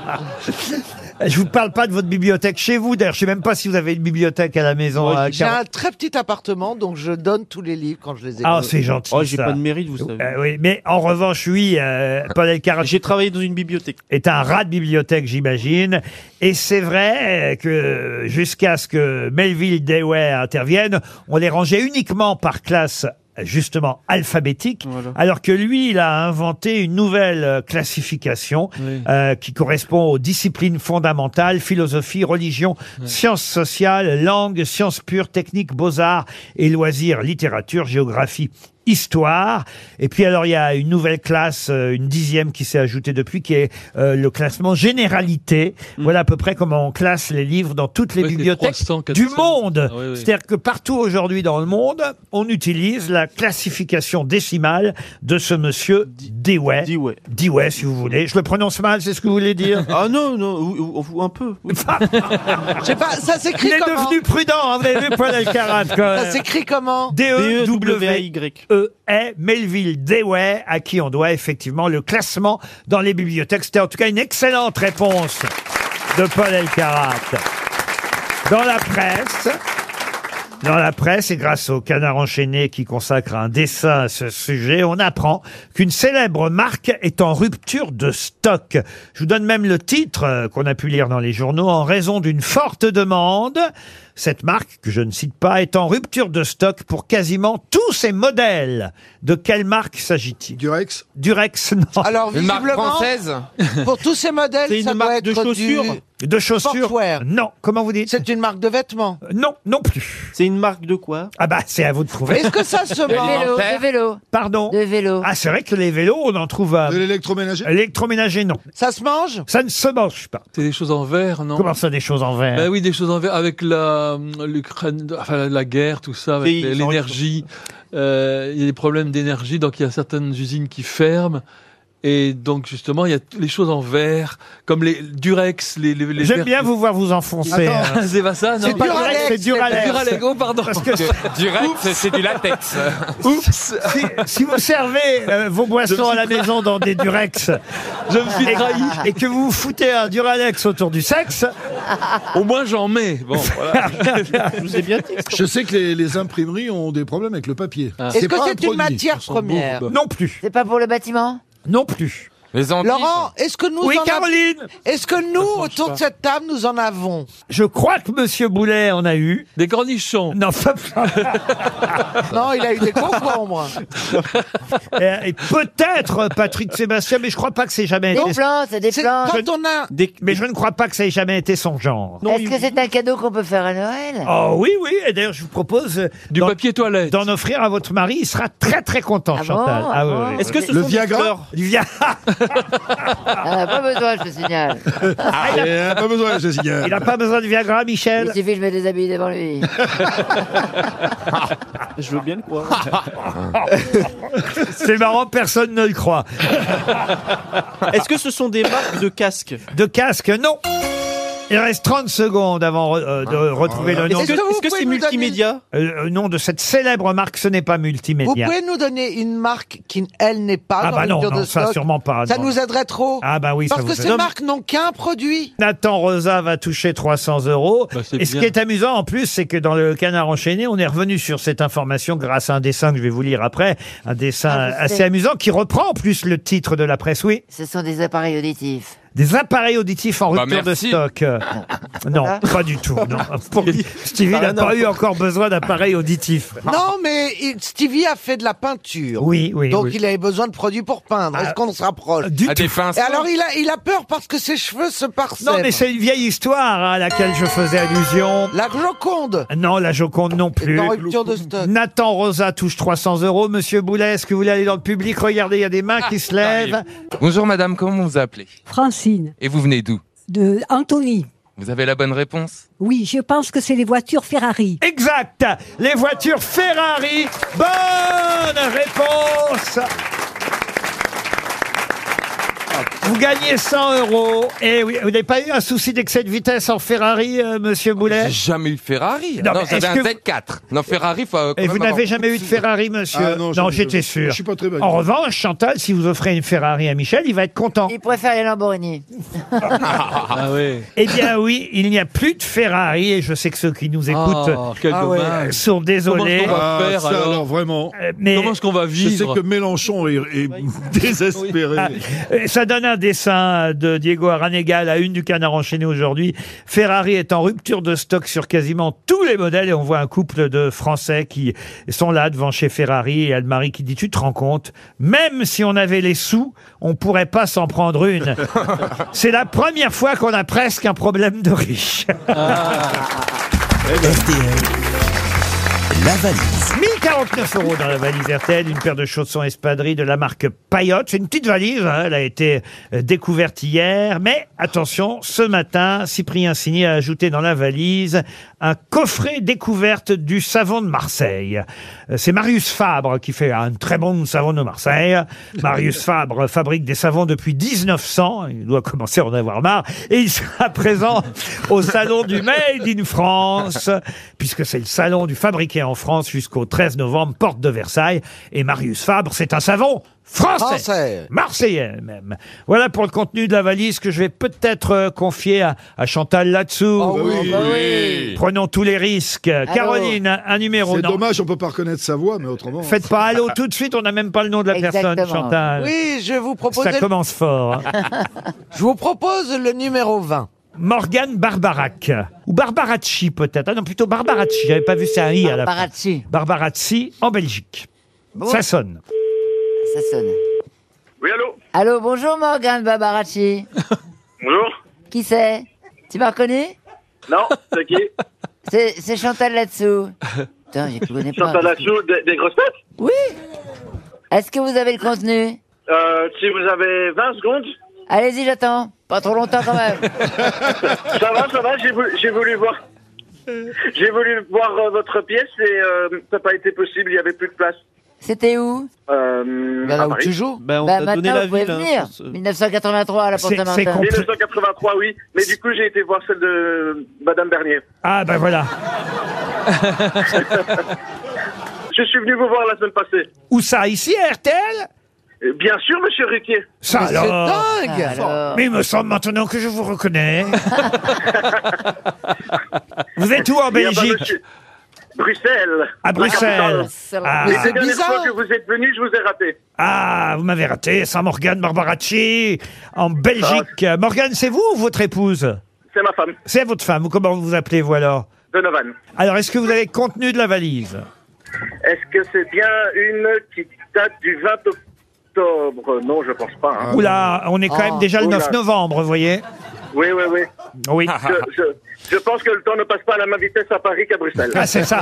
Speaker 2: Je vous parle pas de votre bibliothèque chez vous. D'ailleurs, je sais même pas si vous avez une bibliothèque à la maison. euh,
Speaker 7: J'ai
Speaker 2: Caro-
Speaker 7: un très petit appartement, donc je donne tous les livres quand je les ai.
Speaker 2: Ah, c'est gentil.
Speaker 5: Oh,
Speaker 2: ça. Euh, oui, mais en revanche, oui, euh, Paul Elkarat.
Speaker 5: J'ai travaillé dans une bibliothèque.
Speaker 2: Est un rat de bibliothèque, j'imagine. Et c'est vrai que jusqu'à ce que Melville Dewey intervienne, on les rangeait uniquement par classe justement alphabétique, alors que lui, il a inventé une nouvelle euh, classification euh, qui correspond aux disciplines fondamentales, philosophie, religion, sciences sociales, langue, sciences pures, techniques, beaux-arts et loisirs, littérature, géographie histoire. Et puis alors il y a une nouvelle classe, euh, une dixième qui s'est ajoutée depuis, qui est euh, le classement généralité. Voilà à peu près comment on classe les livres dans toutes les
Speaker 6: Oui, Mm. c'est
Speaker 2: bibliothèques
Speaker 6: 300,
Speaker 2: du
Speaker 6: 400.
Speaker 2: monde.
Speaker 6: Ah oui, oui.
Speaker 2: C'est-à-dire que partout aujourd'hui dans le monde, on utilise la classification décimale de ce monsieur Dewey. Dewey. si vous voulez. Je le prononce mal, c'est ce que vous voulez dire Ah non, non, un peu.
Speaker 7: Je sais pas, ça s'écrit
Speaker 2: Il est
Speaker 7: comment
Speaker 2: devenu prudent, hein, vous avez vu Paul Alcarat quand même.
Speaker 7: Ça s'écrit comment
Speaker 2: E
Speaker 10: E
Speaker 2: D-E-W-E-E, Melville Dewey, à qui on doit effectivement le classement dans les bibliothèques. C'était en tout cas une excellente réponse de Paul Elkarat. Dans la presse, dans la presse et grâce au canard enchaîné qui consacre un dessin à ce sujet, on apprend qu'une célèbre marque est en rupture de stock. Je vous donne même le titre euh, qu'on a pu lire dans les journaux en raison d'une forte demande. Cette marque, que je ne cite pas, est en rupture de stock pour quasiment tous ses modèles. De quelle marque s'agit-il Durex Durex, non.
Speaker 7: Alors, visiblement, Pour tous ces modèles, ça doit être du...
Speaker 2: De chaussures
Speaker 7: sportswear.
Speaker 2: Non. Comment vous dites
Speaker 7: C'est une marque de vêtements
Speaker 2: Non, non plus.
Speaker 5: C'est une marque de quoi
Speaker 2: Ah bah, c'est à vous de trouver.
Speaker 7: Est-ce que ça se
Speaker 4: De vélo, de vélo.
Speaker 2: Pardon
Speaker 4: De vélo.
Speaker 2: Ah, c'est vrai que les vélos, on en trouve. De l'électroménager Électroménager, non.
Speaker 7: Ça se mange
Speaker 2: Ça ne se mange pas.
Speaker 6: C'est des choses en verre, non
Speaker 2: Comment ça, des choses en verre
Speaker 6: Ben oui, des choses en verre avec la euh, l'Ukraine, enfin la guerre, tout ça, avec
Speaker 5: Oui, ils ont-
Speaker 6: l'énergie. Euh, il y a des problèmes d'énergie, donc il y a certaines usines qui ferment. Et donc justement, il y a t- les choses en verre, comme les Durex, les, les, les
Speaker 2: J'aime
Speaker 6: verres-
Speaker 2: bien vous voir vous enfoncer.
Speaker 6: Attends,
Speaker 2: hein.
Speaker 6: c'est pas ça, non
Speaker 2: C'est pas Duralex, Duralex, c'est Duralex.
Speaker 6: Duralex, oh, pardon.
Speaker 2: Parce que-
Speaker 8: Durex, c'est du latex.
Speaker 2: Oups si, si vous servez euh, vos boissons à la maison dans des Durex
Speaker 6: Je me suis
Speaker 2: et-
Speaker 6: trahi.
Speaker 2: et que vous vous foutez un Duralex autour du sexe,
Speaker 6: Au moins j'en mets. Bon, voilà.
Speaker 5: Je vous ai bien dit.
Speaker 3: Je sais que les, les imprimeries ont des problèmes avec le papier.
Speaker 4: Ah.
Speaker 7: Est-ce que
Speaker 3: Ah. pas
Speaker 7: c'est une
Speaker 3: produit.
Speaker 7: matière première
Speaker 2: non plus.
Speaker 4: C'est pas pour le bâtiment
Speaker 2: Non plus.
Speaker 8: Les Antilles.
Speaker 7: Laurent, est-ce que nous
Speaker 2: Oui,
Speaker 7: en av-
Speaker 2: Caroline
Speaker 7: Est-ce que nous, autour de cette table, nous en avons
Speaker 2: Je crois que Monsieur Boulet en a eu.
Speaker 6: Des cornichons.
Speaker 2: Non, pas-
Speaker 7: Non, il a eu des concombres.
Speaker 2: et, et peut-être Patrick Sébastien, mais je crois pas que c'est jamais
Speaker 4: Des
Speaker 2: été.
Speaker 4: plantes, des
Speaker 7: C'est
Speaker 4: plantes.
Speaker 7: quand on a...
Speaker 2: Mais je ne crois pas que ça ait jamais été son genre.
Speaker 4: Est-ce que c'est un cadeau qu'on peut faire à Noël
Speaker 2: Oh oui, oui. Et d'ailleurs, je vous propose euh,
Speaker 6: Du
Speaker 2: d'en-
Speaker 6: papier toilette.
Speaker 2: d'en offrir à votre mari. Il sera très très content,
Speaker 4: Ah bon,
Speaker 2: Chantal.
Speaker 4: ah
Speaker 2: oui,
Speaker 4: bon.
Speaker 2: oui, oui.
Speaker 5: Est-ce que ce
Speaker 3: Le
Speaker 5: sont des
Speaker 3: Viagra
Speaker 5: fleurs
Speaker 2: Il vient-
Speaker 4: On n'a Ah, pas besoin, je te signale.
Speaker 7: Ah,
Speaker 2: Ah,
Speaker 3: Eh, pas besoin, je signale.
Speaker 2: Il n'a pas besoin de Viagra, Michel.
Speaker 4: Il suffit que je me déshabille devant lui.
Speaker 5: Je veux bien le croire.
Speaker 2: C'est marrant, personne ne le croit.
Speaker 5: Est-ce que ce sont des marques de casques
Speaker 2: De casque, non. Il reste 30 secondes avant euh, de retrouver le nom.
Speaker 5: Est-ce que
Speaker 7: Ah,
Speaker 5: est-ce
Speaker 7: Est-ce que vous
Speaker 5: que
Speaker 7: pouvez
Speaker 5: c'est
Speaker 7: nous donner-
Speaker 5: multimédia
Speaker 2: euh, le nom de cette célèbre marque, ce n'est pas
Speaker 7: Vous
Speaker 2: multimédia.
Speaker 7: pouvez nous donner une marque qui, elle, n'est pas
Speaker 2: Ah
Speaker 7: dans
Speaker 2: bah
Speaker 7: le
Speaker 2: non,
Speaker 7: mur
Speaker 2: non,
Speaker 7: de
Speaker 2: ça,
Speaker 7: stock
Speaker 2: sûrement pas,
Speaker 7: Ça
Speaker 2: non.
Speaker 7: nous aiderait trop.
Speaker 2: Ah bah oui, ça
Speaker 7: Parce
Speaker 2: vous
Speaker 7: que
Speaker 2: aide.
Speaker 7: ces
Speaker 2: Non,
Speaker 7: marques n'ont qu'un produit.
Speaker 2: Nathan Rosa va toucher 300 euros.
Speaker 6: Bah, c'est
Speaker 2: et ce
Speaker 6: bien.
Speaker 2: qui est amusant en plus, c'est que dans le canard enchaîné, on est revenu sur cette information grâce à un dessin que je vais vous lire après, un dessin
Speaker 4: Ah, je sais.
Speaker 2: assez amusant qui reprend en plus le titre de la presse. Oui,
Speaker 4: Ce sont des appareils auditifs.
Speaker 2: des appareils auditifs en
Speaker 8: Bah,
Speaker 2: rupture de
Speaker 8: merci.
Speaker 2: stock. Euh, non,
Speaker 4: Voilà.
Speaker 2: pas du tout. Non. Pour- Stevie
Speaker 5: Ah,
Speaker 2: n'a
Speaker 5: non.
Speaker 2: pas eu encore besoin d'appareils auditifs.
Speaker 7: Non, mais il- Stevie a fait de la peinture.
Speaker 2: Oui, oui,
Speaker 7: Donc
Speaker 2: oui. Ah,
Speaker 7: il avait besoin de produits pour peindre. Est-ce qu'on se rapproche
Speaker 2: Du
Speaker 8: À
Speaker 2: tout.
Speaker 8: des fins.
Speaker 7: Et alors il a, il a peur parce que ses cheveux se parsèment.
Speaker 2: Non, mais c'est une vieille histoire hein, à laquelle je faisais allusion.
Speaker 7: La Joconde
Speaker 2: Non, la Joconde non
Speaker 7: est
Speaker 2: plus.
Speaker 7: en rupture de stock.
Speaker 2: Nathan Rosa touche 300 euros. Monsieur Boulet, est-ce que vous voulez aller dans le public Regardez, il y a des mains qui se lèvent.
Speaker 8: Ah, Bonjour madame, comment vous appelez
Speaker 17: Francine,
Speaker 8: Et vous venez d'où
Speaker 17: de Anthony.
Speaker 8: Vous avez la bonne réponse
Speaker 17: Oui, je pense que c'est les voitures Ferrari.
Speaker 2: Exact Les voitures Ferrari. Bonne réponse vous gagnez 100 euros. Et oui, vous n'avez pas eu un souci d'excès de vitesse en Ferrari, euh, monsieur Boulet
Speaker 8: J'ai jamais eu de Ferrari.
Speaker 2: Non,
Speaker 8: Non,
Speaker 2: mais
Speaker 8: j'avais
Speaker 2: est-ce
Speaker 8: un
Speaker 2: que vous-
Speaker 8: Z4. Non, Ferrari, faut. euh, quand
Speaker 2: Et
Speaker 8: même
Speaker 2: vous
Speaker 8: avoir
Speaker 2: n'avez jamais eu de
Speaker 8: beaucoup
Speaker 2: Ferrari, monsieur
Speaker 3: Ah non, je- je-
Speaker 2: j'étais sûr.
Speaker 3: je suis pas très bon.
Speaker 2: En revanche, Chantal, si vous offrez une Ferrari à Michel, il va être content.
Speaker 4: Ils préfèrent les Lamborghini.
Speaker 6: Ah oui.
Speaker 2: Eh bien oui, il n'y a plus de Ferrari et je sais que ceux qui nous écoutent
Speaker 6: Ah, quel
Speaker 7: Ah ouais.
Speaker 6: dommage.
Speaker 2: sont désolés.
Speaker 6: Comment
Speaker 3: Ah,
Speaker 6: faire,
Speaker 3: ça,
Speaker 6: alors
Speaker 3: alors, vraiment.
Speaker 2: euh, Mais
Speaker 6: Comment est-ce qu'on va
Speaker 3: Je sais
Speaker 6: vivre
Speaker 3: que Mélenchon est, est désespéré.
Speaker 2: euh, ça donne un dessin de Diego Aranega, la une du canard enchaîné aujourd'hui. Ferrari est en rupture de stock sur quasiment tous les modèles et on voit un couple de Français qui sont là devant chez Ferrari et Anne-Marie qui dit tu te rends compte, même si on avait les sous, on pourrait pas s'en prendre une. C'est la première fois qu'on a presque un problème
Speaker 1: Ah.
Speaker 13: Ah.
Speaker 2: de riche.
Speaker 1: RTL, la valise.
Speaker 2: 1049 euros dans la valise RTL, une paire de chaussons espadrilles de la marque Payotte. C'est une petite valise, hein, elle a été euh, découverte hier. Mais attention, ce matin, Cyprien Signé a ajouté dans la valise un coffret découverte du savon de Marseille. Euh, C'est Marius Fabre qui fait un très bon savon de Marseille. Marius Fabre fabrique des savons depuis 1900. Il doit commencer à en avoir marre. Et il sera présent au salon du Made in France, puisque c'est le salon du fabriqué en France jusqu'au 13 novembre, porte de Versailles. Et Marius Fabre, c'est un savon français,
Speaker 7: Français.
Speaker 2: marseillais même. Voilà pour le contenu de la valise que je vais peut-être euh, confier à, à Chantal là-dessous.
Speaker 3: oui. bah oui.
Speaker 2: Prenons tous les risques. Euh, Caroline, un, un numéro.
Speaker 3: C'est
Speaker 2: non.
Speaker 3: dommage, on peut pas reconnaître sa voix, mais autrement. Ah,
Speaker 2: Faites pas allô tout de suite, on n'a même pas le nom de la personne,
Speaker 7: Exactement.
Speaker 2: Chantal.
Speaker 7: Oui, je vous proposais-
Speaker 2: Ça commence fort. hein.
Speaker 7: Je vous propose le numéro 20.
Speaker 2: Morgane Barbarac. Ou Barbaracci peut-être. Ah non, plutôt Barbaracci. J'avais pas vu ça I à la fin. Barbaracci. en Belgique. Ça sonne.
Speaker 4: Ça sonne. Oui, allô Allô, bonjour Morgane Babaracci.
Speaker 14: Bonjour.
Speaker 4: qui c'est Tu m'as reconnu
Speaker 14: Non, c'est qui
Speaker 4: C'est c'est Chantal là-dessous. Putain, je connais pas.
Speaker 14: Chantal Latsou, des, des grosses têtes
Speaker 4: Oui Est-ce que vous avez le contenu
Speaker 14: euh, Si vous avez 20 secondes,
Speaker 4: Allez-y, j'attends. Pas trop longtemps quand même.
Speaker 14: ça va, ça va, j'ai voulu, j'ai voulu voir. J'ai voulu voir euh, votre pièce et euh, ça n'a pas été possible, il n'y avait plus de place.
Speaker 4: C'était où
Speaker 14: Euh, à Paris.
Speaker 4: Bah, maintenant, vous
Speaker 2: hein,
Speaker 4: pouvez venir. 1983 à la porte de Martin.
Speaker 14: 1983, oui. Mais du coup, j'ai été voir celle de Madame Bernier.
Speaker 2: Ah ben voilà.
Speaker 14: Je suis venu vous voir la semaine passée.
Speaker 2: Où ça Ici à RTL
Speaker 14: Euh, Bien sûr, monsieur Ruquier.
Speaker 2: Ça alors Mais il me semble maintenant que je vous reconnais. vous êtes où en
Speaker 14: Il y a pas
Speaker 2: Belgique
Speaker 14: monsieur- Bruxelles.
Speaker 2: À Bruxelles. Ah.
Speaker 14: Mais
Speaker 2: Mais
Speaker 14: la
Speaker 2: c'est
Speaker 14: dernière
Speaker 2: bizarre.
Speaker 14: fois que vous êtes venu, je vous ai raté.
Speaker 2: Ah, vous m'avez raté, saint Morgane Barbaracci, en Belgique. Morgane, c'est vous ou votre épouse
Speaker 14: Ah. C'est ma femme,
Speaker 2: C'est votre femme, ou comment vous vous appelez, vous alors
Speaker 14: Donovan.
Speaker 2: Alors, est-ce que vous avez le contenu de la valise
Speaker 14: Est-ce que c'est bien une qui date du 20 octobre Non, je pense pas. hein.
Speaker 2: Oula, on est quand même déjà le
Speaker 14: Oula.
Speaker 2: 9 novembre, vous voyez
Speaker 14: Oui, oui, oui.
Speaker 2: Oui.
Speaker 14: Je, je- je pense que le temps ne passe pas à la même vitesse à Paris qu'à Bruxelles.
Speaker 2: Ah, c'est ça.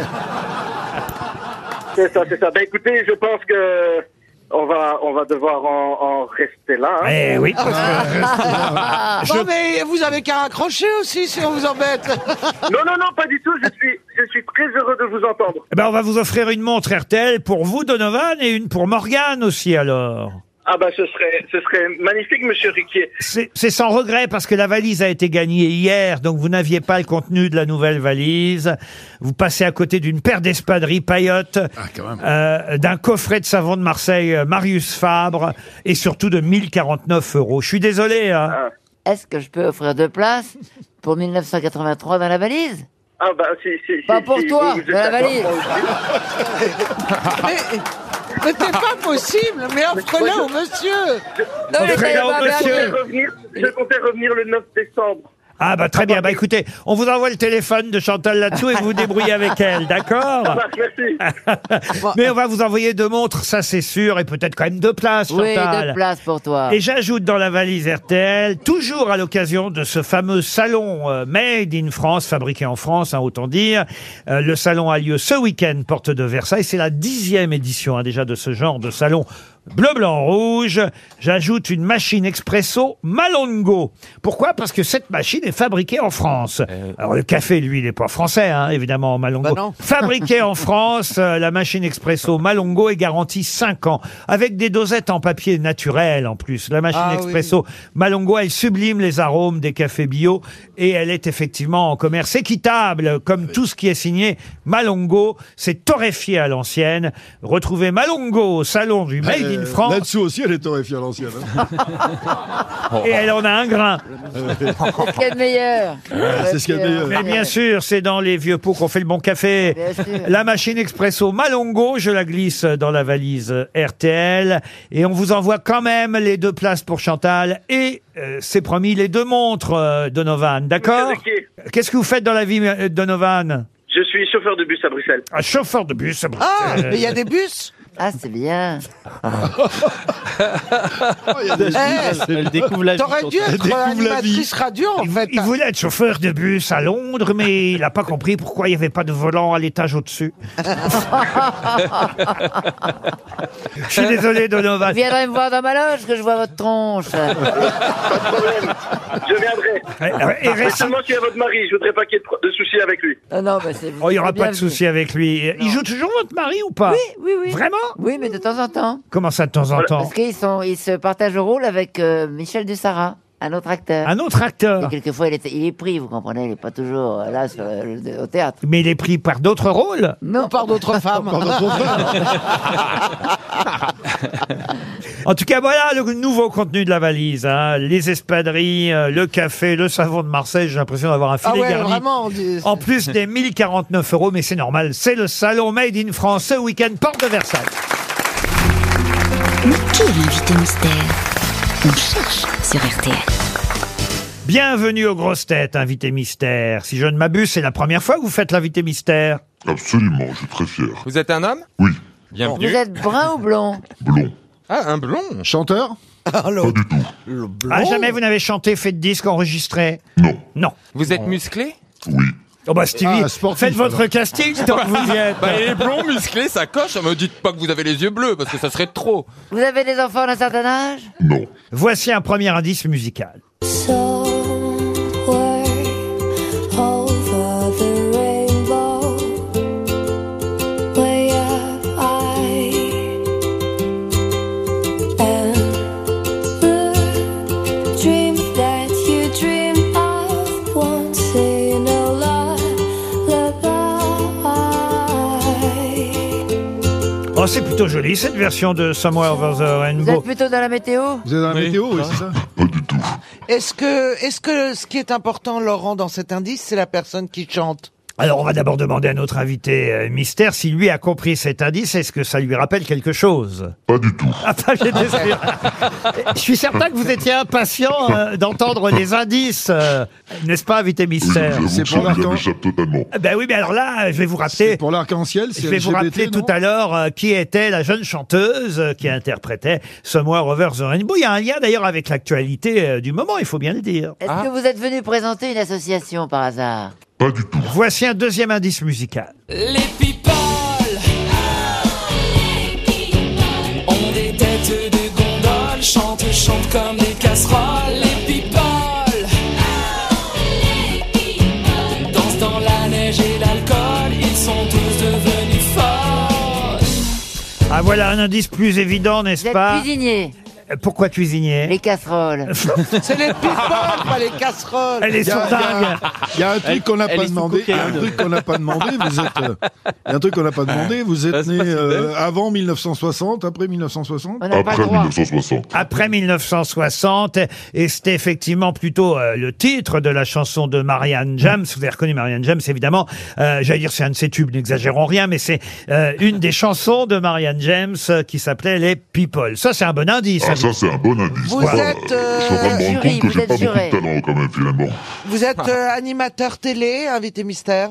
Speaker 14: C'est ça, c'est ça. Ben écoutez, je pense que on va, on va devoir en, en rester là. hein.
Speaker 2: Eh oui. Eh
Speaker 7: Ah, Non, mais vous avez qu'à raccrocher aussi si on vous embête.
Speaker 14: non, non, non, pas du tout. Je suis, je suis très heureux de vous entendre.
Speaker 2: Eh ben, on va vous offrir une montre RTL pour vous, Donovan, et une pour Morgane aussi, alors.
Speaker 14: Ah bah ce serait, ce serait magnifique, Monsieur Riquier.
Speaker 2: C'est c'est sans regret parce que la valise a été gagnée hier, donc vous n'aviez pas le contenu de la nouvelle valise. Vous passez à côté d'une paire d'espadrilles paillotes, euh, d'un coffret de savon de Marseille euh, Marius Fabre et surtout de 1049 euros. Je suis désolé. hein.
Speaker 4: Ah. Est-ce que je peux offrir deux places pour 1983 dans la valise
Speaker 14: Ah bah si, si, si,
Speaker 4: Pas pour
Speaker 14: si,
Speaker 4: toi,
Speaker 14: vous- vous êtes
Speaker 4: dans la
Speaker 14: d'accord,
Speaker 4: valise.
Speaker 14: moi aussi.
Speaker 7: mais mais t'es pas possible, mais offre-le au monsieur.
Speaker 14: Je-
Speaker 7: Non, mais
Speaker 2: Offrez-la au
Speaker 14: je comptais
Speaker 2: monsieur.
Speaker 14: revenir- Je comptais revenir le 9 décembre.
Speaker 2: Ah bah très bien. Bah écoutez, on vous envoie le téléphone de Chantal là-dessous et vous vous débrouillez avec elle,
Speaker 14: Ça
Speaker 2: d'accord
Speaker 14: marche, merci.
Speaker 2: Mais on va vous envoyer deux montres, ça c'est sûr, et peut-être quand même deux places,
Speaker 4: Oui,
Speaker 2: Chantal.
Speaker 4: deux places pour toi.
Speaker 2: Et j'ajoute dans la valise RTL, toujours à l'occasion de ce fameux salon euh, Made in France, fabriqué en France, hein, autant dire. Euh, le salon a lieu ce week-end, porte de Versailles. C'est la dixième édition hein, déjà de ce genre de salon bleu, blanc, rouge. J'ajoute une machine expresso Malongo. Pourquoi Parce que cette machine est fabriquée en France. Alors le café, lui, il n'est pas français, hein, évidemment, Malongo.
Speaker 7: Euh. Bah non.
Speaker 2: Fabriquée en France, euh, la machine expresso Malongo est garantie 5 ans, avec des dosettes en papier naturel en plus. La machine
Speaker 7: Ah oui.
Speaker 2: expresso Malongo, elle sublime les arômes des cafés bio et elle est effectivement en commerce équitable, comme tout ce qui est signé Malongo. C'est torréfié à l'ancienne. Retrouvez Malongo au salon du Made in France.
Speaker 3: Là-dessous Euh, aussi, elle est torréfiée à l'ancienne. hein.
Speaker 2: Et elle en a un grain.
Speaker 4: C'est ce qu'il y a de meilleur.
Speaker 3: Ah, c'est ce qu'il y a euh, Ah, de meilleur.
Speaker 2: Mais bien sûr, c'est dans les vieux pots qu'on fait le bon café.
Speaker 4: Bien sûr.
Speaker 2: La machine expresso Malongo, je la glisse dans la valise RTL. Et on vous envoie quand même les deux places pour Chantal et, euh, c'est promis, les deux montres, euh, Donovan. D'accord
Speaker 14: Monsieur Riquier,
Speaker 2: Qu'est-ce que vous faites dans la vie, euh, Donovan
Speaker 14: Je suis chauffeur de bus euh, à Bruxelles.
Speaker 2: Un chauffeur de bus.
Speaker 7: Ah, mais il y a des bus
Speaker 4: Ah, c'est bien.
Speaker 2: Ah.
Speaker 5: Elle découvre la vie.
Speaker 7: T'aurais dû
Speaker 5: Elle
Speaker 7: être
Speaker 5: découvre la
Speaker 7: animatrice radio, en fait.
Speaker 2: Il voulait être chauffeur de bus à Londres, mais il n'a pas compris pourquoi il n'y avait pas de volant à l'étage au-dessus. Je suis désolé, Donovan.
Speaker 4: Vous viendrez me voir dans ma loge que je vois votre tronche.
Speaker 14: Je viendrai.
Speaker 2: Et- et récem-
Speaker 14: Seulement qu'il y a votre mari, je voudrais pas qu'il y ait de- de soucis avec lui.
Speaker 13: Ah
Speaker 4: Non, non, bah, c'est.
Speaker 2: Oh, il n'y aura
Speaker 4: c'est bien
Speaker 2: pas de
Speaker 4: vu.
Speaker 2: souci avec lui. Il joue toujours votre mari ou pas
Speaker 4: Oui, oui, oui.
Speaker 2: Vraiment
Speaker 4: Oui, mais de temps en temps.
Speaker 2: Comment ça de temps en temps
Speaker 4: Parce qu'ils sont, ils se partagent le rôle avec euh, Michel Dussara, un autre acteur.
Speaker 2: Un autre acteur.
Speaker 4: Et quelquefois, il est, il est pris, vous comprenez, il n'est pas toujours euh, là sur le- le- au théâtre.
Speaker 2: Mais il est pris par d'autres rôles
Speaker 4: Non,
Speaker 7: par d'autres femmes. Ah,
Speaker 2: En tout cas, voilà le nouveau contenu de la valise. hein. Les espadrilles, euh, le café, le savon de Marseille. J'ai l'impression d'avoir un filet
Speaker 7: Ah ouais,
Speaker 2: garni.
Speaker 7: vraiment. on dit-
Speaker 2: En plus des 1049 euros, mais c'est normal. C'est le salon Made in France ce week-end, porte de Versailles.
Speaker 11: Mais qui est l'invité mystère On cherche sur RTL.
Speaker 2: Bienvenue aux grosses têtes, invité mystère. Si je ne m'abuse, c'est la première fois que vous faites l'invité mystère.
Speaker 13: Absolument, je suis très fier.
Speaker 8: Vous êtes un homme
Speaker 13: Oui.
Speaker 4: Vous
Speaker 8: Bienvenue.
Speaker 4: êtes brun ou blond
Speaker 8: Ah, un blond
Speaker 3: Chanteur
Speaker 8: Pas du tout.
Speaker 2: Ah, jamais vous n'avez chanté, fait de disque, enregistré
Speaker 13: Non.
Speaker 2: Non.
Speaker 8: Vous êtes musclé
Speaker 2: Oh bah Stevie,
Speaker 8: Ah,
Speaker 3: Ah,
Speaker 2: faites votre casting tant que vous y êtes.
Speaker 8: Bah, les blonds musclés, ça coche. Me dites pas que vous avez les yeux bleus, parce que ça serait trop.
Speaker 4: Vous avez des enfants d'un certain âge
Speaker 2: Voici un premier indice musical.
Speaker 18: Over the rainbow, way up high, and the dream that you dream of once in a lullaby.
Speaker 2: Oh, c'est plutôt joli cette version de Somewhere Over the
Speaker 4: Vous êtes
Speaker 2: Rainbow.
Speaker 4: plutôt dans la météo
Speaker 3: Vous êtes dans la météo, oui, c'est ça
Speaker 7: Est-ce que, est-ce que ce qui est important, Laurent, dans cet indice, c'est la personne qui chante
Speaker 2: Alors on va d'abord demander à notre invité euh, mystère si lui a compris cet indice. Est-ce que ça lui rappelle quelque chose
Speaker 13: Pas du tout.
Speaker 2: Ah, pas, j'étais sûr. Je suis certain que vous étiez impatient euh, d'entendre les indices, euh, n'est-ce pas, invité
Speaker 13: Oui,
Speaker 2: mystère
Speaker 13: j'avoue que ça vous échappe totalement.
Speaker 2: Ah Ben oui, mais alors là, je vais vous rappeler.
Speaker 3: Pour l'arc-en-ciel, c'est
Speaker 2: Je vais vous
Speaker 3: LGBT,
Speaker 2: rappeler
Speaker 3: non
Speaker 2: tout à l'heure euh, qui était la jeune chanteuse euh, qui interprétait Somewhere Over the Rainbow. Il y a un lien d'ailleurs avec l'actualité euh, du moment, il faut bien le dire.
Speaker 4: Est-ce
Speaker 7: Ah.
Speaker 4: que vous êtes venu présenter une association par hasard
Speaker 2: Voici un deuxième indice musical.
Speaker 18: Les people Oh. ont des têtes de gondole, chantent, chantent comme des casseroles. Les people Oh. dansent dans la neige et l'alcool, ils sont tous devenus forts.
Speaker 2: Ah voilà un indice plus évident, n'est-ce pas
Speaker 4: Cuisinier,
Speaker 2: Euh, Pourquoi cuisinier
Speaker 4: les casseroles.
Speaker 7: C'est les people, Ah, pas les casseroles.
Speaker 2: Elle est
Speaker 3: Il y
Speaker 2: sur
Speaker 3: a- il y a- Il y a un truc qu'on n'a
Speaker 5: elle
Speaker 3: pas
Speaker 5: est sous
Speaker 3: demandé. Il y a un
Speaker 2: hein,
Speaker 5: cocaïne.
Speaker 3: truc qu'on n'a pas demandé. Vous êtes. euh, Il y a un truc qu'on n'a pas demandé. Vous êtes né euh, avant 1960, après 1960.
Speaker 4: On n'a pas le
Speaker 13: Après
Speaker 4: droit.
Speaker 13: 1960.
Speaker 2: Après 1960, et c'était effectivement plutôt euh, le titre de la chanson de Marianne James. Vous avez reconnu Marianne James, évidemment. Euh, J'allais dire c'est un de ses tubes, n'exagérons rien, mais c'est euh, une des chansons de Marianne James euh, qui s'appelait Les People. Ça, c'est un bon indice.
Speaker 13: Ah,
Speaker 2: hein.
Speaker 13: ça, c'est un bon indice.
Speaker 7: Vous
Speaker 13: Ah,
Speaker 7: êtes,
Speaker 13: Je suis en train de me
Speaker 7: euh,
Speaker 13: rendre compte que
Speaker 4: vous
Speaker 13: j'ai
Speaker 4: êtes
Speaker 13: pas
Speaker 4: juré.
Speaker 13: beaucoup de talent, quand même, finalement.
Speaker 7: Vous êtes euh, animateur télé, invité mystère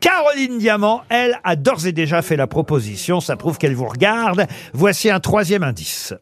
Speaker 2: Caroline Diamant, elle, a d'ores et déjà fait la proposition. Ça prouve qu'elle vous regarde. Voici un troisième indice.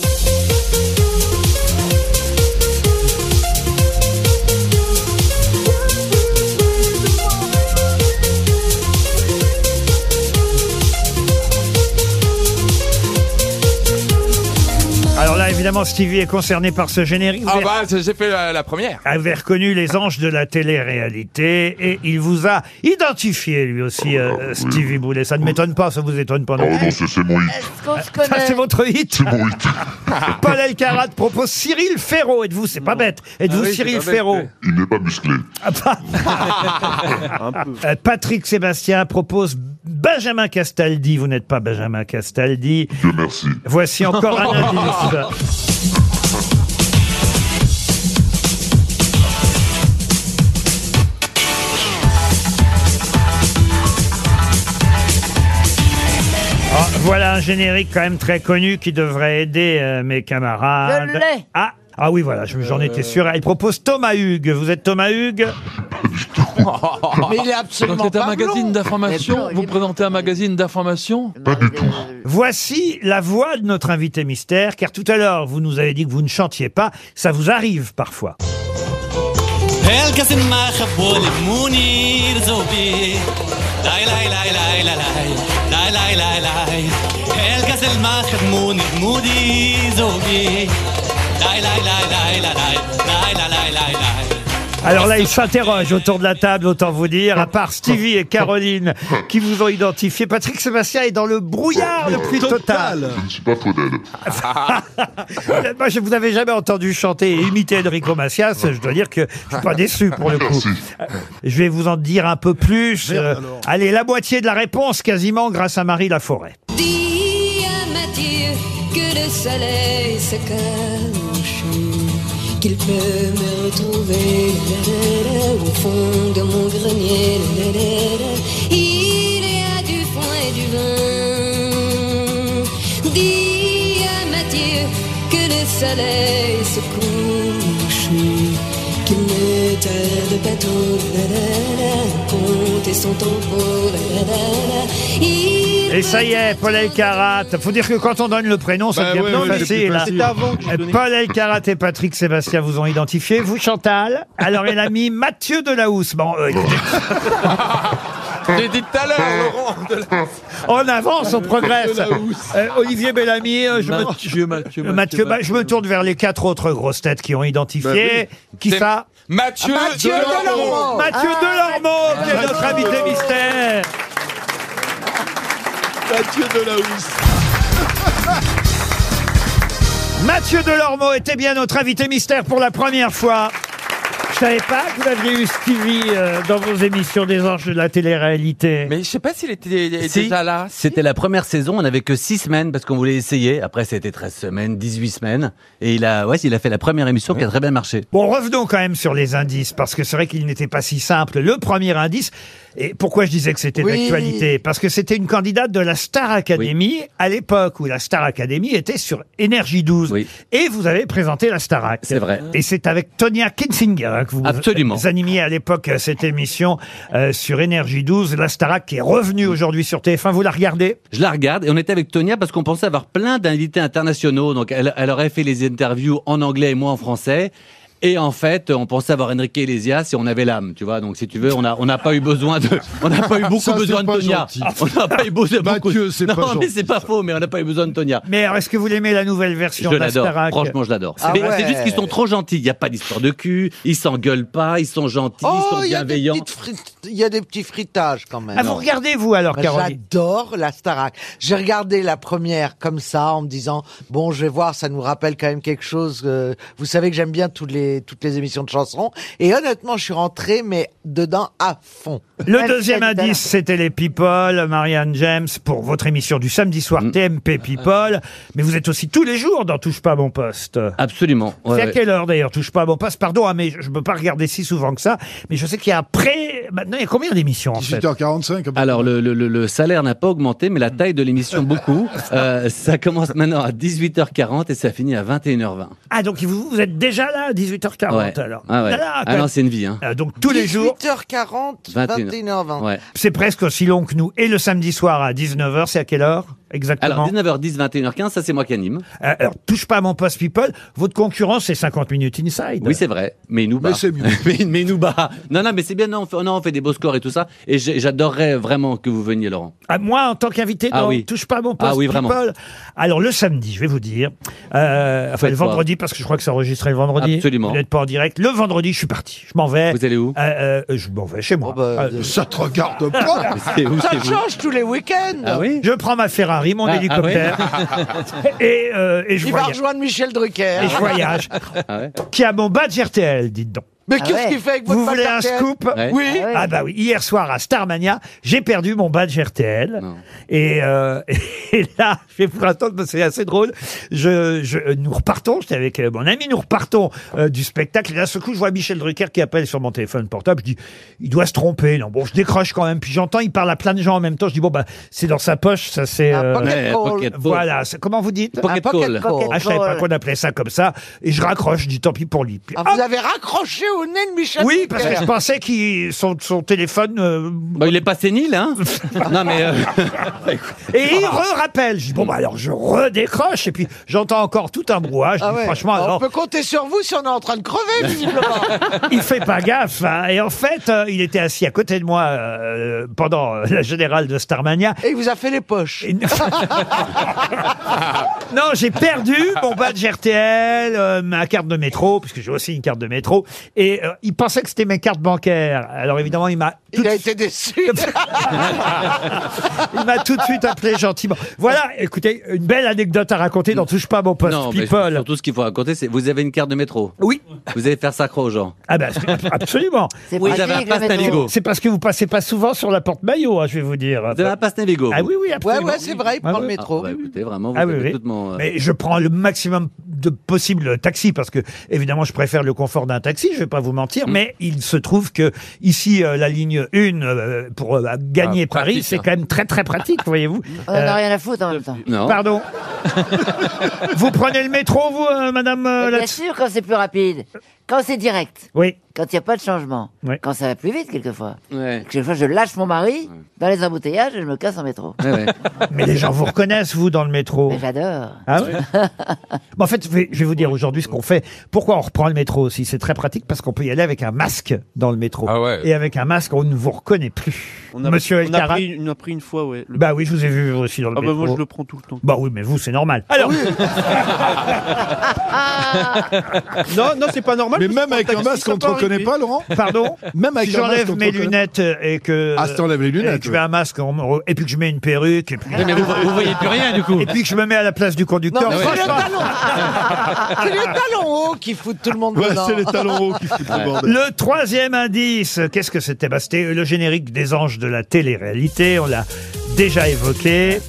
Speaker 2: Alors là, évidemment, Stevie est concerné par ce générique. Vous
Speaker 8: Ah
Speaker 2: avez-
Speaker 8: bah, j'ai fait la, la première.
Speaker 2: avait reconnu les anges de la télé-réalité et il vous a identifié lui aussi, euh, euh, Stevie Boulet. Ça ne m'étonne pas, ça vous étonne pas
Speaker 13: Oh
Speaker 2: non plus.
Speaker 13: non, c'est c'est mon hit.
Speaker 4: Est-ce qu'on se
Speaker 2: Ça, c'est
Speaker 4: connaît
Speaker 2: votre hit.
Speaker 13: C'est mon hit.
Speaker 2: Paul Elkarat propose Cyril Ferraud. Êtes-vous, c'est pas bête, êtes-vous
Speaker 5: Ah oui, c'est
Speaker 2: Cyril
Speaker 5: pas bête,
Speaker 2: Ferraud Ah,
Speaker 5: oui.
Speaker 13: Il n'est pas musclé.
Speaker 2: Euh, Patrick Sébastien propose Benjamin Castaldi. Vous n'êtes pas Benjamin Castaldi.
Speaker 13: Dieu merci.
Speaker 2: Voici encore un indice. Ah, voilà un générique quand même très connu qui devrait aider euh, mes camarades.
Speaker 4: Je l'ai.
Speaker 5: Euh.
Speaker 2: Ah, ah oui, voilà, je- j'en étais sûr. Il propose Thomas Hugues. Vous êtes Thomas Hugues
Speaker 7: Mais il est absolument
Speaker 6: Donc c'est un
Speaker 7: pas
Speaker 6: magazine
Speaker 7: blond.
Speaker 6: d'information. Vous présentez un magazine d'information
Speaker 2: Pas du tout. euh, Voici la voix de notre invité mystère, car tout à l'heure, vous nous avez dit que vous ne chantiez pas. Ça vous arrive parfois.
Speaker 22: الكاس المخب والمنير زوبي لاي لاي لاي لاي لاي لاي لاي لاي لاي الكاس المخب منير مودي زوبي لاي لاي لاي لاي لاي لاي لاي لاي لاي لاي
Speaker 2: Alors là, ils s'interrogent autour de la table, autant vous dire, à part Stevie et Caroline qui vous ont identifié. Patrick Sébastien est dans le brouillard le plus total.
Speaker 13: Je ne suis pas Faudel. Ah.
Speaker 2: Moi, je vous avais jamais entendu chanter et imiter Enrico Macias. Je dois dire que je suis pas déçu pour le coup. Euh,
Speaker 13: Merci.
Speaker 2: Je vais vous en dire un peu plus.
Speaker 13: Merde,
Speaker 2: Euh,
Speaker 13: alors.
Speaker 2: allez, la moitié de la réponse quasiment grâce à Marie Laforêt.
Speaker 18: Dis à Mathieu que le soleil se cache, qu'il peut me retrouver la, la, la, au fond de mon grenier. la, la, la, la. Il y a du foin et du vin. Dis à Mathieu que le soleil se couche, qu'il ne tarde pas trop. La, la, la, compter son tempo. La, la, la, la. Il
Speaker 2: Et ça y est, Paul Elkarat. Faut dire que quand on donne le prénom, ça
Speaker 18: Bah
Speaker 2: devient
Speaker 18: ouais,
Speaker 2: plus
Speaker 18: ouais, c'est
Speaker 2: facile.
Speaker 18: plus facile.
Speaker 2: hein.
Speaker 18: C'était avant que je donnais.
Speaker 2: Paul Elkarat et Patrick Sébastien vous ont identifié. Vous, Chantal. Alors, elle a mis Mathieu Delahousse. Bon, euh, écoutez,
Speaker 8: J'ai dit tout à l'heure, Laurent. de la-
Speaker 2: on avance, on progresse.
Speaker 8: Mathieu Delahousse.
Speaker 2: Euh, Olivier Bellamy, euh, je,
Speaker 6: Euh, Mathieu,
Speaker 2: me...
Speaker 6: Mathieu,
Speaker 2: Euh, Mathieu, bah, je me tourne vers les quatre autres grosses têtes qui ont
Speaker 8: Bah
Speaker 2: identifié. Qui ça
Speaker 8: Ah
Speaker 2: Ah,
Speaker 8: Mathieu Mathieu Delormeau. Delormeau.
Speaker 2: Mathieu
Speaker 8: Ah,
Speaker 2: Delormeau, qui est
Speaker 8: Mathieu
Speaker 2: notre invité
Speaker 8: Delormeau.
Speaker 2: mystère.
Speaker 10: Mathieu Delahousse.
Speaker 2: Mathieu Delormeau était bien notre invité mystère pour la première fois. Je savais pas que vous aviez eu Stevie euh, dans vos émissions des anges de la télé-réalité.
Speaker 8: Mais je sais pas s'il était
Speaker 23: Si,
Speaker 8: déjà là.
Speaker 23: C'était la première saison, on n'avait que 6 semaines parce qu'on voulait essayer. Après, c'était 13 semaines, 18 semaines. Et il a, ouais, il a fait la première émission qui a très bien marché.
Speaker 2: Bon, revenons quand même sur les indices, parce que c'est vrai qu'il n'était pas si simple. Le premier indice, et pourquoi je disais que c'était
Speaker 23: Oui.
Speaker 2: d'actualité Parce que c'était une candidate de la Star Academy, à l'époque où la Star Academy était sur Énergie 12. Et vous avez présenté la Starac. C'est
Speaker 23: vrai.
Speaker 2: Et c'est avec Tonia Kinsinger hein, que vous,
Speaker 23: Absolument.
Speaker 2: vous animiez à l'époque euh, cette émission euh, sur Énergie 12, la Starac qui est revenue aujourd'hui sur TF1. Vous la regardez
Speaker 23: Je la regarde et on était avec Tonia parce qu'on pensait avoir plein d'invités internationaux. Donc, elle, elle aurait fait les interviews en anglais et moi en français. Et en fait, on pensait avoir Enrique Iglesias et on avait l'âme, tu vois. Donc, si tu veux, on n'a on n'a pas eu besoin de, on n'a pas eu beaucoup
Speaker 10: Ça, c'est
Speaker 23: besoin de
Speaker 10: pas
Speaker 23: Tonia.
Speaker 10: gentil.
Speaker 23: On n'a pas eu besoin beaucoup.
Speaker 10: Mathieu, c'est
Speaker 23: non,
Speaker 10: pas
Speaker 23: mais
Speaker 10: gentil,
Speaker 23: c'est pas faux, mais on n'a pas eu besoin de Tonia.
Speaker 2: Mais alors, est-ce que vous l'aimez la nouvelle version
Speaker 23: Je
Speaker 2: de la
Speaker 23: l'adore.
Speaker 2: Starac
Speaker 23: Franchement, je l'adore.
Speaker 2: Ah
Speaker 23: Mais
Speaker 2: ouais.
Speaker 23: C'est juste qu'ils sont trop gentils. Il n'y a pas d'histoire de cul. Ils s'engueulent pas. Ils sont gentils. ils
Speaker 7: Oh,
Speaker 23: sont
Speaker 7: il y, a des
Speaker 23: bienveillants.
Speaker 7: petites frites- il y a des petits fritages quand même.
Speaker 23: Ah, vous
Speaker 2: regardez, vous, alors,
Speaker 7: Bah,
Speaker 23: Caroline
Speaker 7: J'adore la Starac. J'ai regardé la première comme ça, en me disant, bon, je vais voir, ça nous rappelle quand même quelque chose. euh, vous savez que j'aime bien toutes les, toutes les émissions de chansons. Et honnêtement, je suis rentré, mais dedans à fond.
Speaker 2: Le deuxième indice, c'était les People, Marianne James, pour votre émission du samedi soir
Speaker 23: Mm.
Speaker 2: TMP People. Mais vous êtes aussi tous les jours dans Touche pas à mon poste.
Speaker 23: Euh, Absolument. Ouais,
Speaker 2: c'est à
Speaker 23: ouais.
Speaker 2: quelle heure d'ailleurs Touche pas à mon poste. Pardon, hein, mais je ne peux pas regarder si souvent que ça. Mais je sais qu'il y a après. Maintenant, il y a combien d'émissions en fait
Speaker 23: 18h45. Alors, le, le- le- le salaire n'a pas augmenté, mais la taille de l'émission beaucoup. Euh, ça commence maintenant à 18h40 et ça finit à 21h20.
Speaker 2: Ah, donc vous, vous êtes déjà là à 18h40
Speaker 23: Ouais.
Speaker 2: alors.
Speaker 23: Ah ouais.
Speaker 2: Là,
Speaker 23: Ah non, c'est une vie, hein.
Speaker 2: Ah, donc tous les jours.
Speaker 7: 18h40, 21h20.
Speaker 2: C'est presque aussi long que nous. Et le samedi soir à 19h, c'est à quelle heure exactement
Speaker 23: Alors, 19h10, 21h15, ça c'est moi qui anime.
Speaker 2: Euh, Alors, touche pas à mon poste people. Votre concurrence, c'est 50 minutes inside.
Speaker 23: Oui, c'est vrai, mais il nous bat. Mais c'est mieux. mais, mais il nous bat. Non, non, mais c'est bien, non, on, fait, non, on fait des beaux scores et tout ça. Et j'ai- j'adorerais vraiment que vous veniez, Laurent.
Speaker 2: Ah, moi, en tant qu'invité,
Speaker 23: Ah
Speaker 2: dans
Speaker 23: oui.
Speaker 2: touche pas à mon poste.
Speaker 23: Ah oui, vraiment.
Speaker 2: People. Alors le samedi, je vais vous dire, euh, enfin
Speaker 23: Faites
Speaker 2: le
Speaker 23: voir.
Speaker 2: vendredi parce que je crois que c'est enregistré le vendredi.
Speaker 23: Absolument.
Speaker 2: Vous n'êtes pas en direct. Le vendredi, je suis parti. Je m'en vais. Vous
Speaker 23: allez où
Speaker 2: Je m'en vais chez moi. Euh,
Speaker 10: Oh, bah, Ça te regarde pas.
Speaker 7: Oh, Ça change tous les week-ends.
Speaker 23: Ah
Speaker 5: Ah
Speaker 2: Je prends ma Ferrari, mon
Speaker 7: Ah, ah
Speaker 2: hélicoptère, et, euh, et je
Speaker 7: Il va
Speaker 2: voyage.
Speaker 7: rejoindre Michel Drucker.
Speaker 2: Et je voyage. Qui a mon badge RTL, dites donc.
Speaker 7: Ah Mais Ah qu'est-ce ouais. qu'il fait avec votre
Speaker 2: Vous
Speaker 7: badge
Speaker 2: voulez un
Speaker 7: RTL?
Speaker 2: scoop
Speaker 7: Ouais. Oui. Ah ouais.
Speaker 2: Ah bah oui, hier soir à Starmania, j'ai perdu mon badge RTL. Et, euh, et là, je vais vous raconter parce que c'est assez drôle. Je, je- nous repartons, j'étais avec euh, mon ami, nous repartons euh, du spectacle. Et d'un seul coup, je vois Michel Drucker qui appelle sur mon téléphone portable. Je dis, il doit se tromper. Non, bon, je décroche quand même. Puis j'entends, il parle à plein de gens en même temps. Je dis, bon, bah, c'est dans sa poche, ça c'est...
Speaker 7: Un
Speaker 2: euh,
Speaker 7: pocket Ouais, call. pocket call.
Speaker 2: Voilà, c'est- comment vous dites
Speaker 7: Pocket Un pocket call. call.
Speaker 2: Ah, je savais pas
Speaker 7: Call.
Speaker 2: qu'on appelait ça comme ça. Et je raccroche, je dis tant pis pour lui. Puis,
Speaker 7: Ah,
Speaker 2: hop,
Speaker 7: vous avez raccroché au au nez de Michel
Speaker 2: Oui, parce que
Speaker 7: Drucker.
Speaker 2: je pensais que son, son téléphone. euh,
Speaker 23: il est pas sénile, hein Non, mais.
Speaker 2: Et il re-rappelle. Je dis, bon, bah alors je redécroche, et puis j'entends encore tout un brouhaha. Je dis,
Speaker 7: Ah ouais.
Speaker 2: franchement,
Speaker 7: on
Speaker 2: alors.
Speaker 7: peut compter sur vous si on est en train de crever, visiblement.
Speaker 2: il fait pas gaffe. hein. Et en fait, euh, il était assis à côté de moi euh, pendant euh, la générale de Starmania.
Speaker 7: Et il vous a fait les poches.
Speaker 2: non, j'ai perdu mon badge RTL, euh, ma carte de métro, puisque j'ai aussi une carte de métro. Et euh, il pensait que c'était mes cartes bancaires. Alors évidemment, il m'a. Il a
Speaker 7: été déçu.
Speaker 2: il m'a tout de suite appelé gentiment. Voilà, écoutez, une belle anecdote à raconter. N'en touche pas mon poste
Speaker 23: Non, mais
Speaker 2: people.
Speaker 23: surtout ce qu'il faut raconter, c'est vous avez une carte de métro.
Speaker 2: Oui.
Speaker 23: Vous allez faire sacre aux gens.
Speaker 2: Ah ben, absolument.
Speaker 23: C'est Oui, pratique, j'avais un le passe métro. Navigo.
Speaker 2: C'est parce que vous passez pas souvent sur la porte maillot, hein, je vais vous dire. Vous
Speaker 23: avez un passe Navigo.
Speaker 2: Ah oui, oui, absolument.
Speaker 7: Ouais, ouais, c'est vrai, il prend le
Speaker 23: Ah,
Speaker 7: métro.
Speaker 23: bah, écoutez, vraiment, vous
Speaker 2: Ah oui,
Speaker 23: avez
Speaker 2: oui.
Speaker 23: tout mon, euh,
Speaker 2: Mais je prends le maximum de possible taxi parce que évidemment je préfère le confort d'un taxi, je vais pas vous mentir,
Speaker 23: Mm.
Speaker 2: mais il se trouve que ici euh, la ligne 1 euh, pour euh,
Speaker 23: Ah,
Speaker 2: gagner Paris,
Speaker 4: pratique,
Speaker 2: c'est
Speaker 4: hein.
Speaker 2: quand même très très pratique, voyez-vous.
Speaker 4: On en a
Speaker 2: Euh,
Speaker 4: rien à foutre en même temps.
Speaker 2: Pardon. vous prenez le métro vous euh, madame euh,
Speaker 4: Mais Bien
Speaker 2: là-dessus
Speaker 4: sûr, quand c'est plus rapide, quand c'est direct,
Speaker 2: oui.
Speaker 4: quand il n'y a pas de changement, quand ça va plus vite quelquefois. Quelquefois, je lâche mon mari dans les embouteillages et je me casse en métro.
Speaker 2: Mais les gens vous reconnaissent, vous, dans le métro.
Speaker 4: J'adore.
Speaker 2: Ah ouais Bon, en fait, je vais je vais vous dire aujourd'hui ce qu'on fait. Pourquoi on reprend le métro aussi C'est très pratique parce qu'on peut y aller avec un masque dans le métro. Et avec un masque, on ne vous reconnaît plus.
Speaker 5: On a-
Speaker 2: Monsieur
Speaker 5: on a,
Speaker 2: Elkara.
Speaker 5: pris, on a pris une fois, ouais. le-
Speaker 2: Bah oui, je vous ai vu vous aussi dans le
Speaker 5: Ah bah
Speaker 2: métro.
Speaker 5: moi, je le prends tout le temps. Ah,
Speaker 2: Bah oui, mais vous, c'est normal. Alors,
Speaker 5: non, non, c'est pas normal.
Speaker 3: Ah. Mais
Speaker 5: parce
Speaker 3: même
Speaker 5: que en
Speaker 3: avec un
Speaker 5: taxi,
Speaker 3: masque,
Speaker 5: ça
Speaker 3: on ne te
Speaker 5: peut
Speaker 3: reconnaît
Speaker 5: arriver.
Speaker 3: pas, Laurent
Speaker 2: Pardon
Speaker 3: Même avec
Speaker 2: si
Speaker 3: un masque,
Speaker 2: j'enlève
Speaker 3: on te
Speaker 2: mes
Speaker 3: reconnaît.
Speaker 2: lunettes et que
Speaker 3: Ah, si t'enlèves les lunettes,
Speaker 2: et que je
Speaker 3: oui.
Speaker 2: mets un masque on me re- et puis que je mets une perruque et puis
Speaker 3: Oui, mais vous- vous voyez plus rien, du coup.
Speaker 2: et puis que je me mets à la place du conducteur
Speaker 7: Non, mais c'est le
Speaker 2: franchement-
Speaker 7: talon. c'est les talons hauts qui foutent tout le monde dedans.
Speaker 2: Ouais. Le troisième indice, qu'est-ce que c'était Bah, C'était le générique des anges de la télé-réalité, on l'a déjà évoqué.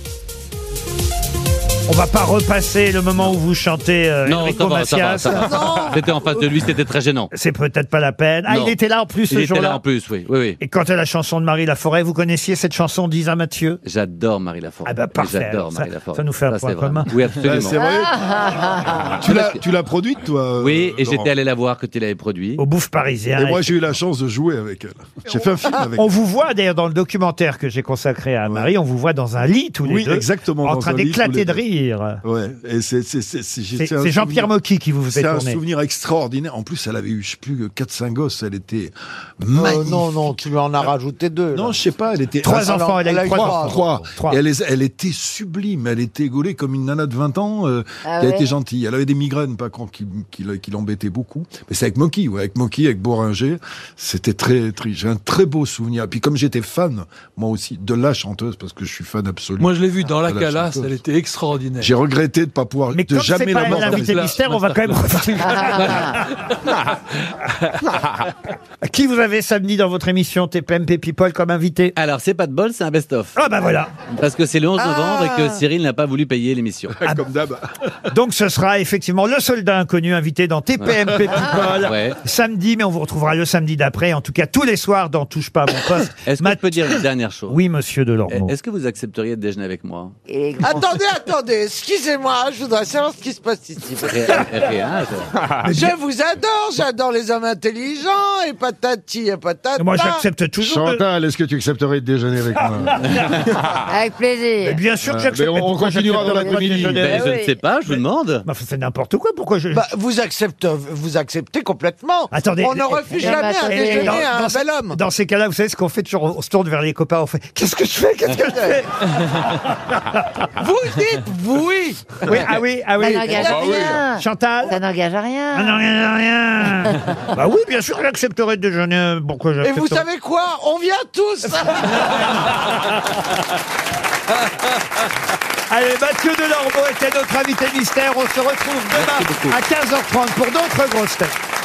Speaker 2: On va pas repasser le moment où vous chantez euh,
Speaker 23: Non,
Speaker 2: Enrico
Speaker 23: ça va, ça va,
Speaker 2: Macias.
Speaker 23: ça va. C'était en face de lui, c'était très gênant.
Speaker 2: C'est peut-être pas la peine. Ah,
Speaker 23: Non.
Speaker 2: il était là en plus ce
Speaker 23: Il était là
Speaker 2: jour-là.
Speaker 23: en plus, oui, oui, oui.
Speaker 2: Et quant à la chanson de Marie Laforêt, vous connaissiez cette chanson d'Isa Mathieu
Speaker 23: J'adore Marie Laforêt.
Speaker 2: Ah bah parfait.
Speaker 23: J'adore
Speaker 2: alors,
Speaker 23: Marie
Speaker 2: ça,
Speaker 23: Laforêt.
Speaker 2: ça nous fait un
Speaker 23: Ça,
Speaker 2: point
Speaker 23: c'est vrai.
Speaker 2: commun. Euh,
Speaker 23: Oui, absolument.
Speaker 3: Bah, c'est vrai.
Speaker 4: Ah,
Speaker 3: Tu l'as- Tu l'as produite, toi euh,
Speaker 23: Oui, et
Speaker 3: Laurent.
Speaker 23: j'étais allé la voir quand il avait produit.
Speaker 2: Au bouffe parisien.
Speaker 3: Et moi, j'ai eu la chance de jouer avec elle. J'ai fait un film avec
Speaker 2: On vous voit d'ailleurs dans le documentaire que j'ai consacré à Marie, on vous voit dans un lit tous les
Speaker 3: Oui,
Speaker 2: deux.
Speaker 3: exactement,
Speaker 2: En
Speaker 3: dans
Speaker 2: train
Speaker 3: un lit, tous
Speaker 2: d'éclater
Speaker 3: les
Speaker 2: de
Speaker 3: deux.
Speaker 2: rire.
Speaker 3: Ouais, et c'est c'est- c'est- c'est- j'ai-
Speaker 2: C'est-
Speaker 3: c'est un
Speaker 2: c'est Jean-Pierre
Speaker 3: souvenir-
Speaker 2: Mocky qui vous fait
Speaker 3: C'est un
Speaker 2: tourner.
Speaker 3: souvenir extraordinaire. En plus, elle avait eu, je sais plus, 4-5 gosses. Elle était
Speaker 7: Euh,
Speaker 3: magnifique.
Speaker 7: non, non, tu lui en as rajouté deux.
Speaker 3: Non, je sais pas, elle était.
Speaker 7: Trois
Speaker 3: Ah,
Speaker 7: enfants, elle a eu trois enfants.
Speaker 3: Trois.
Speaker 7: Trois.
Speaker 3: Et elle, les- elle était sublime, elle était gaulée comme une nana de 20 ans, euh,
Speaker 7: Ah
Speaker 3: qui a
Speaker 7: ouais
Speaker 3: été gentille. Elle avait des migraines, pas con, qui, qui, le- qui l'embêtaient beaucoup. Mais c'est avec Moki, ouais, avec Moki, avec Boringer. C'était très, très, j'ai un très beau souvenir. Et puis comme j'étais fan, moi aussi, de la chanteuse, parce que je suis fan absolu.
Speaker 6: Moi, je l'ai vue dans la
Speaker 3: de
Speaker 6: Calas,
Speaker 3: Ah, chanteuse.
Speaker 6: elle était extraordinaire.
Speaker 3: J'ai regretté de pas pouvoir, de
Speaker 6: comme c'est
Speaker 3: jamais
Speaker 6: pas
Speaker 3: la
Speaker 6: elle
Speaker 3: voir.
Speaker 6: l'invitée mystère, on va quand même-
Speaker 2: Qui vous avez samedi dans votre émission TPMP People comme invité
Speaker 23: Alors, c'est pas de bol, c'est un best-of.
Speaker 2: Ah bah voilà. Ah.
Speaker 23: Parce que c'est le 11 novembre et que Cyril n'a pas voulu payer l'émission.
Speaker 3: Ah, Comme d'hab.
Speaker 2: Donc ce sera effectivement le soldat inconnu invité dans TPMP People
Speaker 23: Ouais.
Speaker 2: samedi, mais on vous retrouvera le samedi d'après. En tout cas, tous les soirs dans Touche pas à mon poste.
Speaker 23: Est-ce qu'on peut dire une dernière chose
Speaker 2: Oui, monsieur Delormeau.
Speaker 23: Est-ce que vous accepteriez de déjeuner avec moi
Speaker 7: Attendez, attendez, excusez-moi, je voudrais savoir ce qui se passe ici.
Speaker 23: Rien, rien, ça.
Speaker 7: Je vous adore, j'adore les hommes intelligents et patati et patata.
Speaker 3: Chantal, est-ce que tu accepterais de déjeuner avec moi Ah.
Speaker 4: Avec plaisir. Eh
Speaker 2: Mais bien sûr que
Speaker 3: Euh,
Speaker 2: j'accepte.
Speaker 3: mais on- on
Speaker 2: Pourquoi
Speaker 3: continuera dans
Speaker 2: j'accepterais pas de
Speaker 3: l'après-midi.
Speaker 2: déjeuner
Speaker 3: Ben,
Speaker 2: avec
Speaker 3: je
Speaker 2: vous
Speaker 3: ne sais
Speaker 23: pas, je vous demande.
Speaker 2: Bah, c'est n'importe quoi. Pourquoi je.
Speaker 7: Bah, vous acceptez, vous acceptez complètement.
Speaker 2: Attendez. eh, euh,
Speaker 7: On ne refuse jamais un déjeuner hein. à un bel homme.
Speaker 2: Dans ces cas-là, vous savez ce qu'on fait toujours On se tourne vers les copains, on fait Qu'est-ce que je fais Qu'est-ce que je fais
Speaker 7: Vous dites oui.
Speaker 2: Oui, ah oui, ah oui.
Speaker 4: Ça n'engage
Speaker 2: Bah oui.
Speaker 4: rien.
Speaker 2: Chantal
Speaker 4: Ça n'engage à rien.
Speaker 2: Ah non, rien, rien. bah oui, bien sûr, j'accepterai de déjeuner. euh, Pourquoi
Speaker 7: Et
Speaker 2: j'accepterais
Speaker 7: vous savez quoi On vient tous.
Speaker 2: Allez, Mathieu Delormeau était notre invité mystère. On se retrouve demain à 15h30 pour d'autres grosses têtes.